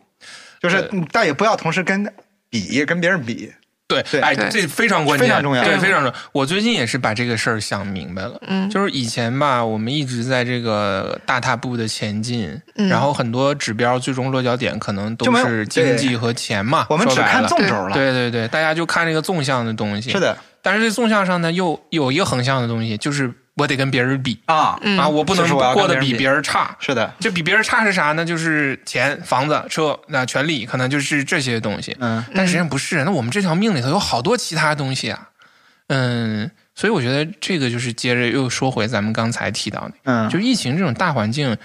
Speaker 2: 就是，但也不要同时跟比，跟别人比。
Speaker 4: 对，
Speaker 2: 对
Speaker 4: 哎，
Speaker 3: 对
Speaker 4: 这非常关键，
Speaker 2: 非常重要
Speaker 4: 对，
Speaker 3: 嗯
Speaker 4: 非常重要。我最近也是把这个事儿想明白了，
Speaker 3: 嗯
Speaker 4: 就是以前吧，我们一直在这个大踏步的前进，
Speaker 3: 嗯
Speaker 4: 然后很多指标最终落脚点可能
Speaker 2: 就
Speaker 4: 都
Speaker 2: 没有
Speaker 4: 是经济和钱嘛，
Speaker 2: 我们只
Speaker 4: 说白
Speaker 2: 看
Speaker 4: 了
Speaker 2: 纵轴了，
Speaker 4: 对对对，大家就看这个纵向的东西，
Speaker 2: 是。的
Speaker 4: 但是这纵向上呢，又有一个横向的东西，就是我得跟别人比、
Speaker 2: 啊，
Speaker 3: 嗯
Speaker 4: 啊，我不能
Speaker 2: 就是我要跟
Speaker 4: 过得
Speaker 2: 别人
Speaker 4: 比
Speaker 2: 比
Speaker 4: 别人差。
Speaker 2: 是的，
Speaker 4: 就比别人差是啥呢？就是钱、房子、车、那权利，可能就是这些东西。
Speaker 2: 嗯，
Speaker 4: 但实际上不是，那我们这条命里头有好多其他东西啊。嗯，所以我觉得这个就是接着又说回咱们刚才提到的，
Speaker 2: 嗯，
Speaker 4: 就疫情这种大环境，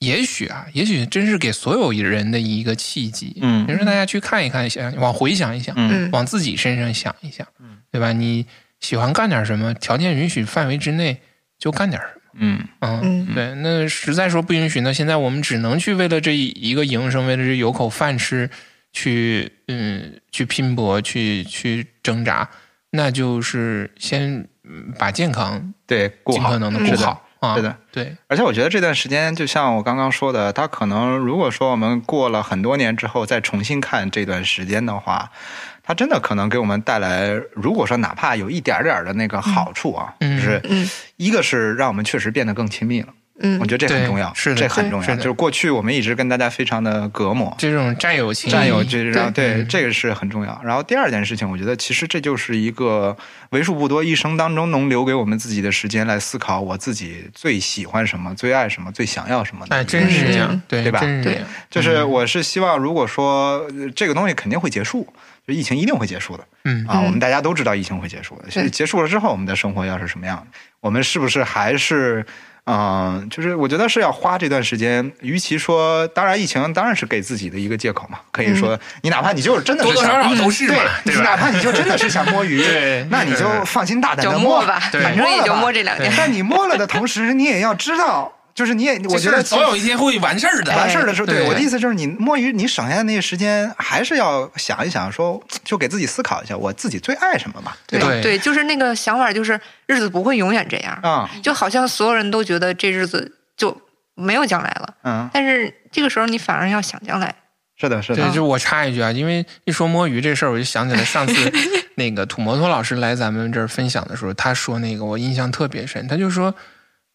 Speaker 4: 也许啊，也许真是给所有人的一个契机。
Speaker 2: 嗯
Speaker 4: 比如说大家去看一看，想往回想一想，
Speaker 2: 嗯
Speaker 3: 嗯
Speaker 4: 往自己身上想一想，对吧？你喜欢干点什么，条件允许范围之内就干点什么。
Speaker 2: 嗯
Speaker 4: 嗯，
Speaker 3: 嗯
Speaker 4: 对，那实在说不允许，那现在我们只能去为了这一个营生，为了这有口饭吃，去嗯去拼搏，去去挣扎，那就是先嗯把健康
Speaker 2: 对，顾
Speaker 4: 尽
Speaker 2: 好嗯
Speaker 4: 可能的
Speaker 2: 是
Speaker 4: 顾
Speaker 2: 的
Speaker 4: 好啊，
Speaker 2: 是的，
Speaker 4: 对，
Speaker 2: 而且我觉得这段时间，就像我刚刚说的，它可能如果说我们过了很多年之后再重新看这段时间的话，它真的可能给我们带来，如果说哪怕有一点点儿的那个好处啊，
Speaker 4: 嗯
Speaker 2: 就是
Speaker 3: 嗯
Speaker 2: 一个是让我们确实变得更亲密了，
Speaker 3: 嗯
Speaker 2: 我觉得这很重要，
Speaker 4: 对是的
Speaker 2: 这很重要。
Speaker 4: 是的
Speaker 2: 就是过去我们一直跟大家非常的隔膜，
Speaker 4: 这种战友情谊，
Speaker 2: 占有这让
Speaker 4: 对
Speaker 2: 对
Speaker 4: 嗯
Speaker 2: 这个是很重要。然后第二件事情，我觉得其实这就是一个为数不多一生当中能留给我们自己的时间来思考我自己最喜欢什么、最爱什么、最想要什么的。
Speaker 4: 哎，真是这样
Speaker 3: 嗯，
Speaker 4: 对
Speaker 2: 对吧
Speaker 4: 真是这样，
Speaker 2: 就是我是希望，如果说呃这个东西肯定会结束，就疫情一定会结束的
Speaker 4: 嗯，
Speaker 2: 啊，
Speaker 3: 嗯
Speaker 2: 我们大家都知道疫情会结束的。
Speaker 3: 对
Speaker 2: 结束了之后，我们的生活要是什么样的？我们是不是还是？嗯，就是我觉得是要花这段时间，与其说，当然疫情当然是给自己的一个借口嘛，可以说、你哪怕你就是真的是
Speaker 4: 多多
Speaker 2: 想
Speaker 4: 少少都是嘛，
Speaker 2: 对，
Speaker 4: 对
Speaker 2: 你
Speaker 4: 吧
Speaker 2: 哪？怕你就真的是想摸鱼，
Speaker 4: 对
Speaker 2: 那你就放心大胆
Speaker 3: 就
Speaker 2: 的
Speaker 3: 摸吧
Speaker 2: 吧，，
Speaker 4: 对
Speaker 3: 反正也就
Speaker 2: 摸
Speaker 3: 摸
Speaker 2: 了吧
Speaker 3: 这两件。
Speaker 2: 但你摸了的同时，你也要知道，就是你也，我觉
Speaker 4: 这事儿
Speaker 2: 得
Speaker 4: 总有一天会完事儿的，
Speaker 2: 完事儿的时候，
Speaker 4: 哎对
Speaker 2: 对我的意思就是，你摸鱼，你省下那个时间，还是要想一想，说就给自己思考一下，我自己最爱什么吧，
Speaker 3: 对
Speaker 4: 对
Speaker 3: 对，就是那个想法，就是日子不会永远这样，
Speaker 2: 啊，
Speaker 3: 就好像所有人都觉得这日子就没有将来了，
Speaker 2: 嗯，
Speaker 3: 但是这个时候你反而要想将来。
Speaker 2: 是的，是
Speaker 4: 对，
Speaker 2: 的，
Speaker 4: 就是我插一句啊，因为一说摸鱼这事儿，我就想起来上次那个土摩托老师来咱们这儿分享的时候，他说那个我印象特别深，他就说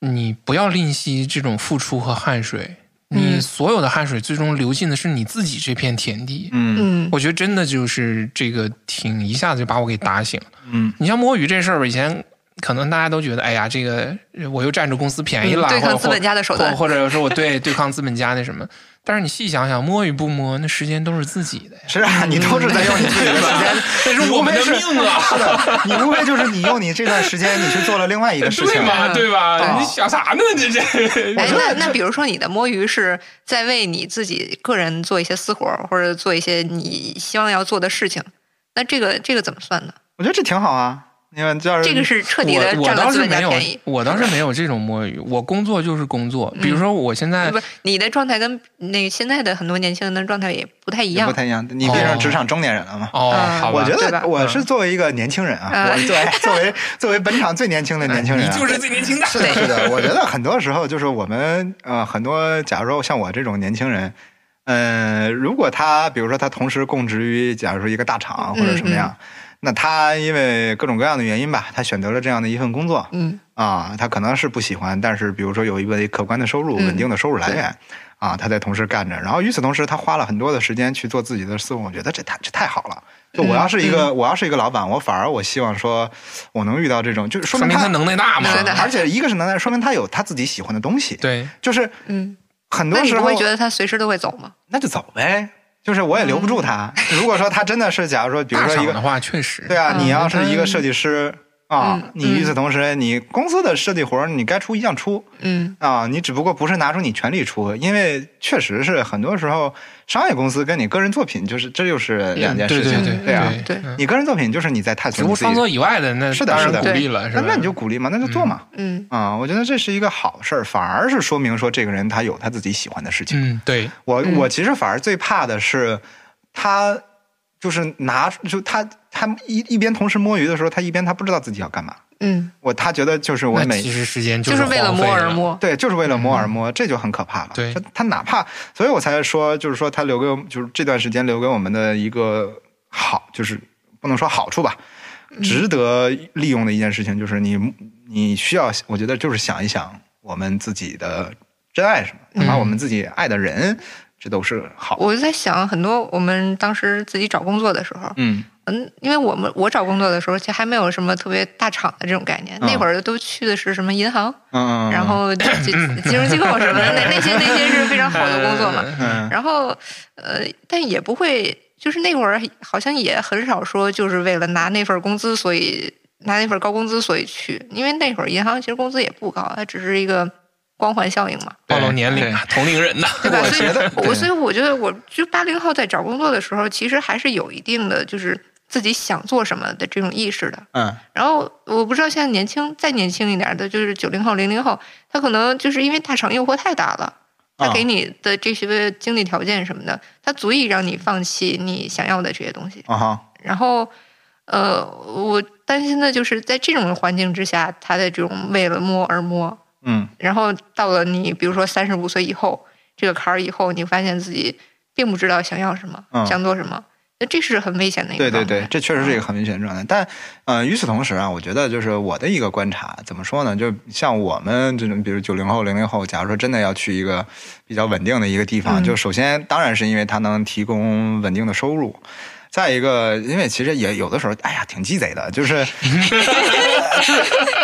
Speaker 4: 你不要吝惜这种付出和汗水，你
Speaker 3: 嗯
Speaker 4: 所有的汗水最终流进的是你自己这片田地。
Speaker 2: 嗯
Speaker 3: 嗯
Speaker 4: 我觉得真的就是这个挺一下子就把我给打醒了。
Speaker 2: 嗯
Speaker 4: 你像摸鱼这事儿吧，以前可能大家都觉得，哎呀，这个呃我又占着公司便宜了，
Speaker 3: 嗯对
Speaker 4: 或者
Speaker 3: 抗资本家的手段
Speaker 4: 或者或者说我对对抗资本家那什么。但是你细想想，摸与不摸，那时间都是自己的呀，
Speaker 2: 是啊，你都是在用你自己的时 间，
Speaker 4: 那是我们的命 啊，
Speaker 2: 是的，你无非就是你用你这段时间，你去做了另外一个事
Speaker 4: 对
Speaker 2: 情，
Speaker 4: 吧？对吧？
Speaker 2: 哦
Speaker 4: 你想啥呢？这 这，
Speaker 3: 哎，那那比如说你的摸鱼是在为你自己个人做一些私活儿，或者做一些你希望要做的事情，那这个这个怎么算呢？
Speaker 2: 我觉得这挺好啊。因为要是
Speaker 3: 这个是彻底的
Speaker 4: 我我
Speaker 3: 占
Speaker 4: 倒
Speaker 3: 了资
Speaker 4: 是
Speaker 3: 本
Speaker 4: 没
Speaker 3: 家
Speaker 4: 有
Speaker 3: 便宜，。嗯
Speaker 4: 我倒是没有这种摸鱼，我工作就是工作。比如说我现在
Speaker 3: 不，你的状态跟那个现在的很多年轻人的状态也不太一
Speaker 2: 也
Speaker 3: 样
Speaker 2: 不。太一样，你变成职场中年人了嘛？
Speaker 4: 哦，
Speaker 3: 嗯
Speaker 4: 好吧，
Speaker 2: 我觉
Speaker 3: 对吧
Speaker 2: 得我是作为一个年轻人啊，
Speaker 3: 嗯
Speaker 2: 我作为作为作为本场最年轻的年轻人、
Speaker 4: 你
Speaker 2: 啊，
Speaker 4: 就是最年轻的，
Speaker 2: 是的，是的，我觉得很多时候就是我们呃，很多假如说像我这种年轻人，呃，如果他比如说他同时供职于假如说一个大厂或者什么样，那他因为各种各样的原因吧，他选择了这样的一份工作
Speaker 3: 嗯，
Speaker 2: 啊，他可能是不喜欢，但是比如说有一个可观的收入、
Speaker 3: 嗯
Speaker 2: 稳定的收入来源。啊，他在同时干着，然后与此同时，他花了很多的时间去做自己的私活，我觉得这太这太好了。就我要是一个、我要是一个老板，我反而我希望说，我能遇到这种，就是说
Speaker 4: 说
Speaker 2: 明
Speaker 4: 明他能耐大嘛。
Speaker 3: 能耐大
Speaker 2: 而且一个是能耐，说明他有他自己喜欢的东西。，
Speaker 4: 对，
Speaker 2: 就是
Speaker 3: 嗯，
Speaker 2: 很
Speaker 3: 那
Speaker 2: 多
Speaker 3: 你
Speaker 2: 时
Speaker 3: 不
Speaker 2: 候
Speaker 3: 会觉得他随时都会走吗？
Speaker 2: 那就走呗，就是我也留不住他。如果说他真的是，假如说，比如
Speaker 4: 大
Speaker 2: 说一
Speaker 4: 厂
Speaker 2: 个
Speaker 4: 的，话确实
Speaker 2: 对啊，
Speaker 3: 嗯
Speaker 2: 你要是一个设计师啊
Speaker 3: 嗯，
Speaker 2: 你与此同时，你公司的设计活儿你该出一样出
Speaker 3: 嗯
Speaker 2: 啊，你只不过不是拿出你全力出，因为确实是很多时候商业公司跟你个人作品就是这就是两件事
Speaker 4: 嗯对
Speaker 2: 情，
Speaker 4: 对
Speaker 3: 对
Speaker 2: 对啊。
Speaker 3: 对
Speaker 4: 嗯
Speaker 2: 你个人作品就是你在探
Speaker 4: 职
Speaker 2: 索
Speaker 4: 务
Speaker 2: 你自
Speaker 4: 创
Speaker 2: 己，
Speaker 4: 作以外的，那
Speaker 2: 是的
Speaker 4: 当然
Speaker 2: 是的
Speaker 4: 鼓励了，是
Speaker 2: 那
Speaker 4: 吧？
Speaker 2: 那你就鼓励嘛，那就做嘛。
Speaker 3: 嗯
Speaker 2: 啊、我觉得这是一个好事儿，反而是说明说这个人他有他自己喜欢的事情。
Speaker 4: 嗯，对，
Speaker 2: 我
Speaker 3: 嗯
Speaker 2: 我其实反而最怕的是他就是拿就他他一一边同时摸鱼的时候，他一边他不知道自己要干嘛。
Speaker 3: 嗯，
Speaker 2: 我他觉得就是我
Speaker 4: 那
Speaker 2: 每
Speaker 4: 其实时间
Speaker 3: 就是是为了
Speaker 4: 荒
Speaker 3: 摸
Speaker 4: 废
Speaker 3: 而
Speaker 4: 了。
Speaker 3: 摸。
Speaker 2: 对，就是为了
Speaker 3: 嗯
Speaker 2: 摸而摸，这就很可怕了。
Speaker 4: 对
Speaker 2: 他他哪怕，所以我才说，就是说他留给我们，就是这段时间留给我们的一个好，就是不能说好处吧，
Speaker 3: 嗯
Speaker 2: 值得利用的一件事情，就是你你需要，我觉得就是想一想我们自己的真爱是什么，哪怕我们自己爱的人，这都是好。
Speaker 3: 嗯我就在想，很多我们当时自己找工作的时候，
Speaker 2: 嗯
Speaker 3: 嗯，因为我们我找工作的时候，其实还没有什么特别大厂的这种概念，
Speaker 2: 嗯
Speaker 3: 那会儿都去的是什么银行，
Speaker 2: 嗯，嗯
Speaker 3: 然后金 金融机构什么的，那那些那些是非常好的工作嘛。
Speaker 2: 嗯
Speaker 3: 然后呃，但也不会，就是那会儿好像也很少说，就是为了拿那份工资，所以拿那份高工资所以去，因为那会儿银行其实工资也不高，它只是一个光环效应嘛。
Speaker 4: 暴露年龄啊，同龄人 呐。
Speaker 3: 对吧？
Speaker 2: 我
Speaker 3: 所
Speaker 2: 觉
Speaker 3: 以
Speaker 2: 得
Speaker 3: 我
Speaker 2: 对
Speaker 3: 所以我觉得，我就八零后在找工作的时候，其实还是有一定的就是自己想做什么的这种意识的。
Speaker 2: 嗯
Speaker 3: 然后我不知道现在年轻再年轻一点的，就是九零后、零零后，他可能就是因为大厂诱惑太大了，他
Speaker 2: 啊
Speaker 3: 给你的这些经济条件什么的，他足以让你放弃你想要的这些东西。
Speaker 2: 啊哈，
Speaker 3: 然后，呃，我担心的就是在这种环境之下，他的这种为了摸而摸，
Speaker 2: 嗯
Speaker 3: 然后到了你比如说三十五岁以后这个坎儿以后，你发现自己并不知道想要什么，
Speaker 2: 嗯
Speaker 3: 想做什么，那这是很危险的一
Speaker 2: 对
Speaker 3: 个
Speaker 2: 对
Speaker 3: 状态。
Speaker 2: 对，
Speaker 3: 嗯
Speaker 2: 这确实是一个很危险的状态。但，呃，与此同时啊，我觉得就是我的一个观察，怎么说呢？就像我们这种，比如九零后、零零后，假如说真的要去一个比较稳定的一个地方，
Speaker 3: 嗯
Speaker 2: 就首先当然是因为它能提供稳定的收入。再一个，因为其实也有的时候，哎呀，挺鸡贼的，就是， 是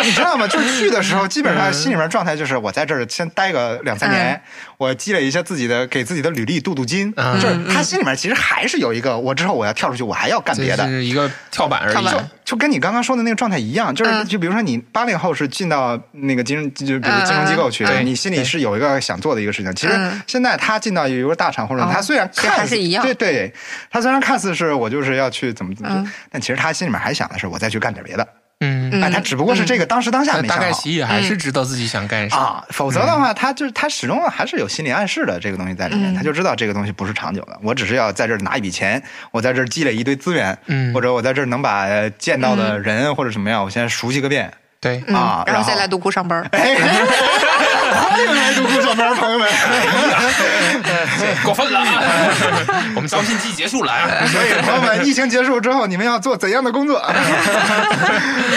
Speaker 2: 你知道吗？就是去的时候，基本
Speaker 3: 嗯
Speaker 2: 上心里面状态就是，我在这儿先待个两三年， 我积累一下自己的，给自己的履历镀镀金。
Speaker 4: 嗯
Speaker 2: 就是他心里面其实还是有一个，我之后我要跳出去，我还要干别
Speaker 4: 这
Speaker 2: 的。
Speaker 4: 是一个跳板而
Speaker 3: 跳
Speaker 4: 已啊
Speaker 3: 板。
Speaker 2: 就跟你刚刚说的那个状态一样，就是、
Speaker 3: 嗯
Speaker 2: 就比如说你八零后是进到那个金融，就比如金融机构去，
Speaker 4: 嗯嗯嗯
Speaker 2: 你心里是有一个想做的一个事情。其实
Speaker 3: 嗯
Speaker 2: 现在他进到一个大厂或者
Speaker 3: 哦
Speaker 2: 他虽然
Speaker 3: 其实
Speaker 2: 看似、
Speaker 3: 还是一样
Speaker 2: 对对，他虽然看似是我就是要去怎么怎么，
Speaker 3: 嗯
Speaker 2: 但其实他心里面还想的是我再去干点别的。
Speaker 4: 嗯，
Speaker 3: 嗯
Speaker 2: 哎，他只不过是这个当时当下
Speaker 4: 但
Speaker 2: 没
Speaker 4: 大
Speaker 2: 想
Speaker 4: 概
Speaker 2: 好。
Speaker 4: 其也还是知道自己想干啥。
Speaker 2: 啊，否则的话，他就是他始终还是有心理暗示的这个东西在里面，
Speaker 3: 嗯
Speaker 2: 他就知道这个东西不是长久的。我只是要在这儿拿一笔钱，我在这儿积累一堆资源，
Speaker 4: 嗯
Speaker 2: 或者我在这儿能把呃见到的人或者怎么样，我先熟悉个遍。
Speaker 4: 对，
Speaker 3: 嗯
Speaker 2: 啊
Speaker 3: 然
Speaker 2: 然
Speaker 3: 后
Speaker 2: 后
Speaker 3: 再来独库上班儿。
Speaker 2: 哎， 欢迎来独库上班，朋友们。
Speaker 4: 过分了啊。 我们招聘季结束了 啊。
Speaker 2: 所以，朋友们，疫情结束之后，你们要做怎样的工作？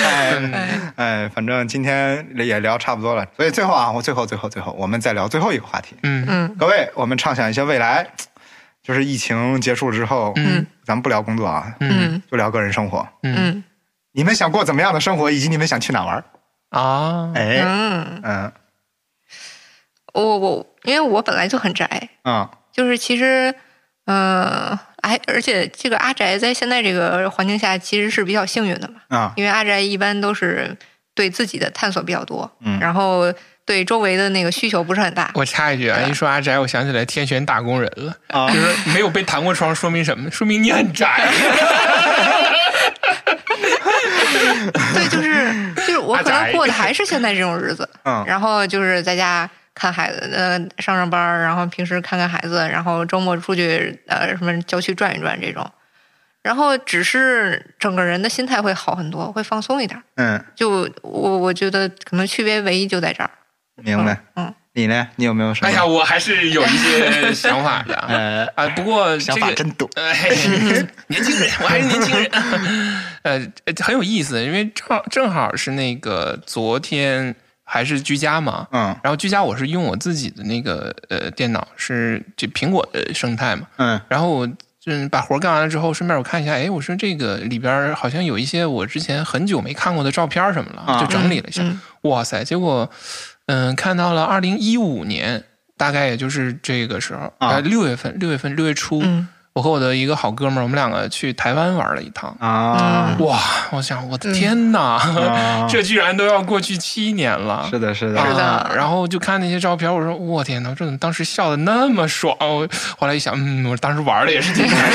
Speaker 2: 哎，哎，反正今天也聊差不多了，所以最后啊，我最后最后最后，我们再聊最后一个话题。
Speaker 4: 嗯，
Speaker 3: 嗯
Speaker 2: 各位，我们畅想一下未来，就是疫情结束之后，
Speaker 3: 嗯，
Speaker 2: 咱们不聊工作啊，
Speaker 4: 嗯
Speaker 3: 嗯
Speaker 2: 就聊个人生活。
Speaker 4: 嗯
Speaker 3: 嗯
Speaker 2: 你们想过怎么样的生活，以及你们想去哪玩？
Speaker 4: 啊，
Speaker 2: 哎，
Speaker 3: 嗯，
Speaker 2: 嗯
Speaker 3: 我我因为我本来就很宅，
Speaker 2: 啊，
Speaker 3: 就是其实，嗯，哎，而且这个阿宅在现在这个环境下其实是比较幸运的嘛，
Speaker 2: 啊，
Speaker 3: 因为阿宅一般都是对自己的探索比较多，
Speaker 2: 嗯
Speaker 3: 然后对周围的那个需求不是很大。
Speaker 4: 我插一句啊，
Speaker 3: 对吧
Speaker 4: 一说阿宅，我想起来天选打工人了，
Speaker 2: 啊
Speaker 4: 就是没有被弹过窗，说明什么？说明你很宅。
Speaker 3: 对，就是就是我可
Speaker 4: 阿
Speaker 3: 能
Speaker 4: 宅
Speaker 3: 过的还是现在这种日子，
Speaker 2: 嗯
Speaker 3: 然后就是在家看孩子，呃，上上班儿，然后平时看看孩子，然后周末出去呃什么郊区转一转这种，然后只是整个人的心态会好很多，会放松一点儿。
Speaker 2: 嗯，
Speaker 3: 就我我觉得可能区别唯一就在这儿。
Speaker 2: 明白。
Speaker 3: 嗯，
Speaker 2: 你呢？你有没有什么？
Speaker 4: 哎呀，我还是有一些想法的啊。
Speaker 2: 呃，
Speaker 4: 啊，不过这
Speaker 2: 想法
Speaker 4: 个
Speaker 2: 真多。
Speaker 4: 哎，年轻人，我还是年轻人。 呃，呃很有意思，因为正好正好是那个昨天还是居家嘛，
Speaker 2: 嗯
Speaker 4: 然后居家我是用我自己的那个呃电脑，是这苹果的生态嘛，
Speaker 2: 嗯
Speaker 4: 然后我就是把活儿干完了之后，顺便我看一下，哎，我说这个里边儿好像有一些我之前很久没看过的照片儿什么
Speaker 2: 啊
Speaker 4: 了，就整理了一下。
Speaker 3: 嗯
Speaker 4: 哇塞，结果嗯、看到了二零一五年，大概也就是这个时候，
Speaker 2: 啊
Speaker 4: 呃，六月份，六月份，六月初，
Speaker 3: 嗯，
Speaker 4: 我和我的一个好哥们儿，我们两个去台湾玩了一趟。
Speaker 2: 啊
Speaker 4: 哇，我想，我的天哪，
Speaker 2: 啊
Speaker 4: 这居然都要过去七年了。
Speaker 2: 是的，是的，
Speaker 3: 是的
Speaker 4: 啊然后就看那些照片，我说我天哪，这怎么当时笑的那么爽？我后来一想，嗯，我当时玩的也是挺开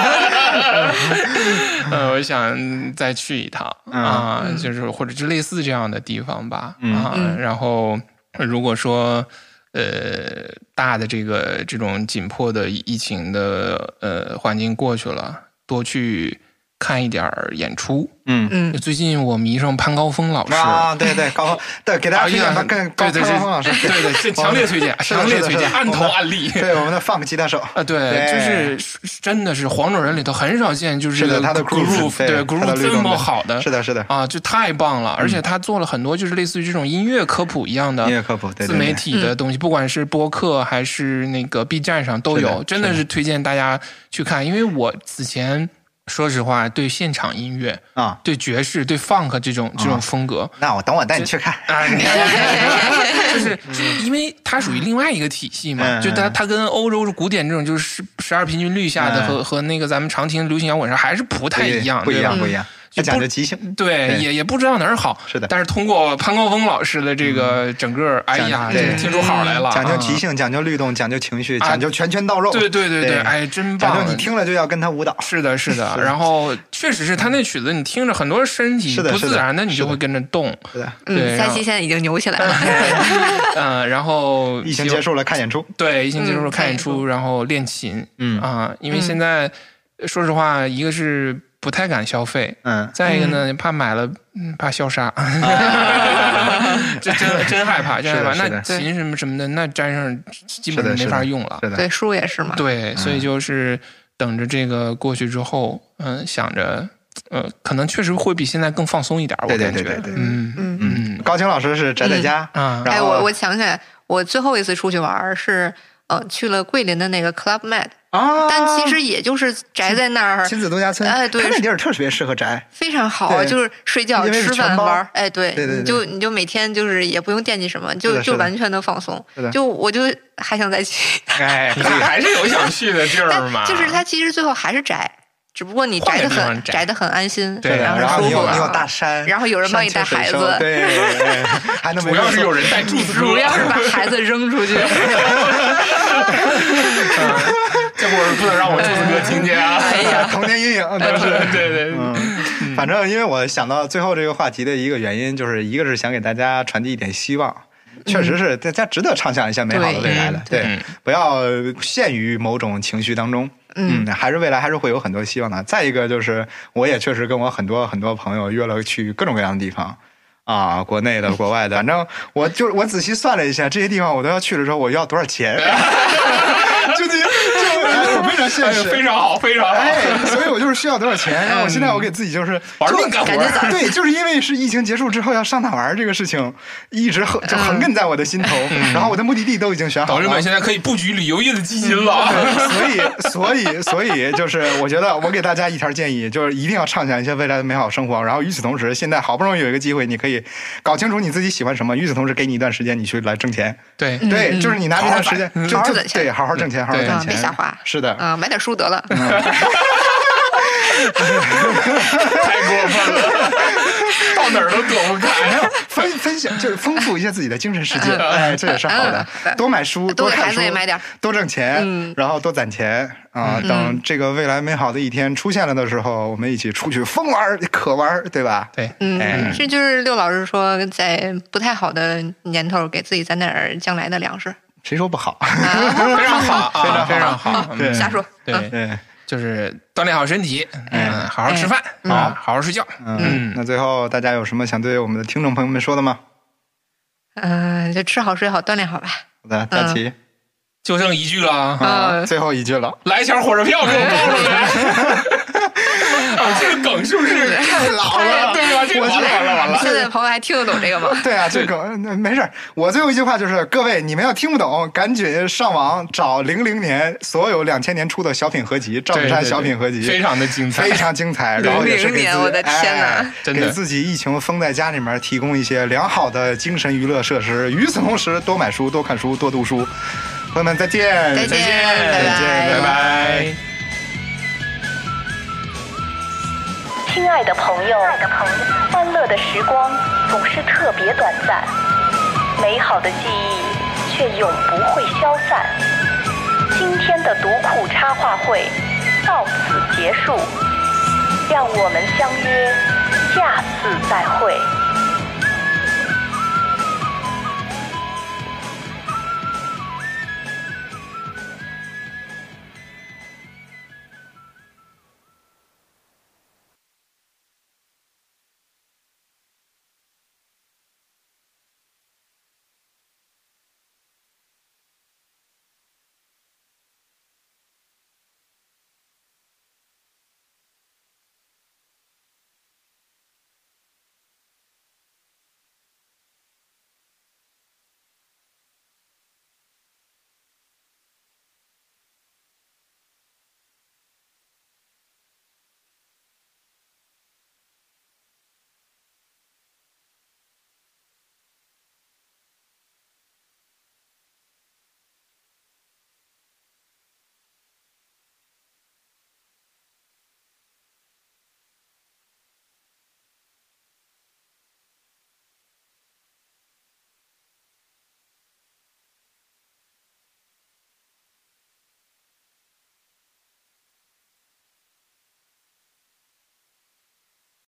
Speaker 4: 心。 呃，我想再去一趟
Speaker 2: 嗯
Speaker 4: 啊，就是或者是类似这样的地方吧
Speaker 2: 嗯
Speaker 4: 啊
Speaker 3: 嗯。
Speaker 4: 然后如果说。呃，大的这个这种紧迫的疫情的呃环境过去了，多去看一点儿演出。
Speaker 2: 嗯
Speaker 3: 嗯
Speaker 4: 最近我迷上潘高峰老师了，
Speaker 2: 啊，对对，高对，给大家推荐他更高
Speaker 4: 啊对对
Speaker 2: 高峰老师，
Speaker 4: 对 对，这强烈推荐，
Speaker 2: 是的
Speaker 4: 强烈推
Speaker 2: 是的
Speaker 4: 荐，
Speaker 2: 是的
Speaker 4: 按头按例。
Speaker 2: 对我们的 funk 吉他手，哎
Speaker 4: 啊，对，就是是真的是黄种人里头很少见，就是是
Speaker 2: 的，他的
Speaker 4: groove，
Speaker 2: 对他
Speaker 4: 对
Speaker 2: 的
Speaker 4: groove
Speaker 2: 律
Speaker 4: 这
Speaker 2: 动
Speaker 4: 么
Speaker 2: 对
Speaker 4: 好的，
Speaker 2: 是的，是的，嗯
Speaker 4: 啊，就太棒了！而且他做了很多就是类似于这种音乐科普一样的
Speaker 2: 音乐科普，对对
Speaker 4: 自
Speaker 2: 对
Speaker 4: 媒体的东西，不管是播客还是那个 B 站上都
Speaker 2: 是
Speaker 4: 有，
Speaker 2: 的
Speaker 4: 真的是推荐大家去看。因为我此前说实话，对现场音乐、
Speaker 2: 啊，
Speaker 4: 对爵士、对 funk 这种这种风格，
Speaker 2: 那我等我带你去看，
Speaker 4: 啊，你看就是就是因为它属于另外一个体系嘛，
Speaker 2: 嗯
Speaker 4: 就它它跟欧洲古典这种就是十十二平均律下的
Speaker 2: 嗯
Speaker 4: 和、和那个咱们常听流行摇滚上还是不太一样，
Speaker 2: 不一样，
Speaker 4: 对吧
Speaker 2: 不一样，他讲究即兴，
Speaker 4: 对，
Speaker 2: 对
Speaker 4: 也也不知道哪儿好，
Speaker 2: 是的嗯
Speaker 4: 但是通过潘高峰老师的这个整个，哎呀，
Speaker 2: 讲对嗯
Speaker 4: 听出好来了，
Speaker 2: 讲究
Speaker 4: 啊
Speaker 2: 即兴，讲究律动，讲究情绪，
Speaker 4: 啊
Speaker 2: 讲究拳拳到肉，
Speaker 4: 对对对
Speaker 2: 对
Speaker 4: 哎，真
Speaker 2: 讲
Speaker 4: 棒！
Speaker 2: 究你听了就要跟他舞蹈，
Speaker 4: 是的，是的，然后确实是他那曲子，你听着很多身体
Speaker 2: 是的
Speaker 4: 不
Speaker 2: 是的
Speaker 4: 自然的，你
Speaker 2: 是
Speaker 4: 就
Speaker 2: 的
Speaker 4: 会跟着动，
Speaker 2: 是的，
Speaker 4: 对
Speaker 3: 嗯，
Speaker 4: 然
Speaker 3: 佳
Speaker 4: 后
Speaker 3: 期现在已经牛起来了。
Speaker 4: 嗯，然后
Speaker 2: 疫情结束了看演出，
Speaker 4: 对，疫情结束了
Speaker 3: 嗯
Speaker 4: 看演
Speaker 3: 看演
Speaker 4: 出，然后练琴，
Speaker 2: 嗯
Speaker 4: 啊，因为
Speaker 3: 嗯
Speaker 4: 现在、说实话，一个是不太敢消费，
Speaker 2: 嗯，
Speaker 4: 再一个呢，怕买了，嗯，怕 消杀，这真真害怕，真害怕。
Speaker 2: 是的
Speaker 4: 那
Speaker 2: 是
Speaker 3: 的
Speaker 4: 琴什么什么的，那沾上基本
Speaker 2: 是的
Speaker 4: 上
Speaker 2: 是的
Speaker 4: 没法用了。
Speaker 2: 嗯是的，嗯
Speaker 3: 对，书也是嘛。
Speaker 4: 对，所以就是等着这个过去之后，嗯，想着，呃，可能确实会比现在更放松一点儿，我
Speaker 2: 对对
Speaker 4: 感觉
Speaker 2: 对对对
Speaker 4: 嗯嗯
Speaker 3: 嗯，
Speaker 2: 嗯，高清老师是宅在家，
Speaker 4: 啊
Speaker 2: 然
Speaker 3: 哎，
Speaker 2: 后
Speaker 3: 我我想起来，我最后一次出去玩儿是呃去了桂林的那个 Club Med，
Speaker 2: 啊，
Speaker 3: 但
Speaker 4: 哦
Speaker 3: 其实也就是宅在那儿，
Speaker 2: 亲子度假村，
Speaker 3: 哎对
Speaker 2: 它那地儿特别适合宅，
Speaker 3: 非常好啊，
Speaker 2: 对
Speaker 3: 就是睡觉、
Speaker 2: 因为是
Speaker 3: 吃
Speaker 2: 全
Speaker 3: 饭、
Speaker 2: 包
Speaker 3: 玩儿，哎，对，
Speaker 2: 对对对
Speaker 3: 你就你就每天就是也不用惦记什么，
Speaker 2: 是
Speaker 3: 就
Speaker 2: 的
Speaker 3: 就是
Speaker 2: 的
Speaker 3: 完全的放松
Speaker 2: 是的。
Speaker 3: 就我就还想再 去，
Speaker 2: 哎，
Speaker 4: 你看还是有想去的地儿
Speaker 3: 但
Speaker 4: 嘛，
Speaker 3: 就是它其实最后还是宅，只不过你
Speaker 4: 换
Speaker 3: 宅
Speaker 4: 个
Speaker 3: 的
Speaker 4: 地方
Speaker 3: 很
Speaker 4: 宅
Speaker 3: 宅的很安心，
Speaker 4: 对
Speaker 2: 对
Speaker 4: 然
Speaker 2: 啊
Speaker 4: 后
Speaker 2: 然后你
Speaker 3: 舒服
Speaker 2: 有
Speaker 3: 了，
Speaker 2: 你有大山，
Speaker 3: 然后有人帮你
Speaker 2: 山
Speaker 3: 带
Speaker 2: 清水
Speaker 3: 孩
Speaker 2: 秀
Speaker 3: 子
Speaker 2: 对，哎还能没
Speaker 4: 主要是有人带柱子哥，
Speaker 3: 主要是把孩子 扔出去。
Speaker 4: 这会儿不能让我柱子哥听见 啊！
Speaker 3: 哎呀，
Speaker 2: 童年阴影，但是。
Speaker 4: 对对，对
Speaker 2: 嗯，反正因为我想到最后这个话题的一个原因，就是一个是想给大家传递一点希望，确实是大家值得畅想一下美好的未来的，
Speaker 4: 对
Speaker 2: 嗯对
Speaker 4: 嗯，
Speaker 2: 不要陷于某种情绪当中。嗯，
Speaker 3: 嗯
Speaker 2: 还是未来还是会有很多希望的。再一个就是，我也确实跟我很多很多朋友约了去各种各样的地方。啊，国内的、国外的，反正我就是我仔细 算了一下，这些地方我都要去的时候，我要多少钱？就那些，就哎我为常现
Speaker 4: 哎呦
Speaker 2: 实，
Speaker 4: 非常好，非常好。
Speaker 2: 哎， 所以我就是需要多少钱，然后我现在我给自己就是
Speaker 4: 哦嗯玩命
Speaker 2: 就
Speaker 4: 干活
Speaker 3: 感觉咋
Speaker 2: 对，就是因为是疫情结束之后要上哪玩儿这个事情，一直横就横亘在我的心头，然后我的目的地都已经选好
Speaker 4: 嗯导
Speaker 2: 了
Speaker 4: 师。们现在可以布局旅游业的基金了。
Speaker 2: 对所以，所以，所以，就是我觉得我给大家一条建议，就是一定要畅想一些未来的美好生活。然后与此同时，现在好不容易有一个机会，你可以搞清楚你自己喜欢什么。与此同时，给你一段时间，你去来挣钱。
Speaker 4: 对，
Speaker 2: 对，就是你拿这段时间，就
Speaker 3: 嗯好好
Speaker 2: 就
Speaker 3: 攒钱
Speaker 2: 对，好好挣钱，好好
Speaker 4: 对
Speaker 2: 挣
Speaker 3: 啊
Speaker 2: 钱，
Speaker 3: 别瞎花
Speaker 2: 是的，
Speaker 3: 啊、买点书得了。
Speaker 2: 嗯
Speaker 4: 太过分了，到哪儿都躲不
Speaker 2: 没
Speaker 4: 开。
Speaker 2: 有分分享，就是丰富一下自己的精神世界，
Speaker 3: 嗯
Speaker 2: 哎，这也是好的
Speaker 3: 嗯。嗯
Speaker 2: 多买书，
Speaker 3: 多给
Speaker 2: 看
Speaker 3: 孩
Speaker 2: 书
Speaker 3: 子也买点儿，
Speaker 2: 多挣钱
Speaker 3: 嗯，
Speaker 2: 然后多攒钱啊。等这个未来美好的一天出现了的时候，我们一起出去疯玩儿、可玩儿，对吧？
Speaker 4: 对，
Speaker 2: 哎
Speaker 3: 嗯，这就是六老师说，在不太好的年头给自己攒点儿将来的粮食。
Speaker 2: 谁说不好？
Speaker 3: 啊，
Speaker 4: 非常好啊，非
Speaker 2: 非
Speaker 4: 常
Speaker 2: 常
Speaker 4: 好。嗯
Speaker 3: 瞎说。
Speaker 4: 对，
Speaker 2: 对，
Speaker 4: 就是锻炼好身体，嗯，好好吃饭，
Speaker 3: 嗯
Speaker 4: 啊，好好睡觉。
Speaker 2: 嗯。那最后大家有什么想对我们的听众朋友们说的吗？
Speaker 3: 嗯、就吃好睡好，锻炼好吧。
Speaker 2: 好的，佳琪，
Speaker 4: 就剩一句了啊，
Speaker 2: 啊
Speaker 3: 嗯
Speaker 2: 最后一句了。
Speaker 4: 来一箱火车票给我报出来。 啊，这个梗是不是太老了？对吧？这个完了完了完了。
Speaker 3: 现在的朋友还听得懂这个吗？
Speaker 2: 对啊，这个那没事儿。我最后一句话就是：各位，你们要听不懂，赶紧上网找零零年所有两千年出的小品合集，赵本山小品合集，
Speaker 4: 非常的精彩，
Speaker 2: 非常精彩。然后也是给自己
Speaker 3: 00年我的天哪
Speaker 2: 哎
Speaker 4: 真的
Speaker 2: 给自己疫情封在家里面提供一些良好的精神娱乐设施。与此同时，多买书，多看书，多读书。朋友们，再见，
Speaker 3: 再见拜拜
Speaker 2: 拜
Speaker 4: 拜拜。
Speaker 1: 亲爱的朋友，欢乐的时光总是特别短暂，美好的记忆却永不会消散。今天的读库插画会到此结束，让我们相约下次再会。